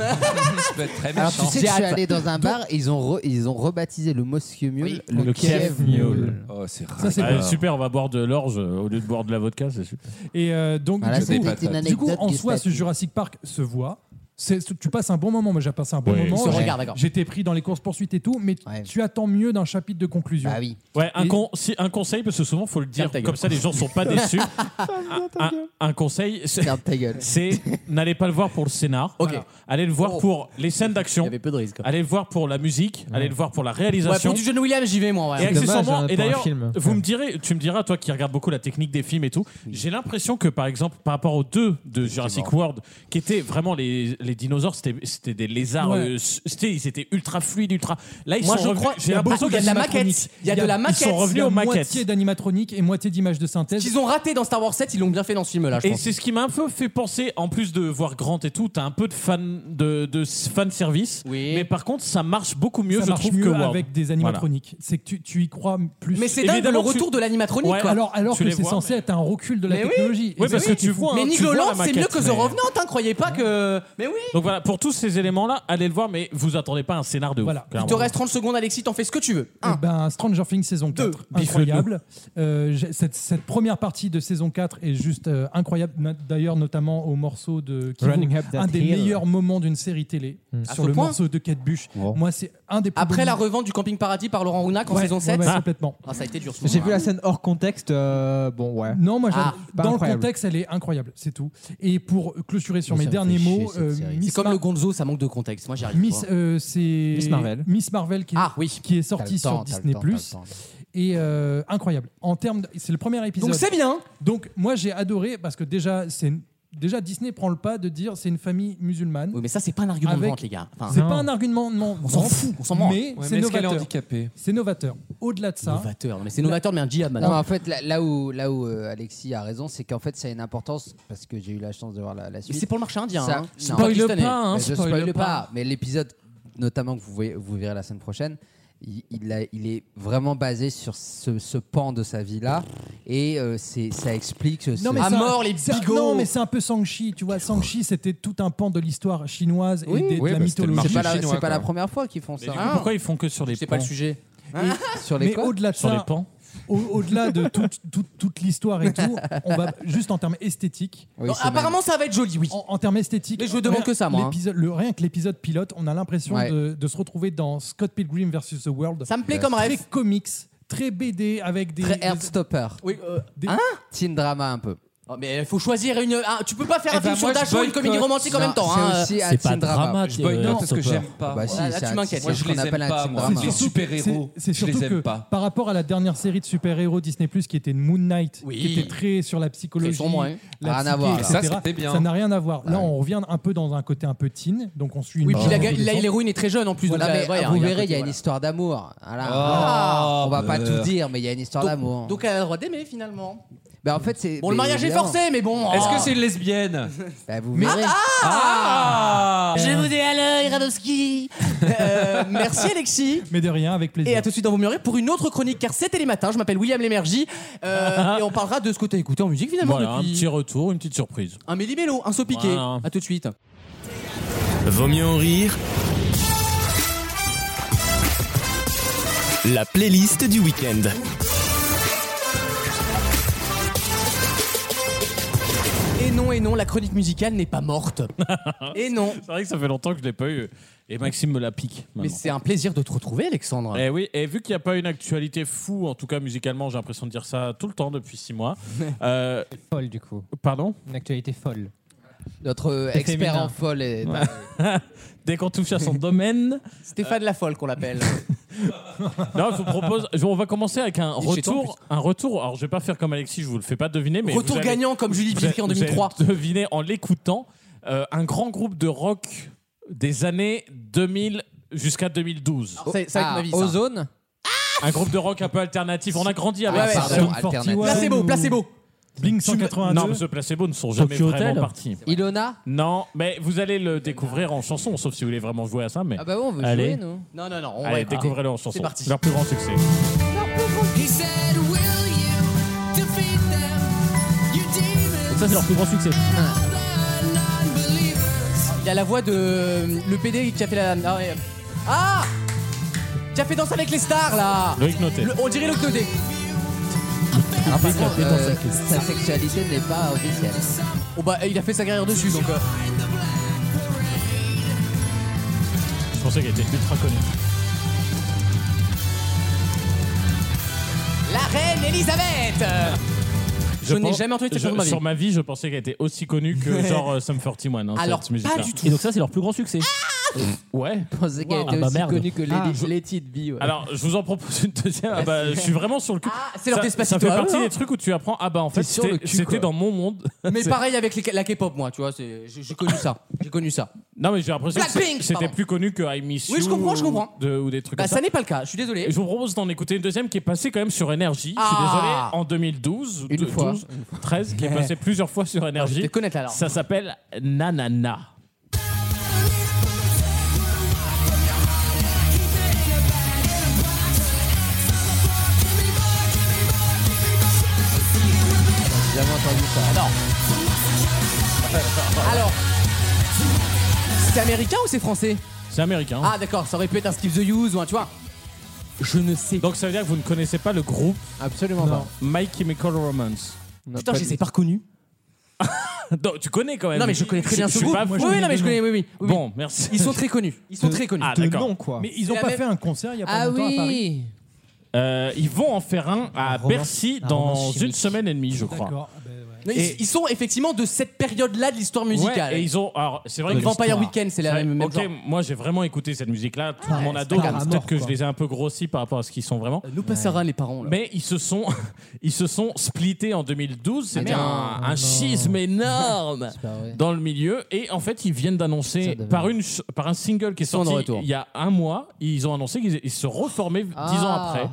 Speaker 7: tu peux être très méchant.
Speaker 5: Alors tu sais que je suis allé dans un bar et ils ont, re- ils ont rebaptisé le Mosquieu Mule
Speaker 2: Oui.
Speaker 5: le,
Speaker 3: Le
Speaker 5: Kiev,
Speaker 3: Kiev
Speaker 5: Mule.
Speaker 3: Mule.
Speaker 7: Oh, c'est rare.
Speaker 8: Ça, c'est
Speaker 6: Ah,
Speaker 8: pas-
Speaker 6: super, on va boire de l'orge euh, au lieu de boire de la vodka, c'est super.
Speaker 8: Et euh, donc,
Speaker 2: Ah,
Speaker 5: Voilà,
Speaker 8: du coup,
Speaker 5: c'était
Speaker 7: patates.
Speaker 5: une
Speaker 8: Du
Speaker 5: anecdote.
Speaker 8: coup, en
Speaker 5: qui
Speaker 8: soi,
Speaker 5: se
Speaker 8: ce
Speaker 5: fait.
Speaker 8: Jurassic Park se voit. C'est- Tu passes un bon moment. Moi, j'ai passé un bon
Speaker 6: Ouais.
Speaker 8: moment.
Speaker 2: Se
Speaker 8: J'ai-
Speaker 2: regarde, d'accord.
Speaker 8: J'étais pris dans les courses-poursuites et tout, mais
Speaker 5: Ouais.
Speaker 8: tu attends mieux d'un chapitre de conclusion.
Speaker 5: Bah oui.
Speaker 6: Ouais, un,
Speaker 8: Et-
Speaker 6: con- si- un conseil, parce que souvent, faut le dire,
Speaker 2: Ferme Ah, ta gueule. Ah,
Speaker 6: comme ça, les gens
Speaker 2: [LAUGHS]
Speaker 6: sont pas déçus. Un- un, un conseil, c'est-
Speaker 5: Ferme ta gueule.
Speaker 2: [LAUGHS]
Speaker 6: c'est n'allez pas le voir pour le scénar.
Speaker 2: Ok.
Speaker 6: Allez le voir
Speaker 2: Oh.
Speaker 6: pour les scènes
Speaker 2: Il
Speaker 6: d'action.
Speaker 2: y avait peu de risques. quoi.
Speaker 6: Allez le voir pour la musique. Allez le voir pour la
Speaker 2: Ouais,
Speaker 6: réalisation.
Speaker 2: pour du jeune William, j'y vais moi.
Speaker 6: Et
Speaker 2: Ouais.
Speaker 12: dommage,
Speaker 6: accessoirement,
Speaker 12: hein,
Speaker 6: et
Speaker 12: pour un
Speaker 6: d'ailleurs,
Speaker 12: film.
Speaker 6: vous me direz, tu me diras, toi qui regardes beaucoup la technique des films et tout, j'ai l'impression que par exemple, par rapport aux deux de Jurassic World, qui étaient vraiment les, les dinosaures, c'était c'était des lézards,
Speaker 8: Ouais.
Speaker 6: euh, c'était, ils étaient ultra fluides, ultra. Là, ils
Speaker 2: Moi,
Speaker 6: sont
Speaker 2: je
Speaker 6: revenus-
Speaker 2: crois-
Speaker 6: j'ai
Speaker 2: il y a
Speaker 6: l'impression
Speaker 2: beaucoup- il y a de la maquette. Il y a de la
Speaker 6: Ils sont
Speaker 2: maquette.
Speaker 6: revenus aux maquettes.
Speaker 8: Moitié d'animatronique et moitié d'images de synthèse.
Speaker 2: Qu'ils ont raté dans Star Wars 7, ils l'ont bien fait dans ce film-là, je
Speaker 6: Et
Speaker 2: pense.
Speaker 6: c'est ce qui m'a un peu fait penser, en plus de voir Grant et tout, t'as un peu de fan de, de s- fan service.
Speaker 2: Oui.
Speaker 6: Mais par contre, ça marche beaucoup mieux,
Speaker 8: ça
Speaker 6: je
Speaker 8: marche
Speaker 6: trouve,
Speaker 8: mieux
Speaker 6: que World.
Speaker 8: avec des animatroniques. C'est que tu, tu y crois plus.
Speaker 2: Mais c'est dingue le
Speaker 6: Évidemment, tu-
Speaker 2: retour de l'animatronique.
Speaker 6: Ouais,
Speaker 2: quoi.
Speaker 8: alors alors
Speaker 6: Tu
Speaker 8: que
Speaker 6: les
Speaker 8: c'est
Speaker 6: vois,
Speaker 8: censé
Speaker 6: mais-
Speaker 8: être un recul de la
Speaker 2: Mais oui.
Speaker 8: technologie.
Speaker 6: Oui,
Speaker 8: Et
Speaker 6: parce
Speaker 8: c'est-
Speaker 6: que tu vois.
Speaker 2: mais
Speaker 6: hein, tu
Speaker 2: Nicolas,
Speaker 6: vois la
Speaker 2: c'est mieux
Speaker 6: maquette,
Speaker 2: que The
Speaker 6: mais- Ah
Speaker 2: Revenant, hein, croyez pas que. Mais oui
Speaker 6: Donc voilà, pour tous ces éléments-là, allez le voir, mais vous attendez pas un scénar de ouf,
Speaker 8: Voilà.
Speaker 2: Il
Speaker 6: clairement.
Speaker 2: te reste 30 secondes, Alexis, t'en fais ce que tu veux.
Speaker 8: Eh ben, Stranger Things saison 4, incroyable. Euh, j'ai- cette, cette première partie de saison 4 est juste euh, incroyable, Na- d'ailleurs notamment au morceau de qui
Speaker 12: Running
Speaker 8: vaut
Speaker 12: Up That
Speaker 8: un des
Speaker 12: Hill.
Speaker 8: meilleurs moments d'une série télé,
Speaker 2: À
Speaker 8: sur
Speaker 2: ce
Speaker 8: le
Speaker 2: point
Speaker 8: morceau de
Speaker 5: Ah
Speaker 8: Kate Bush. Moi, c'est un des plus
Speaker 2: Après
Speaker 8: beaux
Speaker 2: la
Speaker 8: moments.
Speaker 2: revente du Camping Paradis par Laurent Rounac en
Speaker 8: Ouais,
Speaker 2: saison
Speaker 8: ouais,
Speaker 2: 7.
Speaker 8: ouais,
Speaker 2: Ah.
Speaker 8: complètement.
Speaker 2: Ah, ça a été dur ce
Speaker 12: J'ai
Speaker 2: moment.
Speaker 12: vu la scène hors contexte. euh, bon, ouais.
Speaker 8: Non, moi, j'adore-
Speaker 12: Ah, c'est pas
Speaker 8: dans le
Speaker 12: incroyable.
Speaker 8: contexte, elle est incroyable, c'est tout. Et pour clôturer sur
Speaker 5: Mais
Speaker 8: mes
Speaker 5: ça me
Speaker 8: derniers
Speaker 5: fait chier,
Speaker 8: mots,
Speaker 5: cette
Speaker 8: euh,
Speaker 5: série.
Speaker 2: C'est
Speaker 8: Miss,
Speaker 2: comme
Speaker 8: Mar-
Speaker 2: le Gonzo, ça manque de contexte. Moi, j'y arrive
Speaker 8: Miss,
Speaker 2: pas.
Speaker 8: euh, c'est Miss
Speaker 12: Marvel.
Speaker 8: Miss Marvel qui est,
Speaker 2: Ah oui.
Speaker 8: qui est
Speaker 5: T'as
Speaker 8: sortie
Speaker 5: le temps,
Speaker 8: sur
Speaker 5: t'as le
Speaker 8: Disney
Speaker 5: temps,
Speaker 8: Plus
Speaker 5: t'as le temps.
Speaker 8: et euh, incroyable. En termes, de- c'est le premier épisode.
Speaker 2: Donc c'est bien.
Speaker 8: Donc moi j'ai adoré parce que déjà c'est déjà Disney prend le pas de dire c'est une famille musulmane.
Speaker 2: Oui, mais ça, c'est pas un argument de
Speaker 8: Avec-
Speaker 2: vente, les gars. Enfin,
Speaker 8: C'est
Speaker 12: Non.
Speaker 8: pas un argument de non-
Speaker 2: On s'en
Speaker 8: vente,
Speaker 2: fout, on s'en branle.
Speaker 8: Mais
Speaker 7: Ouais, mais
Speaker 8: c'est
Speaker 7: est-ce qu'elle est
Speaker 8: novateur.
Speaker 7: handicapée
Speaker 8: C'est novateur. Au-delà de ça,
Speaker 2: Novateur. Non, mais c'est novateur, mais un djihad
Speaker 5: Non, mais
Speaker 2: maintenant.
Speaker 5: en fait, là, là où, là où euh, Alexis a raison, c'est qu'en fait, ça a une importance parce que j'ai eu la chance de voir la, la
Speaker 2: Mais
Speaker 5: suite.
Speaker 2: c'est pour le marché indien.
Speaker 5: Ça-
Speaker 2: hein.
Speaker 5: Spoil
Speaker 2: pas
Speaker 5: le
Speaker 2: pakistanais.
Speaker 6: pas, hein.
Speaker 5: Mais je
Speaker 6: spoil
Speaker 5: spoil
Speaker 6: pas.
Speaker 5: pas, mais l'épisode, notamment que vous, voyez- vous verrez la semaine prochaine, il, il a- il est vraiment basé sur ce, ce pan de sa vie-là. Et euh, c'est- ça explique. ce-
Speaker 8: Non, mais
Speaker 2: À
Speaker 8: ça-
Speaker 2: mort, les
Speaker 8: c'est-
Speaker 2: bigots.
Speaker 8: Non, mais c'est un peu Shang-Chi, tu vois. Shang-Chi, c'était tout un pan de l'histoire chinoise et
Speaker 5: Oui.
Speaker 8: des- de
Speaker 7: Oui,
Speaker 8: la
Speaker 7: bah, c'était le
Speaker 8: mythologie.
Speaker 5: c'est pas, la,
Speaker 7: marché chinois,
Speaker 5: c'est pas la
Speaker 7: quoi.
Speaker 5: première fois qu'ils font
Speaker 6: Mais du
Speaker 5: ça.
Speaker 6: coup,
Speaker 2: Ah.
Speaker 6: pourquoi ils font que sur les
Speaker 2: C'est
Speaker 6: ponts
Speaker 2: pas le sujet.
Speaker 5: Sur les
Speaker 8: Mais
Speaker 5: quoi
Speaker 8: au-delà de
Speaker 6: Sur les
Speaker 8: ça,
Speaker 6: pans.
Speaker 8: au- au-delà de tout- tout- toute l'histoire et tout, on va juste en termes esthétiques.
Speaker 5: Oui,
Speaker 2: Non,
Speaker 5: c'est
Speaker 2: apparemment, ça va être joli, oui.
Speaker 8: En, en termes esthétiques,
Speaker 2: Mais je demande
Speaker 8: rien-
Speaker 2: que ça, moi, hein.
Speaker 8: l'épisode- le, rien que l'épisode pilote, on a l'impression
Speaker 5: Ouais.
Speaker 8: de, de se retrouver dans Scott Pilgrim versus the World.
Speaker 2: Ça me plaît comme
Speaker 8: très
Speaker 2: rêve.
Speaker 8: comics, très BD avec des.
Speaker 5: Très
Speaker 8: des-
Speaker 5: Heartstopper.
Speaker 2: Oui, euh,
Speaker 8: des-
Speaker 5: Teen drama un peu.
Speaker 2: oh, mais il faut choisir une. ah, tu peux pas faire un
Speaker 7: Eh
Speaker 2: film
Speaker 7: ben,
Speaker 2: sur
Speaker 7: moi, je
Speaker 2: Dachau et une
Speaker 7: boycotte.
Speaker 2: comédie romantique en
Speaker 5: Non,
Speaker 2: même temps.
Speaker 5: C'est
Speaker 2: hein.
Speaker 5: aussi un
Speaker 3: C'est pas
Speaker 5: teen drama.
Speaker 3: drama.
Speaker 7: Je boycotte
Speaker 3: euh,
Speaker 7: parce que
Speaker 3: Stopper.
Speaker 7: j'aime pas.
Speaker 5: Bah si,
Speaker 2: Là, là,
Speaker 5: c'est
Speaker 2: tu
Speaker 5: un-
Speaker 2: m'inquiètes,
Speaker 5: c'est
Speaker 7: Moi,
Speaker 5: ce
Speaker 7: je
Speaker 5: qu'on
Speaker 7: les aime
Speaker 5: appelle un
Speaker 7: pas.
Speaker 5: teen
Speaker 7: moi.
Speaker 5: drama.
Speaker 7: Les super-héros,
Speaker 8: c'est- c'est
Speaker 7: je
Speaker 8: surtout
Speaker 7: les
Speaker 8: que
Speaker 7: aime pas.
Speaker 8: par rapport à la dernière série de super-héros Disney Plus qui était Moon Knight,
Speaker 2: Oui.
Speaker 8: qui était très sur la psychologie,
Speaker 2: Très sombre, hein.
Speaker 8: la
Speaker 5: Rien
Speaker 8: psyché,
Speaker 5: à voir, là.
Speaker 8: etc.
Speaker 7: Ça, c'était bien.
Speaker 8: Ça n'a rien à voir. Là,
Speaker 5: Ah oui.
Speaker 8: on revient un peu dans un côté un peu teen, donc on suit.
Speaker 2: Oui,
Speaker 8: une
Speaker 2: puis la,
Speaker 6: Bah,
Speaker 8: jeune
Speaker 2: là,
Speaker 8: adolescente.
Speaker 2: l'héroïne est très jeune en plus.
Speaker 5: Voilà,
Speaker 2: donc,
Speaker 5: mais
Speaker 2: euh, ouais,
Speaker 5: vous
Speaker 2: un
Speaker 5: verrez, il y
Speaker 2: côté,
Speaker 5: a une
Speaker 2: voilà.
Speaker 5: histoire d'amour. Voilà.
Speaker 7: Ah,
Speaker 5: on va pas
Speaker 7: beurre.
Speaker 5: tout dire, mais il y a une histoire d'amour.
Speaker 2: Donc, donc elle a le droit d'aimer finalement.
Speaker 5: Bah, en fait, c'est.
Speaker 2: Bon, le
Speaker 5: mais
Speaker 2: mariage est
Speaker 5: évidemment.
Speaker 2: forcé, mais bon.
Speaker 7: Est-ce
Speaker 2: oh.
Speaker 7: que c'est une lesbienne
Speaker 5: Bah, vous verrez.
Speaker 2: Je vous ai à l'œil, Radowski. Ah. Euh, Merci Alexis.
Speaker 8: Mais de rien, avec plaisir.
Speaker 2: Et à tout de suite dans Vos Murets pour une autre chronique, car c'était les matins. Je m'appelle William Lémergie. euh, et on parlera de ce que t'as écouté en musique finalement
Speaker 6: Voilà, un
Speaker 2: depuis.
Speaker 6: petit retour, une petite surprise.
Speaker 2: Un méli-mélo, un saut piqué.
Speaker 6: Voilà.
Speaker 2: À tout de suite.
Speaker 1: Vaut mieux en rire. La playlist du week-end.
Speaker 2: Et non, et non, la chronique musicale n'est pas
Speaker 6: [LAUGHS]
Speaker 2: morte. et non.
Speaker 6: C'est vrai que ça fait longtemps que je l'ai pas eu. Et Maxime me la pique.
Speaker 2: Mais
Speaker 6: maintenant.
Speaker 2: c'est un plaisir de te retrouver, Alexandre.
Speaker 6: Eh oui, et vu qu'il n'y a pas une actualité fou, en tout cas musicalement, j'ai l'impression de dire ça tout le temps depuis
Speaker 2: [LAUGHS]
Speaker 6: six mois. Euh,
Speaker 12: Folle, du coup.
Speaker 6: pardon
Speaker 12: Une actualité folle.
Speaker 5: Notre euh, expert
Speaker 12: féminin.
Speaker 5: en folle est.
Speaker 6: Dès qu'on
Speaker 2: [LAUGHS]
Speaker 6: touche à son domaine.
Speaker 2: bah, Stéphane La Folle qu'on l'appelle.
Speaker 6: Non, je vous propose. je- On va commencer avec un
Speaker 2: Il est chez toi, en
Speaker 6: retour. Un retour. Alors, je vais pas faire comme Alexis, je vous le fais pas deviner, [LAUGHS] mais
Speaker 2: Retour
Speaker 6: vous allez-
Speaker 2: gagnant comme Julie
Speaker 6: vous allez-
Speaker 2: Vitry en
Speaker 6: vous allez
Speaker 2: 2003.
Speaker 6: Deviner en l'écoutant. euh, un grand groupe de rock des années 2000 jusqu'à 2012.
Speaker 2: Ça, ça va être
Speaker 5: Ah,
Speaker 2: ma vie, ça.
Speaker 5: Ozone
Speaker 3: Un groupe de rock un peu alternatif. On a grandi
Speaker 2: Ah
Speaker 3: avec
Speaker 5: ouais,
Speaker 3: ça.
Speaker 5: pardon.
Speaker 6: Sum
Speaker 5: alternative.
Speaker 6: 41
Speaker 2: Placebo,
Speaker 6: ou
Speaker 2: placebo.
Speaker 6: Blink
Speaker 3: Tu me- Non, mais
Speaker 6: 182.
Speaker 3: The Placebo ne sont jamais
Speaker 4: Tokyo
Speaker 3: vraiment
Speaker 4: Hotel
Speaker 3: partis.
Speaker 5: Ilona
Speaker 3: Non, mais vous allez le découvrir en chanson, sauf si vous voulez vraiment jouer à ça. Mais
Speaker 5: Ah bah ouais, on veut
Speaker 3: Allez.
Speaker 5: jouer, nous.
Speaker 2: Non, non, non, on va
Speaker 3: allez,
Speaker 2: écouter.
Speaker 3: découvrez-le en chanson.
Speaker 2: C'est parti.
Speaker 3: Leur plus grand succès.
Speaker 4: Ça, c'est leur plus grand succès.
Speaker 2: Il a la voix de euh, le PD qui a fait la. Ah, ouais. Ah Qui a fait danse avec les stars là
Speaker 3: Loïc Noté.
Speaker 2: Le- On dirait le Clodé.
Speaker 5: Ah, par contre, euh, sa sexualité n'est pas officielle.
Speaker 2: Oh bah il a fait sa carrière dessus donc. euh,
Speaker 3: Je pensais qu'elle était ultra connue.
Speaker 2: La reine Elisabeth euh, Je n'ai
Speaker 3: pense-
Speaker 2: jamais entendu cette chanson de ma vie.
Speaker 3: Sur ma vie, je pensais qu'elle était aussi
Speaker 2: [LAUGHS]
Speaker 3: connue que genre euh, Sum 41. Hein,
Speaker 2: Alors,
Speaker 3: cette musique
Speaker 2: pas du tout.
Speaker 4: Et donc, ça, c'est leur plus grand succès.
Speaker 3: Ouais.
Speaker 5: Je pensais qu'elle
Speaker 4: Wow.
Speaker 5: était
Speaker 4: Ah bah
Speaker 5: aussi
Speaker 4: merde.
Speaker 5: connue que Lady,
Speaker 8: Ah,
Speaker 5: Lady B. ouais.
Speaker 3: Alors, je vous en propose une deuxième. Ah bah, je suis vraiment sur le cul.
Speaker 2: Ah, c'est leur
Speaker 3: Ça-
Speaker 2: Despacito
Speaker 3: Ça fait
Speaker 2: à eux,
Speaker 3: partie
Speaker 2: hein.
Speaker 3: des trucs où tu apprends. Ah bah, en fait,
Speaker 5: sur le
Speaker 3: c'était
Speaker 5: cul, quoi.
Speaker 3: c'était dans mon monde. [LAUGHS]
Speaker 2: Mais pareil avec les- la K-pop moi tu vois, c'est- j'ai j'ai connu ça. J'ai connu ça.
Speaker 3: Non, mais j'ai l'impression que
Speaker 2: Blackpink,
Speaker 3: c'est- c'était
Speaker 2: pardon.
Speaker 3: plus connu que I Miss You.
Speaker 2: Oui, je comprends, je
Speaker 3: ou
Speaker 2: comprends.
Speaker 3: de- Ou des trucs
Speaker 2: Bah
Speaker 3: comme ça.
Speaker 2: ça n'est pas le cas, je suis désolé.
Speaker 3: Et je vous propose d'en écouter une deuxième qui est passée quand même sur Énergie. Je suis désolé,
Speaker 2: Ah.
Speaker 3: en 2012,
Speaker 5: Une
Speaker 3: de-
Speaker 5: fois.
Speaker 3: 12, 13, qui est passée plusieurs fois sur
Speaker 2: Je vais
Speaker 3: Énergie.
Speaker 2: te connaître alors.
Speaker 3: Ça s'appelle Nanana.
Speaker 5: J'ai jamais entendu ça.
Speaker 2: Alors C'est américain ou c'est français
Speaker 3: C'est américain.
Speaker 2: Ah d'accord, ça aurait pu être un Steve the Use ou un tu vois. Je ne sais
Speaker 3: Donc ça veut dire que vous ne connaissez pas le groupe
Speaker 5: Absolument pas.
Speaker 3: My Chemical Romance.
Speaker 2: Putain, je les ai pas reconnus.
Speaker 3: Donc, tu connais quand même.
Speaker 2: Non mais je connais très bien
Speaker 3: Ah, Je- je
Speaker 2: ce
Speaker 3: suis
Speaker 2: groupe.
Speaker 3: pas
Speaker 2: Oui,
Speaker 3: fou.
Speaker 2: oui, non mais je connais, oui, oui. oui, oui.
Speaker 3: Bon, merci.
Speaker 2: Ils sont très connus. Ils sont très connus.
Speaker 3: Ah,
Speaker 8: de
Speaker 3: d'accord.
Speaker 8: nom, quoi.
Speaker 6: Mais ils ont
Speaker 2: C'est
Speaker 6: pas
Speaker 2: la
Speaker 6: fait un concert il y a pas
Speaker 5: Ah
Speaker 6: longtemps à Paris.
Speaker 5: oui
Speaker 3: Euh, ils vont en faire un à
Speaker 8: Romain-
Speaker 3: Bercy
Speaker 8: un
Speaker 3: dans
Speaker 8: Romain Chimique.
Speaker 3: une semaine et demie, je crois.
Speaker 8: bah,
Speaker 6: D'accord. Ah ben ouais.
Speaker 2: Non, ils-
Speaker 3: Et-
Speaker 2: Ils sont effectivement de cette période-là de l'histoire musicale.
Speaker 3: Ouais, et ils ont. Alors, c'est vrai que
Speaker 2: Vampire Weekend, c'est la
Speaker 3: Ouais,
Speaker 2: même, même
Speaker 3: ok,
Speaker 2: genre.
Speaker 3: moi j'ai vraiment écouté cette musique-là, tout mon ado.
Speaker 6: pas grave.
Speaker 3: Peut-être que
Speaker 6: Mort,
Speaker 3: je
Speaker 6: quoi.
Speaker 3: les ai un peu grossis par rapport à ce qu'ils sont vraiment.
Speaker 2: Nous passera les parents. Là.
Speaker 3: Mais ils se sont, [LAUGHS] ils se sont splittés en 2012. C'était
Speaker 2: merde.
Speaker 3: un, un schisme énorme
Speaker 5: Ah [LAUGHS] C'est pas vrai.
Speaker 3: dans le milieu. Et en fait, ils viennent
Speaker 5: Ça
Speaker 3: d'annoncer
Speaker 5: devait-
Speaker 3: par une, ch- par un single qui est
Speaker 2: Son
Speaker 3: sorti
Speaker 2: retour.
Speaker 3: il y a un mois. Ils ont annoncé qu'ils ils se reformaient dix
Speaker 5: Ah.
Speaker 3: ans après.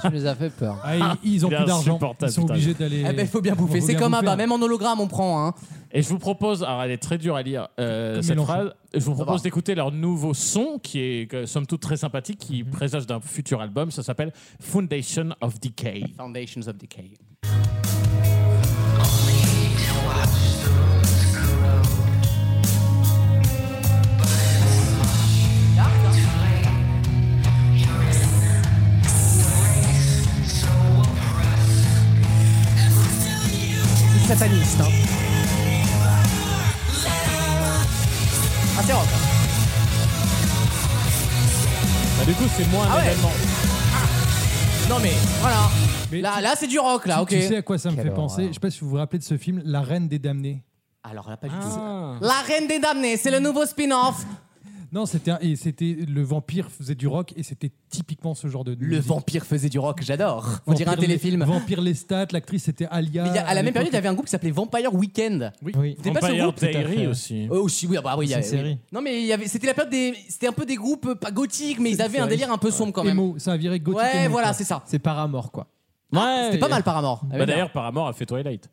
Speaker 5: Tu nous as fait peur.
Speaker 6: Ah, ils- ils ont
Speaker 3: Il est
Speaker 6: plus d'argent.
Speaker 3: insupportable,
Speaker 6: Ils sont
Speaker 3: putain.
Speaker 6: obligés d'aller.
Speaker 2: Eh ben, faut bien bouffer.
Speaker 6: Faut
Speaker 2: C'est
Speaker 6: bien
Speaker 2: comme un
Speaker 6: bouffer,
Speaker 2: bas.
Speaker 6: hein.
Speaker 2: Même en hologramme, on prend. Hein.
Speaker 3: Et je vous propose, alors elle est très dure à lire euh,
Speaker 6: Comme
Speaker 3: cette
Speaker 6: Mélenchon.
Speaker 3: phrase. Je vous propose
Speaker 2: va.
Speaker 3: d'écouter leur nouveau son qui est euh, somme toute très sympathique, qui
Speaker 5: Mhm.
Speaker 3: présage d'un futur album. Ça s'appelle Foundation of Decay.
Speaker 2: Foundations of Decay. C'est Sataniste. Hein. Ah, c'est rock.
Speaker 3: Bah, du coup, c'est moins un
Speaker 2: Ah ouais.
Speaker 3: événement.
Speaker 2: Non, mais voilà.
Speaker 6: Mais
Speaker 2: là,
Speaker 6: tu-
Speaker 2: là c'est du rock, là, ok.
Speaker 6: Tu sais à quoi ça me
Speaker 5: Quelle
Speaker 6: fait penser
Speaker 5: horreur.
Speaker 6: Je sais pas si vous vous rappelez de ce film La Reine des Damnés.
Speaker 2: Alors là, pas du tout. La Reine des Damnés, c'est le nouveau spin-off.
Speaker 6: Non, c'était un- et c'était le vampire faisait du rock et c'était typiquement ce genre de.
Speaker 2: Le vampire faisait du rock, j'adore. On dirait un téléfilm.
Speaker 6: Vampire les stats, l'actrice c'était Alia.
Speaker 2: Mais il y a- à la même
Speaker 6: l'époque.
Speaker 2: période, il y avait un groupe qui s'appelait Vampire Weekend.
Speaker 6: Oui.
Speaker 2: C'était pas ce
Speaker 3: Vampire
Speaker 2: groupe, tout à
Speaker 3: Diary
Speaker 8: fait.
Speaker 3: aussi.
Speaker 2: Oh, si, oui, ah bah oui, il y
Speaker 8: C'est une
Speaker 2: avait-
Speaker 8: série.
Speaker 2: oui. Non, mais il y avait, c'était la période des. C'était un peu des groupes euh, pas gothiques, mais ils avaient un
Speaker 6: c'est
Speaker 2: délire un peu sombre quand même.
Speaker 6: Emo, oh, ça a viré gothique.
Speaker 2: ouais,
Speaker 6: emo,
Speaker 2: voilà,
Speaker 6: quoi.
Speaker 2: c'est ça.
Speaker 8: C'est Paramore, quoi.
Speaker 2: C'était pas mal, Paramore.
Speaker 3: Bah, D'ailleurs, Paramore a fait Twilight.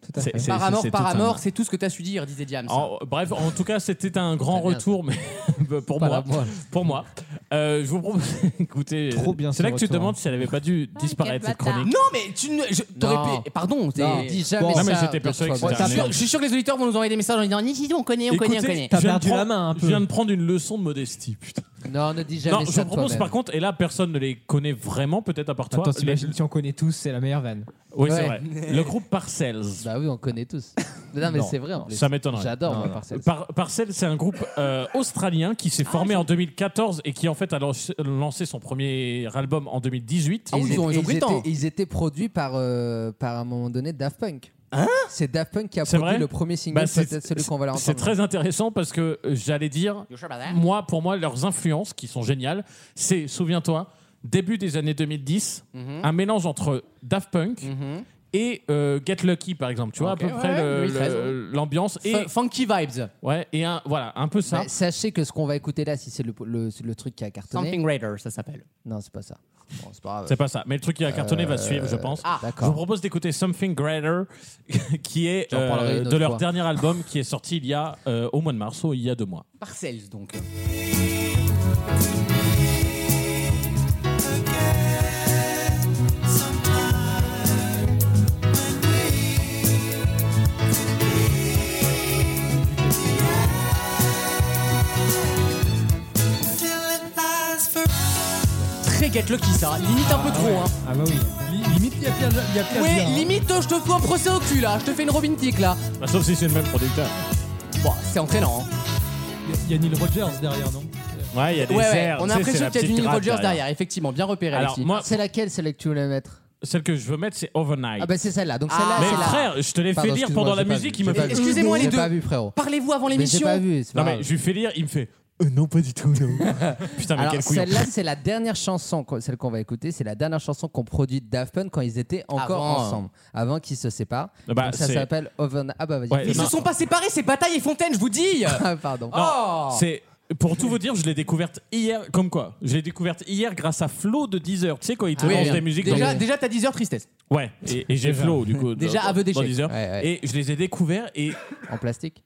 Speaker 8: Tout à
Speaker 3: C'est-
Speaker 8: fait.
Speaker 3: c'est-
Speaker 2: Paramore,
Speaker 3: c'est tout un-
Speaker 2: Paramore, c'est tout ce que t'as su dire, disait Diams.
Speaker 3: En- bref, en tout cas, c'était un grand
Speaker 5: bien,
Speaker 3: retour, mais [LAUGHS] pour moi, pour moi. Euh, je vous propose, [LAUGHS] écoutez,
Speaker 8: Trop bien
Speaker 3: c'est
Speaker 8: ce
Speaker 3: là que tu te
Speaker 8: retour.
Speaker 3: demandes si elle avait pas dû disparaître cette
Speaker 9: bâtard.
Speaker 3: chronique.
Speaker 2: Non, mais tu ne. je- T'aurais
Speaker 5: Non.
Speaker 2: pu. Pardon, t'es-
Speaker 5: Non, dis jamais
Speaker 8: Bon.
Speaker 5: ça.
Speaker 8: Non,
Speaker 3: mais j'étais persuadé que
Speaker 5: Pierre,
Speaker 3: c'était
Speaker 5: toi,
Speaker 3: un
Speaker 5: t'as
Speaker 3: énorme.
Speaker 2: Je suis sûr que les auditeurs vont nous envoyer des messages en disant Ni, si, on connaît, on connaît, on connaît.
Speaker 8: T'as
Speaker 3: je viens de
Speaker 8: perdu la
Speaker 3: prendre-
Speaker 8: main un
Speaker 3: Je
Speaker 8: peu.
Speaker 3: viens de prendre une leçon de modestie, putain.
Speaker 5: peur. Non, ne dis
Speaker 3: Non,
Speaker 5: jamais
Speaker 3: je
Speaker 5: ça
Speaker 3: vous
Speaker 5: de
Speaker 3: propose
Speaker 5: toi-même.
Speaker 3: par contre, et là personne ne les connaît vraiment, peut-être à part toi.
Speaker 8: Attends,
Speaker 3: les-
Speaker 8: t'imagines, si on connaît tous, c'est la meilleure vanne.
Speaker 3: Oui, c'est
Speaker 5: Ouais.
Speaker 3: vrai. Le groupe Parcells.
Speaker 5: Bah oui, on connaît tous. Non, mais
Speaker 3: Non,
Speaker 5: c'est vrai. en plus.
Speaker 3: Ça m'étonnerait.
Speaker 5: J'adore, moi, par
Speaker 3: Par- Parcells, c'est un groupe euh, australien qui s'est formé en 2014 et qui en fait a lancé- lancé son premier album en 2018.
Speaker 2: Ah oui, ils ont- ils ont pris le
Speaker 5: étaient,
Speaker 2: temps.
Speaker 5: ils étaient produits par, euh, par à un moment donné Daft Punk.
Speaker 2: Hein
Speaker 5: c'est Daft Punk qui a
Speaker 3: C'est
Speaker 5: produit
Speaker 3: vrai
Speaker 5: le premier single,
Speaker 3: Bah, c'est-
Speaker 5: peut-être celui qu'on va leur
Speaker 3: C'est très intéressant parce que euh, j'allais dire,
Speaker 2: hein.
Speaker 3: moi, pour moi, leurs influences qui sont géniales, c'est, souviens-toi, début des années 2010, un mélange entre Daft Punk,
Speaker 6: et euh, Get Lucky, par exemple. Tu vois,
Speaker 2: Ok,
Speaker 6: à peu près
Speaker 2: ouais,
Speaker 6: le-
Speaker 2: oui, t'as raison.
Speaker 6: le- l'ambiance. Et,
Speaker 2: Fu- Funky vibes.
Speaker 6: ouais, et un, voilà, un peu ça.
Speaker 5: Bah, sachez que ce qu'on va écouter là, si c'est le, le- le truc qui a cartonné.
Speaker 2: Something Raider, ça s'appelle.
Speaker 5: Non, c'est pas ça. Bon, c'est pas grave.
Speaker 6: C'est pas ça. Mais le truc qui a cartonné va suivre, je pense.
Speaker 5: Ah,
Speaker 6: Je vous
Speaker 5: d'accord.
Speaker 6: propose d'écouter Something Greater, [LAUGHS] qui est
Speaker 5: J'en parlerai
Speaker 6: euh,
Speaker 5: une
Speaker 6: de
Speaker 5: autre
Speaker 6: leur
Speaker 5: fois.
Speaker 6: dernier album qui est sorti il y a euh, au mois de mars, ou il y a deux mois.
Speaker 2: Parcells, donc. Très Get Lucky, ça. Limite un peu trop, hein.
Speaker 13: Ah bah oui. Li- Limite, il y a pire- il y a pire à
Speaker 2: Oui,
Speaker 13: dire, hein.
Speaker 2: limite, je te fous un procès au cul, là. Je te fais une Robin Tick, là.
Speaker 6: Bah, sauf si c'est le même producteur.
Speaker 2: Bon, c'est entraînant, hein.
Speaker 13: Il y a Neil Rogers derrière, non
Speaker 6: Ouais, il y a des
Speaker 2: Ouais, ouais,
Speaker 6: airs,
Speaker 2: on
Speaker 6: tu
Speaker 2: a
Speaker 6: sais, c'est
Speaker 2: l'impression
Speaker 6: la
Speaker 2: qu'il y a du
Speaker 6: petite
Speaker 2: Neil
Speaker 6: gratte
Speaker 2: Rogers derrière, effectivement, bien repéré,
Speaker 6: Alors,
Speaker 2: Alexis.
Speaker 6: moi,
Speaker 5: Ah, C'est laquelle celle que tu voulais mettre
Speaker 6: celle que je veux mettre, c'est Overnight.
Speaker 5: Ah bah c'est celle-là. Donc
Speaker 2: Ah.
Speaker 5: celle-là,
Speaker 6: Mais
Speaker 5: c'est la-
Speaker 6: frère, je te l'ai fait
Speaker 5: Pardon,
Speaker 6: lire
Speaker 5: excuse-moi,
Speaker 6: pendant la
Speaker 5: j'ai pas vu,
Speaker 6: musique, il
Speaker 5: j'ai
Speaker 6: me
Speaker 5: pas
Speaker 6: fait.
Speaker 5: vu.
Speaker 2: Excusez-moi, les
Speaker 5: J'ai
Speaker 2: deux.
Speaker 5: pas vu frérot.
Speaker 2: Parlez-vous avant
Speaker 5: Mais j'ai
Speaker 2: l'émission.
Speaker 5: pas vu, c'est pas
Speaker 6: Non, mais
Speaker 5: grave.
Speaker 6: je lui fais lire, il me fait. Euh, non, pas du
Speaker 5: [LAUGHS]
Speaker 6: tout, non. Putain, mais
Speaker 5: Alors
Speaker 6: quel couillon.
Speaker 5: celle-là, c'est la dernière chanson, qu'on- celle qu'on va écouter, c'est la dernière chanson qu'on produit de Daft Punk quand ils étaient encore
Speaker 2: Avant, hein.
Speaker 5: ensemble, avant qu'ils se séparent.
Speaker 6: Ah bah,
Speaker 5: Donc ça
Speaker 6: c'est-
Speaker 5: s'appelle Oven. Ah bah vas-y.
Speaker 6: Ouais,
Speaker 2: Ils
Speaker 6: Non.
Speaker 2: se sont pas séparés, c'est Bataille et Fontaine, je vous dis.
Speaker 5: Ah, [LAUGHS] pardon.
Speaker 2: Oh
Speaker 6: C'est pour tout vous dire, je l'ai découverte hier. Comme quoi Je l'ai découverte hier grâce à Flo de Deezer. Tu sais quand il te
Speaker 2: Oui,
Speaker 6: lance
Speaker 2: bien.
Speaker 6: des musiques.
Speaker 2: Ah, Déjà,
Speaker 6: dans-
Speaker 2: déjà t'as 10 heures tristesse.
Speaker 6: Ouais. Et, et j'ai Flo du
Speaker 2: [LAUGHS]
Speaker 6: coup.
Speaker 2: Déjà,
Speaker 6: dans-
Speaker 2: aveu
Speaker 6: dans
Speaker 2: d'échec.
Speaker 6: Deezer.
Speaker 5: Ouais, ouais.
Speaker 6: Et je les ai découverts et
Speaker 5: En plastique.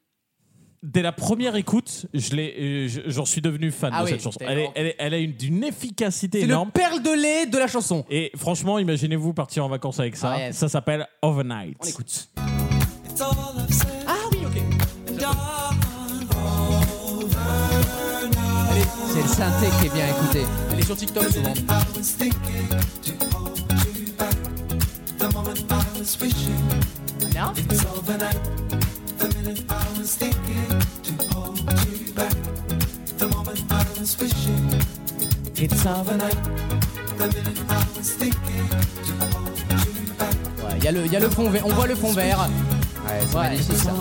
Speaker 6: dès la première écoute, je l'ai, euh, je- j'en suis devenu fan
Speaker 2: Ah
Speaker 6: de
Speaker 2: oui,
Speaker 6: cette chanson.
Speaker 2: t'es
Speaker 6: Elle, est-
Speaker 2: énorme.
Speaker 6: elle, est- elle a une d'une efficacité
Speaker 2: C'est
Speaker 6: énorme.
Speaker 2: le perle de lait de la chanson.
Speaker 6: Et franchement, imaginez-vous partir en vacances avec ça.
Speaker 2: Ah ouais.
Speaker 6: Ça s'appelle Overnight.
Speaker 2: On écoute.
Speaker 14: Ah oui, ok.
Speaker 5: C'est le synthé qui est bien écouté.
Speaker 2: Elle est sur TikTok souvent. Là, ouais, il y, a le- il y a le fond vert. On voit le fond vert.
Speaker 5: Ouais, c'est
Speaker 2: Ouais.
Speaker 5: magnifique ça.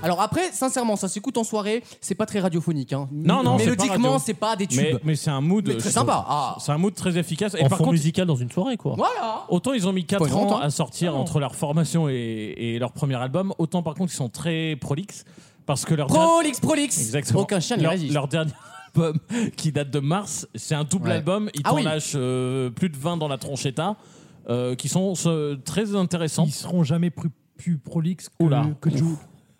Speaker 2: Alors après, sincèrement, ça s'écoute en soirée. C'est pas très radiophonique. Hein.
Speaker 6: Non, non, c'est pas
Speaker 2: Mélodiquement,
Speaker 6: radio.
Speaker 2: c'est pas, des tubes.
Speaker 6: Mais, mais c'est un mood.
Speaker 2: Mais très
Speaker 6: je trouve.
Speaker 2: sympa. Ah.
Speaker 6: C'est un mood très efficace. Et
Speaker 3: en
Speaker 6: par
Speaker 3: fond
Speaker 6: contre,
Speaker 3: musical dans une soirée, quoi.
Speaker 2: Voilà.
Speaker 6: Autant ils ont mis 4
Speaker 2: Pas hein.
Speaker 6: ans
Speaker 2: longtemps.
Speaker 6: à sortir entre leur formation et, et leur premier album, autant par contre ils sont très prolixes parce que leur der-
Speaker 2: Prolix, prolix.
Speaker 6: Exactement.
Speaker 2: Aucun chien ne
Speaker 6: leur,
Speaker 2: résiste.
Speaker 6: leur dernier [LAUGHS] album qui date de mars, c'est un double
Speaker 5: Ouais.
Speaker 6: album, ils
Speaker 2: Ah
Speaker 6: t'en
Speaker 2: oui.
Speaker 6: lâchent euh, plus de 20 dans la tronchetta euh, qui sont euh, très intéressants
Speaker 13: Ils seront jamais plus, plus prolixes que,
Speaker 6: Oula.
Speaker 13: que Jul-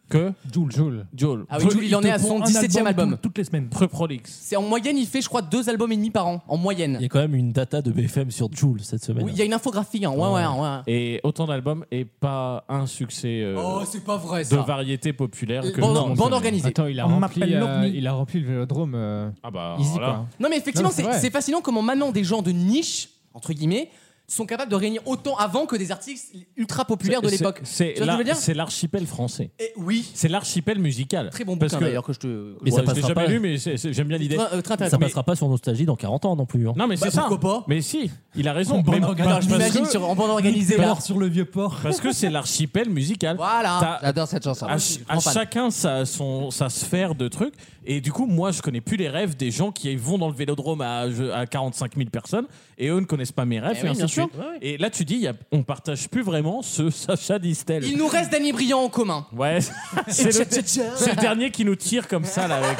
Speaker 6: que
Speaker 13: Jul. Jul.
Speaker 6: Joel.
Speaker 2: Ah oui, Jul, il en est à son 17 e album.
Speaker 13: Toutes les semaines.
Speaker 6: Très prolixe.
Speaker 2: C'est en moyenne, il fait, je crois, deux albums et demi par an. En
Speaker 3: Il y
Speaker 2: moyenne.
Speaker 3: a quand même une data de BFM sur Joule cette semaine.
Speaker 2: Oui, il y a une infographie. Hein. Ouais, ouais, ouais.
Speaker 6: Et autant d'albums et pas un succès euh,
Speaker 2: c'est pas vrai Euh,
Speaker 6: de variété populaire que
Speaker 2: Oh, Bande,
Speaker 6: tout le monde
Speaker 2: bande
Speaker 6: connaît.
Speaker 2: organisée.
Speaker 8: Attends, il a,
Speaker 13: On
Speaker 8: rempli,
Speaker 13: m'appelle
Speaker 8: euh,
Speaker 13: l'OVNI.
Speaker 8: il a rempli le vélodrome. euh,
Speaker 6: Ah bah
Speaker 8: easy,
Speaker 6: voilà.
Speaker 8: quoi.
Speaker 2: Non, mais effectivement,
Speaker 8: Non,
Speaker 2: c'est
Speaker 8: c'est vrai.
Speaker 2: c'est fascinant comment maintenant des gens de niche, entre guillemets, sont capables de réunir autant avant que des artistes ultra populaires de
Speaker 6: C'est-
Speaker 2: l'époque. Tu vois
Speaker 6: C'est
Speaker 2: ce que je veux
Speaker 6: la-
Speaker 2: dire
Speaker 6: c'est l'archipel français.
Speaker 2: Eh Oui.
Speaker 6: C'est l'archipel musical.
Speaker 2: Très bon
Speaker 6: Parce
Speaker 2: bouquin
Speaker 6: que-
Speaker 2: d'ailleurs que je te.
Speaker 3: Mais ça
Speaker 6: Ouais, je l'ai
Speaker 3: passera
Speaker 6: jamais
Speaker 3: pas.
Speaker 6: lu, mais c'est- c'est- j'aime bien l'idée.
Speaker 2: Très, euh, très intéressant.
Speaker 3: Ça passera pas sur Nostalgie dans 40 ans non plus. hein.
Speaker 6: Non, mais c'est ça.
Speaker 2: Bah, pourquoi pas
Speaker 6: Mais si, il a raison.
Speaker 13: Bande
Speaker 6: Mais-
Speaker 13: organisée.
Speaker 6: parce que-
Speaker 2: J'imagine sur en bande organisée là.
Speaker 13: Mort sur le vieux port.
Speaker 6: [LAUGHS] Parce que c'est l'archipel musical.
Speaker 2: Voilà.
Speaker 6: T'as-
Speaker 5: J'adore cette chanson.
Speaker 6: à, ch- à chacun sa, son, sa sphère de trucs. Et du coup, moi, je connais plus les rêves des gens qui vont dans le vélodrome à, je- à 45 000 personnes et eux ne connaissent pas mes rêves.
Speaker 2: Eh
Speaker 6: et
Speaker 2: oui,
Speaker 6: ainsi
Speaker 2: bien
Speaker 6: de suite.
Speaker 2: sûr.
Speaker 6: Et là, tu dis, il y a- on partage plus vraiment ce Sacha Distel.
Speaker 2: Il nous reste Danny Briand en commun. [LAUGHS]
Speaker 6: Ouais, c'est le, c'est le dernier qui nous tire comme ça, là, avec.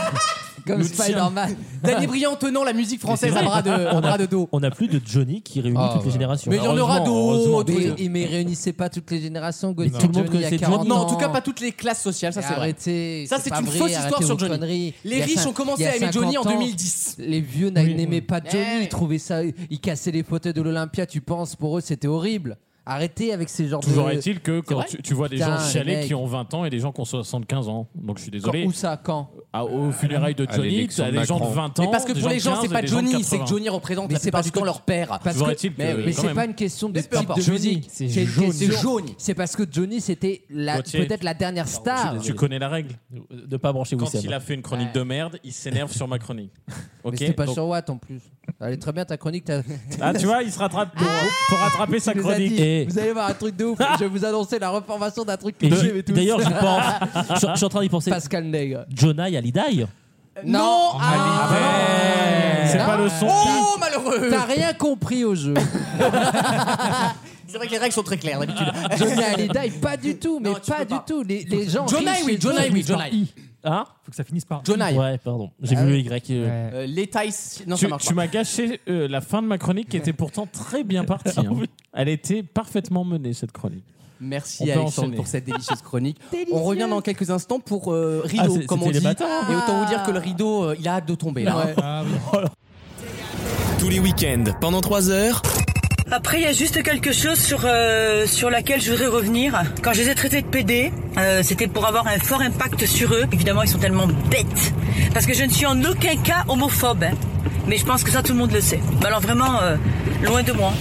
Speaker 5: Comme
Speaker 6: nous tient-
Speaker 5: Spider-Man.
Speaker 2: Danny Briand tenant la musique française à
Speaker 3: vrai.
Speaker 6: [LAUGHS]
Speaker 2: bras de, à
Speaker 3: On a-
Speaker 2: bras de dos.
Speaker 3: On a plus de Johnny qui réunit
Speaker 5: Ah,
Speaker 3: toutes les
Speaker 5: ouais.
Speaker 3: générations.
Speaker 2: bah, Mais il y en aura
Speaker 3: Heureusement, heureusement.
Speaker 2: d'autres.
Speaker 5: Mais, mais réunissez pas toutes les générations. Gauthier.
Speaker 3: tout le monde
Speaker 5: Johnny, il y a
Speaker 3: connaissait
Speaker 5: 40
Speaker 3: Johnny.
Speaker 2: Non,
Speaker 5: ans.
Speaker 2: en tout cas, pas toutes les classes sociales, ça c'est vrai.
Speaker 5: Arrêtez.
Speaker 2: Ça, c'est
Speaker 5: pas
Speaker 2: une
Speaker 5: vrai,
Speaker 2: fausse histoire
Speaker 5: arrêtez
Speaker 2: sur
Speaker 5: vos
Speaker 2: Johnny.
Speaker 5: conneries. Il
Speaker 2: Les
Speaker 5: y a
Speaker 2: riches
Speaker 5: cin-
Speaker 2: ont commencé
Speaker 5: il y a
Speaker 2: à aimer Johnny en
Speaker 5: 50 ans.
Speaker 2: 2010.
Speaker 5: Les vieux n'a- n'aimaient pas Johnny, ils trouvaient ça, ils cassaient les fauteuils de l'Olympia, tu penses, pour eux c'était horrible. Arrêtez avec ces genres
Speaker 6: Ah, Toujours
Speaker 5: de...
Speaker 6: est-il que quand
Speaker 2: vrai
Speaker 6: tu, tu vois des
Speaker 5: Putain,
Speaker 6: gens
Speaker 5: les
Speaker 6: chialer
Speaker 5: mecs.
Speaker 6: qui ont 20 ans et des gens qui ont 75 ans, donc je suis
Speaker 5: Quand-
Speaker 6: désolé,
Speaker 5: où ça, quand
Speaker 6: à- au funérailles de
Speaker 7: à
Speaker 6: Johnny,
Speaker 7: l'élection
Speaker 6: t'as
Speaker 7: de
Speaker 6: des gens de
Speaker 7: Macron.
Speaker 6: 20 ans.
Speaker 2: Mais parce que
Speaker 6: des
Speaker 2: pour les gens,
Speaker 6: de
Speaker 2: c'est
Speaker 6: 15, et
Speaker 2: pas
Speaker 6: des gens de
Speaker 2: Johnny, c'est que
Speaker 6: 80.
Speaker 2: Johnny représente
Speaker 5: Mais
Speaker 2: la
Speaker 5: c'est
Speaker 2: plupart
Speaker 5: parce
Speaker 2: du temps
Speaker 5: que-
Speaker 2: leur père.
Speaker 5: Parce
Speaker 6: Toujours
Speaker 5: que-
Speaker 6: est-il que.
Speaker 2: Mais-
Speaker 5: Mais
Speaker 6: quand
Speaker 5: c'est
Speaker 6: même-
Speaker 5: pas une question de
Speaker 2: Mais peu
Speaker 5: type
Speaker 2: importe.
Speaker 5: de
Speaker 2: Johnny,
Speaker 5: musique.
Speaker 2: c'est
Speaker 5: une
Speaker 2: jaune.
Speaker 5: question-
Speaker 2: C'est jaune.
Speaker 5: C'est parce que Johnny c'était la-
Speaker 6: Gauthier.
Speaker 5: peut-être la dernière star.
Speaker 6: Tu connais la règle.
Speaker 3: De pas brancher
Speaker 6: Quand
Speaker 3: Wissem.
Speaker 6: il a fait une chronique
Speaker 5: Ouais.
Speaker 6: de merde, il s'énerve sur ma chronique.
Speaker 5: Mais
Speaker 6: Ok
Speaker 5: c'était pas
Speaker 6: Donc-
Speaker 5: sur Watt en plus. Elle est très bien ta chronique. t'as-
Speaker 6: Ah, tu vois, il se rattrape pour, pour rattraper sa
Speaker 5: tu nous as
Speaker 6: chronique.
Speaker 5: dit,
Speaker 3: Et-
Speaker 5: Vous allez voir un truc de ouf. je vais vous annoncer la reformation d'un truc
Speaker 3: Et
Speaker 5: que
Speaker 3: j'ai-
Speaker 5: j'aimais tous.
Speaker 3: D'ailleurs,
Speaker 2: [LAUGHS]
Speaker 3: je pense. je, je suis en train d'y penser.
Speaker 5: Pascal Nègre.
Speaker 3: Jonah Hallyday.
Speaker 2: Non, ah,
Speaker 6: C'est pas le son.
Speaker 2: Oh, heureux.
Speaker 5: T'as rien compris au jeu.
Speaker 2: [LAUGHS] C'est vrai que les règles sont très claires d'habitude.
Speaker 5: [LAUGHS] Johnny Hallyday,
Speaker 3: [LAUGHS]
Speaker 5: pas du tout, mais pas du tout. Les, les gens.
Speaker 2: Jonah,
Speaker 5: riches
Speaker 2: oui,
Speaker 5: et
Speaker 2: Jonah,
Speaker 5: pauvres,
Speaker 2: oui,
Speaker 5: ils parlent
Speaker 2: Jonah.
Speaker 5: I.
Speaker 6: Hein
Speaker 15: Faut que ça finisse par.
Speaker 2: Jonah.
Speaker 3: Ouais, pardon. J'ai
Speaker 5: Ah
Speaker 3: vu
Speaker 5: oui.
Speaker 3: le Y. euh,
Speaker 5: Ouais.
Speaker 2: Euh, les Thaïs. Non,
Speaker 6: tu
Speaker 2: ça marche
Speaker 6: tu
Speaker 2: pas.
Speaker 6: m'as gâché euh, la fin de ma chronique qui était pourtant très bien partie. hein. Elle était parfaitement menée, cette chronique.
Speaker 2: Merci
Speaker 6: On peut
Speaker 2: Alexandre
Speaker 6: enchaîner.
Speaker 2: pour cette délicieuse
Speaker 5: [LAUGHS]
Speaker 2: chronique. on revient dans quelques instants pour euh,
Speaker 6: Ah,
Speaker 2: rideau,
Speaker 6: c'est-
Speaker 2: comme on
Speaker 6: c'était
Speaker 2: dit.
Speaker 6: les
Speaker 2: Et
Speaker 6: bâtards.
Speaker 2: autant vous dire
Speaker 5: Ah.
Speaker 2: que le rideau, euh, il a hâte de tomber là.
Speaker 15: Ah oui.
Speaker 1: Tous les week-ends, pendant 3 heures,
Speaker 16: Après, il y a juste quelque chose sur, euh, sur laquelle je voudrais revenir. Quand je les ai traités de PD, euh, c'était pour avoir un fort impact sur eux. Évidemment, ils sont tellement bêtes. Parce que je ne suis en aucun cas homophobe. hein. Mais je pense que ça, tout le monde le sait. Mais alors vraiment, euh, loin de moi.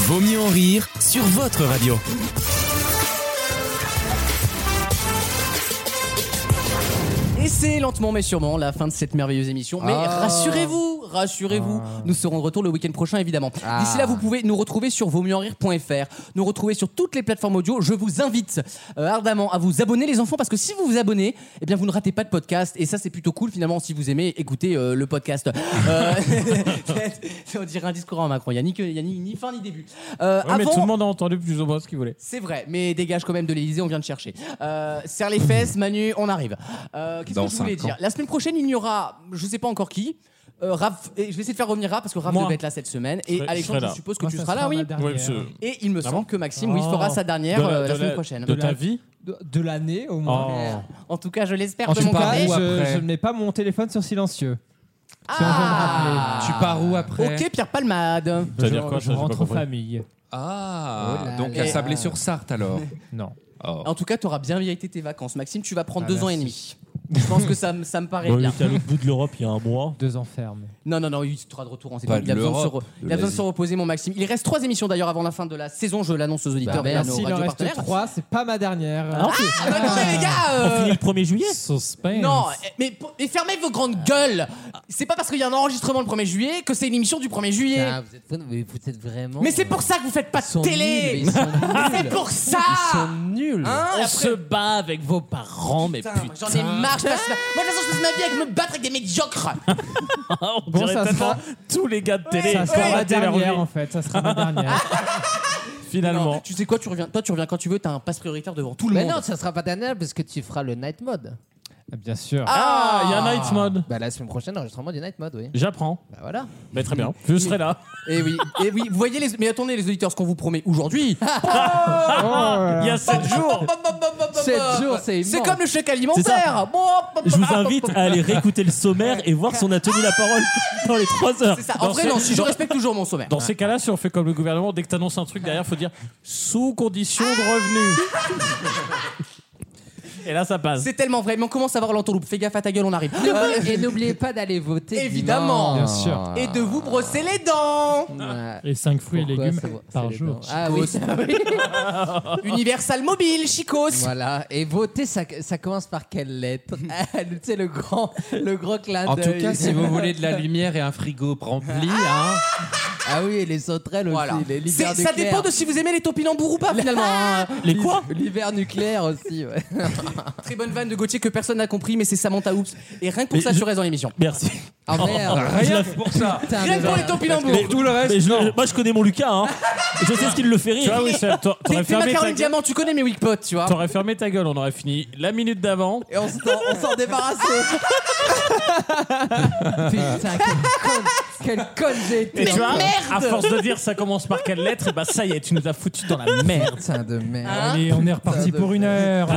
Speaker 1: Vaut mieux en rire sur votre radio.
Speaker 2: Et c'est lentement mais sûrement la fin de cette merveilleuse émission. Mais
Speaker 5: Ah.
Speaker 2: rassurez-vous, rassurez-vous,
Speaker 6: Ah.
Speaker 2: nous serons de retour le week-end prochain évidemment.
Speaker 5: Ah.
Speaker 2: D'ici là, vous pouvez nous retrouver sur vaumieuxenrire.fr, nous retrouver sur toutes les plateformes audio. Je vous invite euh, ardemment à vous abonner les enfants parce que si vous vous abonnez, eh bien vous ne ratez pas de podcast et ça c'est plutôt cool finalement si vous aimez écouter euh, le podcast. Euh, [LAUGHS]
Speaker 6: [LAUGHS]
Speaker 2: on dirait un discours en Macron, il n'y a, ni que- il y a ni, ni fin ni début. Euh,
Speaker 6: Ouais, mais
Speaker 2: avant-
Speaker 6: tout le monde a entendu plus ou moins ce qu'il voulait.
Speaker 2: c'est vrai, mais dégage quand même de l'Elysée, on vient de chercher. Euh, serre les fesses, Manu, on arrive. Euh, Qu'est-ce
Speaker 7: Dans
Speaker 2: que je voulais
Speaker 7: cinq ans.
Speaker 2: dire La semaine prochaine, il y aura, je sais pas encore qui. Euh, Raph- et je vais essayer de faire revenir Raph parce que Raph
Speaker 6: Moi.
Speaker 2: devait être là cette semaine. Et
Speaker 6: Je serai- je
Speaker 2: Alexandre,
Speaker 6: serai
Speaker 2: je,
Speaker 6: là.
Speaker 2: suppose que
Speaker 15: Moi,
Speaker 2: tu
Speaker 15: ça
Speaker 2: seras
Speaker 15: sera
Speaker 2: là,
Speaker 15: la
Speaker 8: Ah,
Speaker 2: oui.
Speaker 15: dernière.
Speaker 6: Ouais,
Speaker 8: euh,
Speaker 6: monsieur.
Speaker 2: Et il me
Speaker 6: Ah
Speaker 2: semble
Speaker 6: bon
Speaker 2: que Maxime, oui, fera sa dernière
Speaker 6: Oh. de la,
Speaker 2: euh, la,
Speaker 6: de
Speaker 2: semaine
Speaker 6: la-
Speaker 2: prochaine.
Speaker 6: de ta vie
Speaker 8: De, de l'année au
Speaker 6: Oh.
Speaker 8: moins.
Speaker 2: En tout cas, je l'espère
Speaker 7: Ah,
Speaker 8: Je
Speaker 2: de mon
Speaker 8: pars
Speaker 2: côté.
Speaker 8: où
Speaker 7: ou
Speaker 8: après
Speaker 7: après
Speaker 8: Je ne mets pas mon téléphone sur silencieux.
Speaker 2: Ah
Speaker 7: Tu pars où après
Speaker 2: Ok, Pierre Palmade.
Speaker 6: Ça veut dire quoi,
Speaker 3: je
Speaker 6: ça, j'ai pas
Speaker 3: rentre en
Speaker 6: compris.
Speaker 3: famille.
Speaker 7: Ah,
Speaker 5: Oh là
Speaker 7: donc
Speaker 5: là.
Speaker 7: à Sablé-sur-Sarthe alors
Speaker 8: Non.
Speaker 7: Oh.
Speaker 2: En tout cas, tu auras bien mérité tes vacances. Maxime, tu vas prendre
Speaker 8: Ah,
Speaker 2: deux ans et demi. Je pense que ça, me- ça me paraît
Speaker 6: Bah
Speaker 3: Bon, il
Speaker 2: bien.
Speaker 3: était à l'autre bout de l'Europe il y a un mois.
Speaker 8: Deux enfermes.
Speaker 2: Non, non, non, il sera de retour en
Speaker 7: Pas
Speaker 2: septembre.
Speaker 7: de
Speaker 2: Il a besoin de, se,
Speaker 7: l'Europe,
Speaker 2: re- il
Speaker 7: de
Speaker 2: a besoin de
Speaker 7: l'Asie.
Speaker 2: se reposer, mon Maxime. Il reste trois émissions d'ailleurs avant la fin de la saison, je l'annonce aux
Speaker 5: Ah,
Speaker 2: auditeurs et à Bah, nos
Speaker 8: Merci, il en
Speaker 2: radios
Speaker 8: reste
Speaker 2: partenaires.
Speaker 8: trois. C'est pas ma dernière.
Speaker 3: Ah, on
Speaker 2: Ah, bah non, mais les gars
Speaker 3: On
Speaker 2: euh,
Speaker 3: finit le 1er juillet
Speaker 15: Suspense.
Speaker 2: Non, eh, mais, po- mais fermez vos grandes gueules C'est pas parce qu'il y a un enregistrement le 1er juillet que c'est une émission du 1er juillet
Speaker 5: Ah, vous, êtes, mais vous êtes vraiment.
Speaker 2: Mais c'est pour ça que vous faites pas
Speaker 5: Ils sont
Speaker 2: de télé
Speaker 5: nuls, mais ils sont
Speaker 2: C'est
Speaker 3: [LAUGHS]
Speaker 5: nuls.
Speaker 2: pour ça
Speaker 5: Ils sont nuls.
Speaker 2: Hein,
Speaker 3: On
Speaker 2: et après-
Speaker 3: se bat avec vos parents, mais
Speaker 2: Putain, J'en ai marre, je passe ma- moi de toute façon je passe ma vie avec me battre avec des médiocres
Speaker 3: on
Speaker 8: Bon,
Speaker 3: dirait
Speaker 8: ça
Speaker 3: tellement
Speaker 8: sera-
Speaker 3: tous les gars de télé.
Speaker 8: Ça sera ma
Speaker 3: raté leur vie,
Speaker 8: dernière en fait. Ça sera ma dernière.
Speaker 2: Non,
Speaker 3: finalement.
Speaker 2: Tu sais quoi, tu reviens, toi tu reviens quand tu veux, t'as un passe prioritaire devant tout le
Speaker 5: Ah Mais
Speaker 2: monde
Speaker 5: non, ça sera pas dernière parce que tu feras le night mode.
Speaker 8: Ah, Bien sûr.
Speaker 3: Ah, il y a un night mode.
Speaker 5: Bah la semaine prochaine, enregistrement du night mode, oui.
Speaker 3: J'apprends.
Speaker 5: Bah voilà.
Speaker 3: Mais très bien. Je serai là.
Speaker 2: Et Eh oui, et oui, vous voyez les... Mais attendez les auditeurs, ce qu'on vous promet aujourd'hui
Speaker 3: Il y a 7 jours.
Speaker 5: Sept jours, c'est
Speaker 2: C'est
Speaker 5: immense.
Speaker 2: comme le chèque
Speaker 3: C'est
Speaker 2: alimentaire. Bon, hop, hop,
Speaker 3: Je
Speaker 2: hop,
Speaker 3: vous
Speaker 2: hop,
Speaker 3: invite
Speaker 2: hop, hop.
Speaker 3: à aller réécouter le sommaire et voir si on a tenu la parole [LAUGHS] dans les 3 heures.
Speaker 2: C'est ça. En
Speaker 3: Dans
Speaker 2: vrai,
Speaker 3: ces-
Speaker 2: non, si je respecte toujours mon sommaire.
Speaker 6: Dans ces cas-là, si on fait comme le gouvernement, dès que t'annonces un truc derrière, faut dire sous condition de revenus. Et là, ça passe.
Speaker 2: C'est tellement vrai. Mais on commence à voir l'entourloupe. Fais gaffe à ta gueule, on arrive. Euh,
Speaker 5: Et n'oubliez pas d'aller voter.
Speaker 2: Évidemment.
Speaker 5: dimanche.
Speaker 8: Bien sûr.
Speaker 2: Euh, et de vous brosser les
Speaker 5: [LAUGHS]
Speaker 2: dents.
Speaker 5: Ouais.
Speaker 15: Et 5 fruits
Speaker 5: Pourquoi
Speaker 15: et légumes
Speaker 5: ça va-
Speaker 15: par
Speaker 5: c'est les
Speaker 15: jour.
Speaker 5: dents. [LAUGHS] Ah oui.
Speaker 2: Universal Mobile, Chicos.
Speaker 5: Voilà, et voter, ça, ça commence par quelle lettre [LAUGHS] Ah, Tu sais, le grand, le grand clin
Speaker 7: En
Speaker 5: d'œil.
Speaker 7: tout cas, si vous voulez
Speaker 2: [LAUGHS]
Speaker 7: de la lumière et un frigo rempli, hein,
Speaker 5: [LAUGHS] Ah oui, et les sauterelles
Speaker 2: Voilà.
Speaker 5: aussi, les- l'hiver
Speaker 2: C'est- Ça
Speaker 5: nucléaire.
Speaker 2: dépend de si vous aimez les topinambours ou pas finalement. hein.
Speaker 3: Les quoi
Speaker 5: L'hiver nucléaire aussi, ouais.
Speaker 2: Très bonne vanne de Gauthier que personne n'a compris, mais c'est Samantha Oups. Et rien que pour
Speaker 3: Mais
Speaker 2: ça,
Speaker 3: je-
Speaker 2: tu restes dans l'émission.
Speaker 3: Merci.
Speaker 5: Ah merde
Speaker 7: Oh, rien que pour ça.
Speaker 5: Putain,
Speaker 2: Rien que
Speaker 5: de
Speaker 2: pour les
Speaker 5: merde.
Speaker 2: topinambours.
Speaker 7: Tout le reste,
Speaker 3: Mais je- moi, je connais mon Lucas. Hein. Je sais ce qu'il le fait
Speaker 6: Tu vois,
Speaker 3: rire.
Speaker 6: Wissem, t'a-
Speaker 2: T'es
Speaker 6: t'aurais
Speaker 2: t'es ma
Speaker 6: fermé, ta
Speaker 2: Caroline
Speaker 6: gueule-
Speaker 2: Diamant, tu connais mes weak potes, tu vois.
Speaker 6: t'aurais fermé ta gueule, on aurait fini la minute d'avant.
Speaker 5: Et [LAUGHS] on s'en on s'en
Speaker 2: [LAUGHS]
Speaker 5: débarrassait. Putain, quel con, quel con j'ai été.
Speaker 6: Et tu vois,
Speaker 2: merde
Speaker 6: à force de dire ça commence par quelle lettre, et bah ça y est, tu nous as foutu
Speaker 5: [LAUGHS]
Speaker 6: dans la merde.
Speaker 5: Putain de merde.
Speaker 15: Allez, on est reparti
Speaker 5: de
Speaker 15: pour une heure.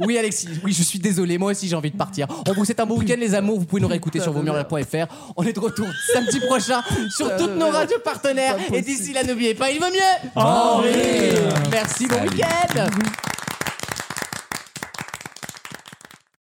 Speaker 2: Oui Alexis, oui je suis désolé, moi aussi j'ai envie de partir. On vous souhaite un bon week-end les amours, vous pouvez nous réécouter sur vosmurs.fr. On est de retour samedi prochain sur toutes nos radios partenaires. Et d'ici là n'oubliez pas, il vaut mieux
Speaker 3: Oh, oui.
Speaker 2: Merci, bon week-end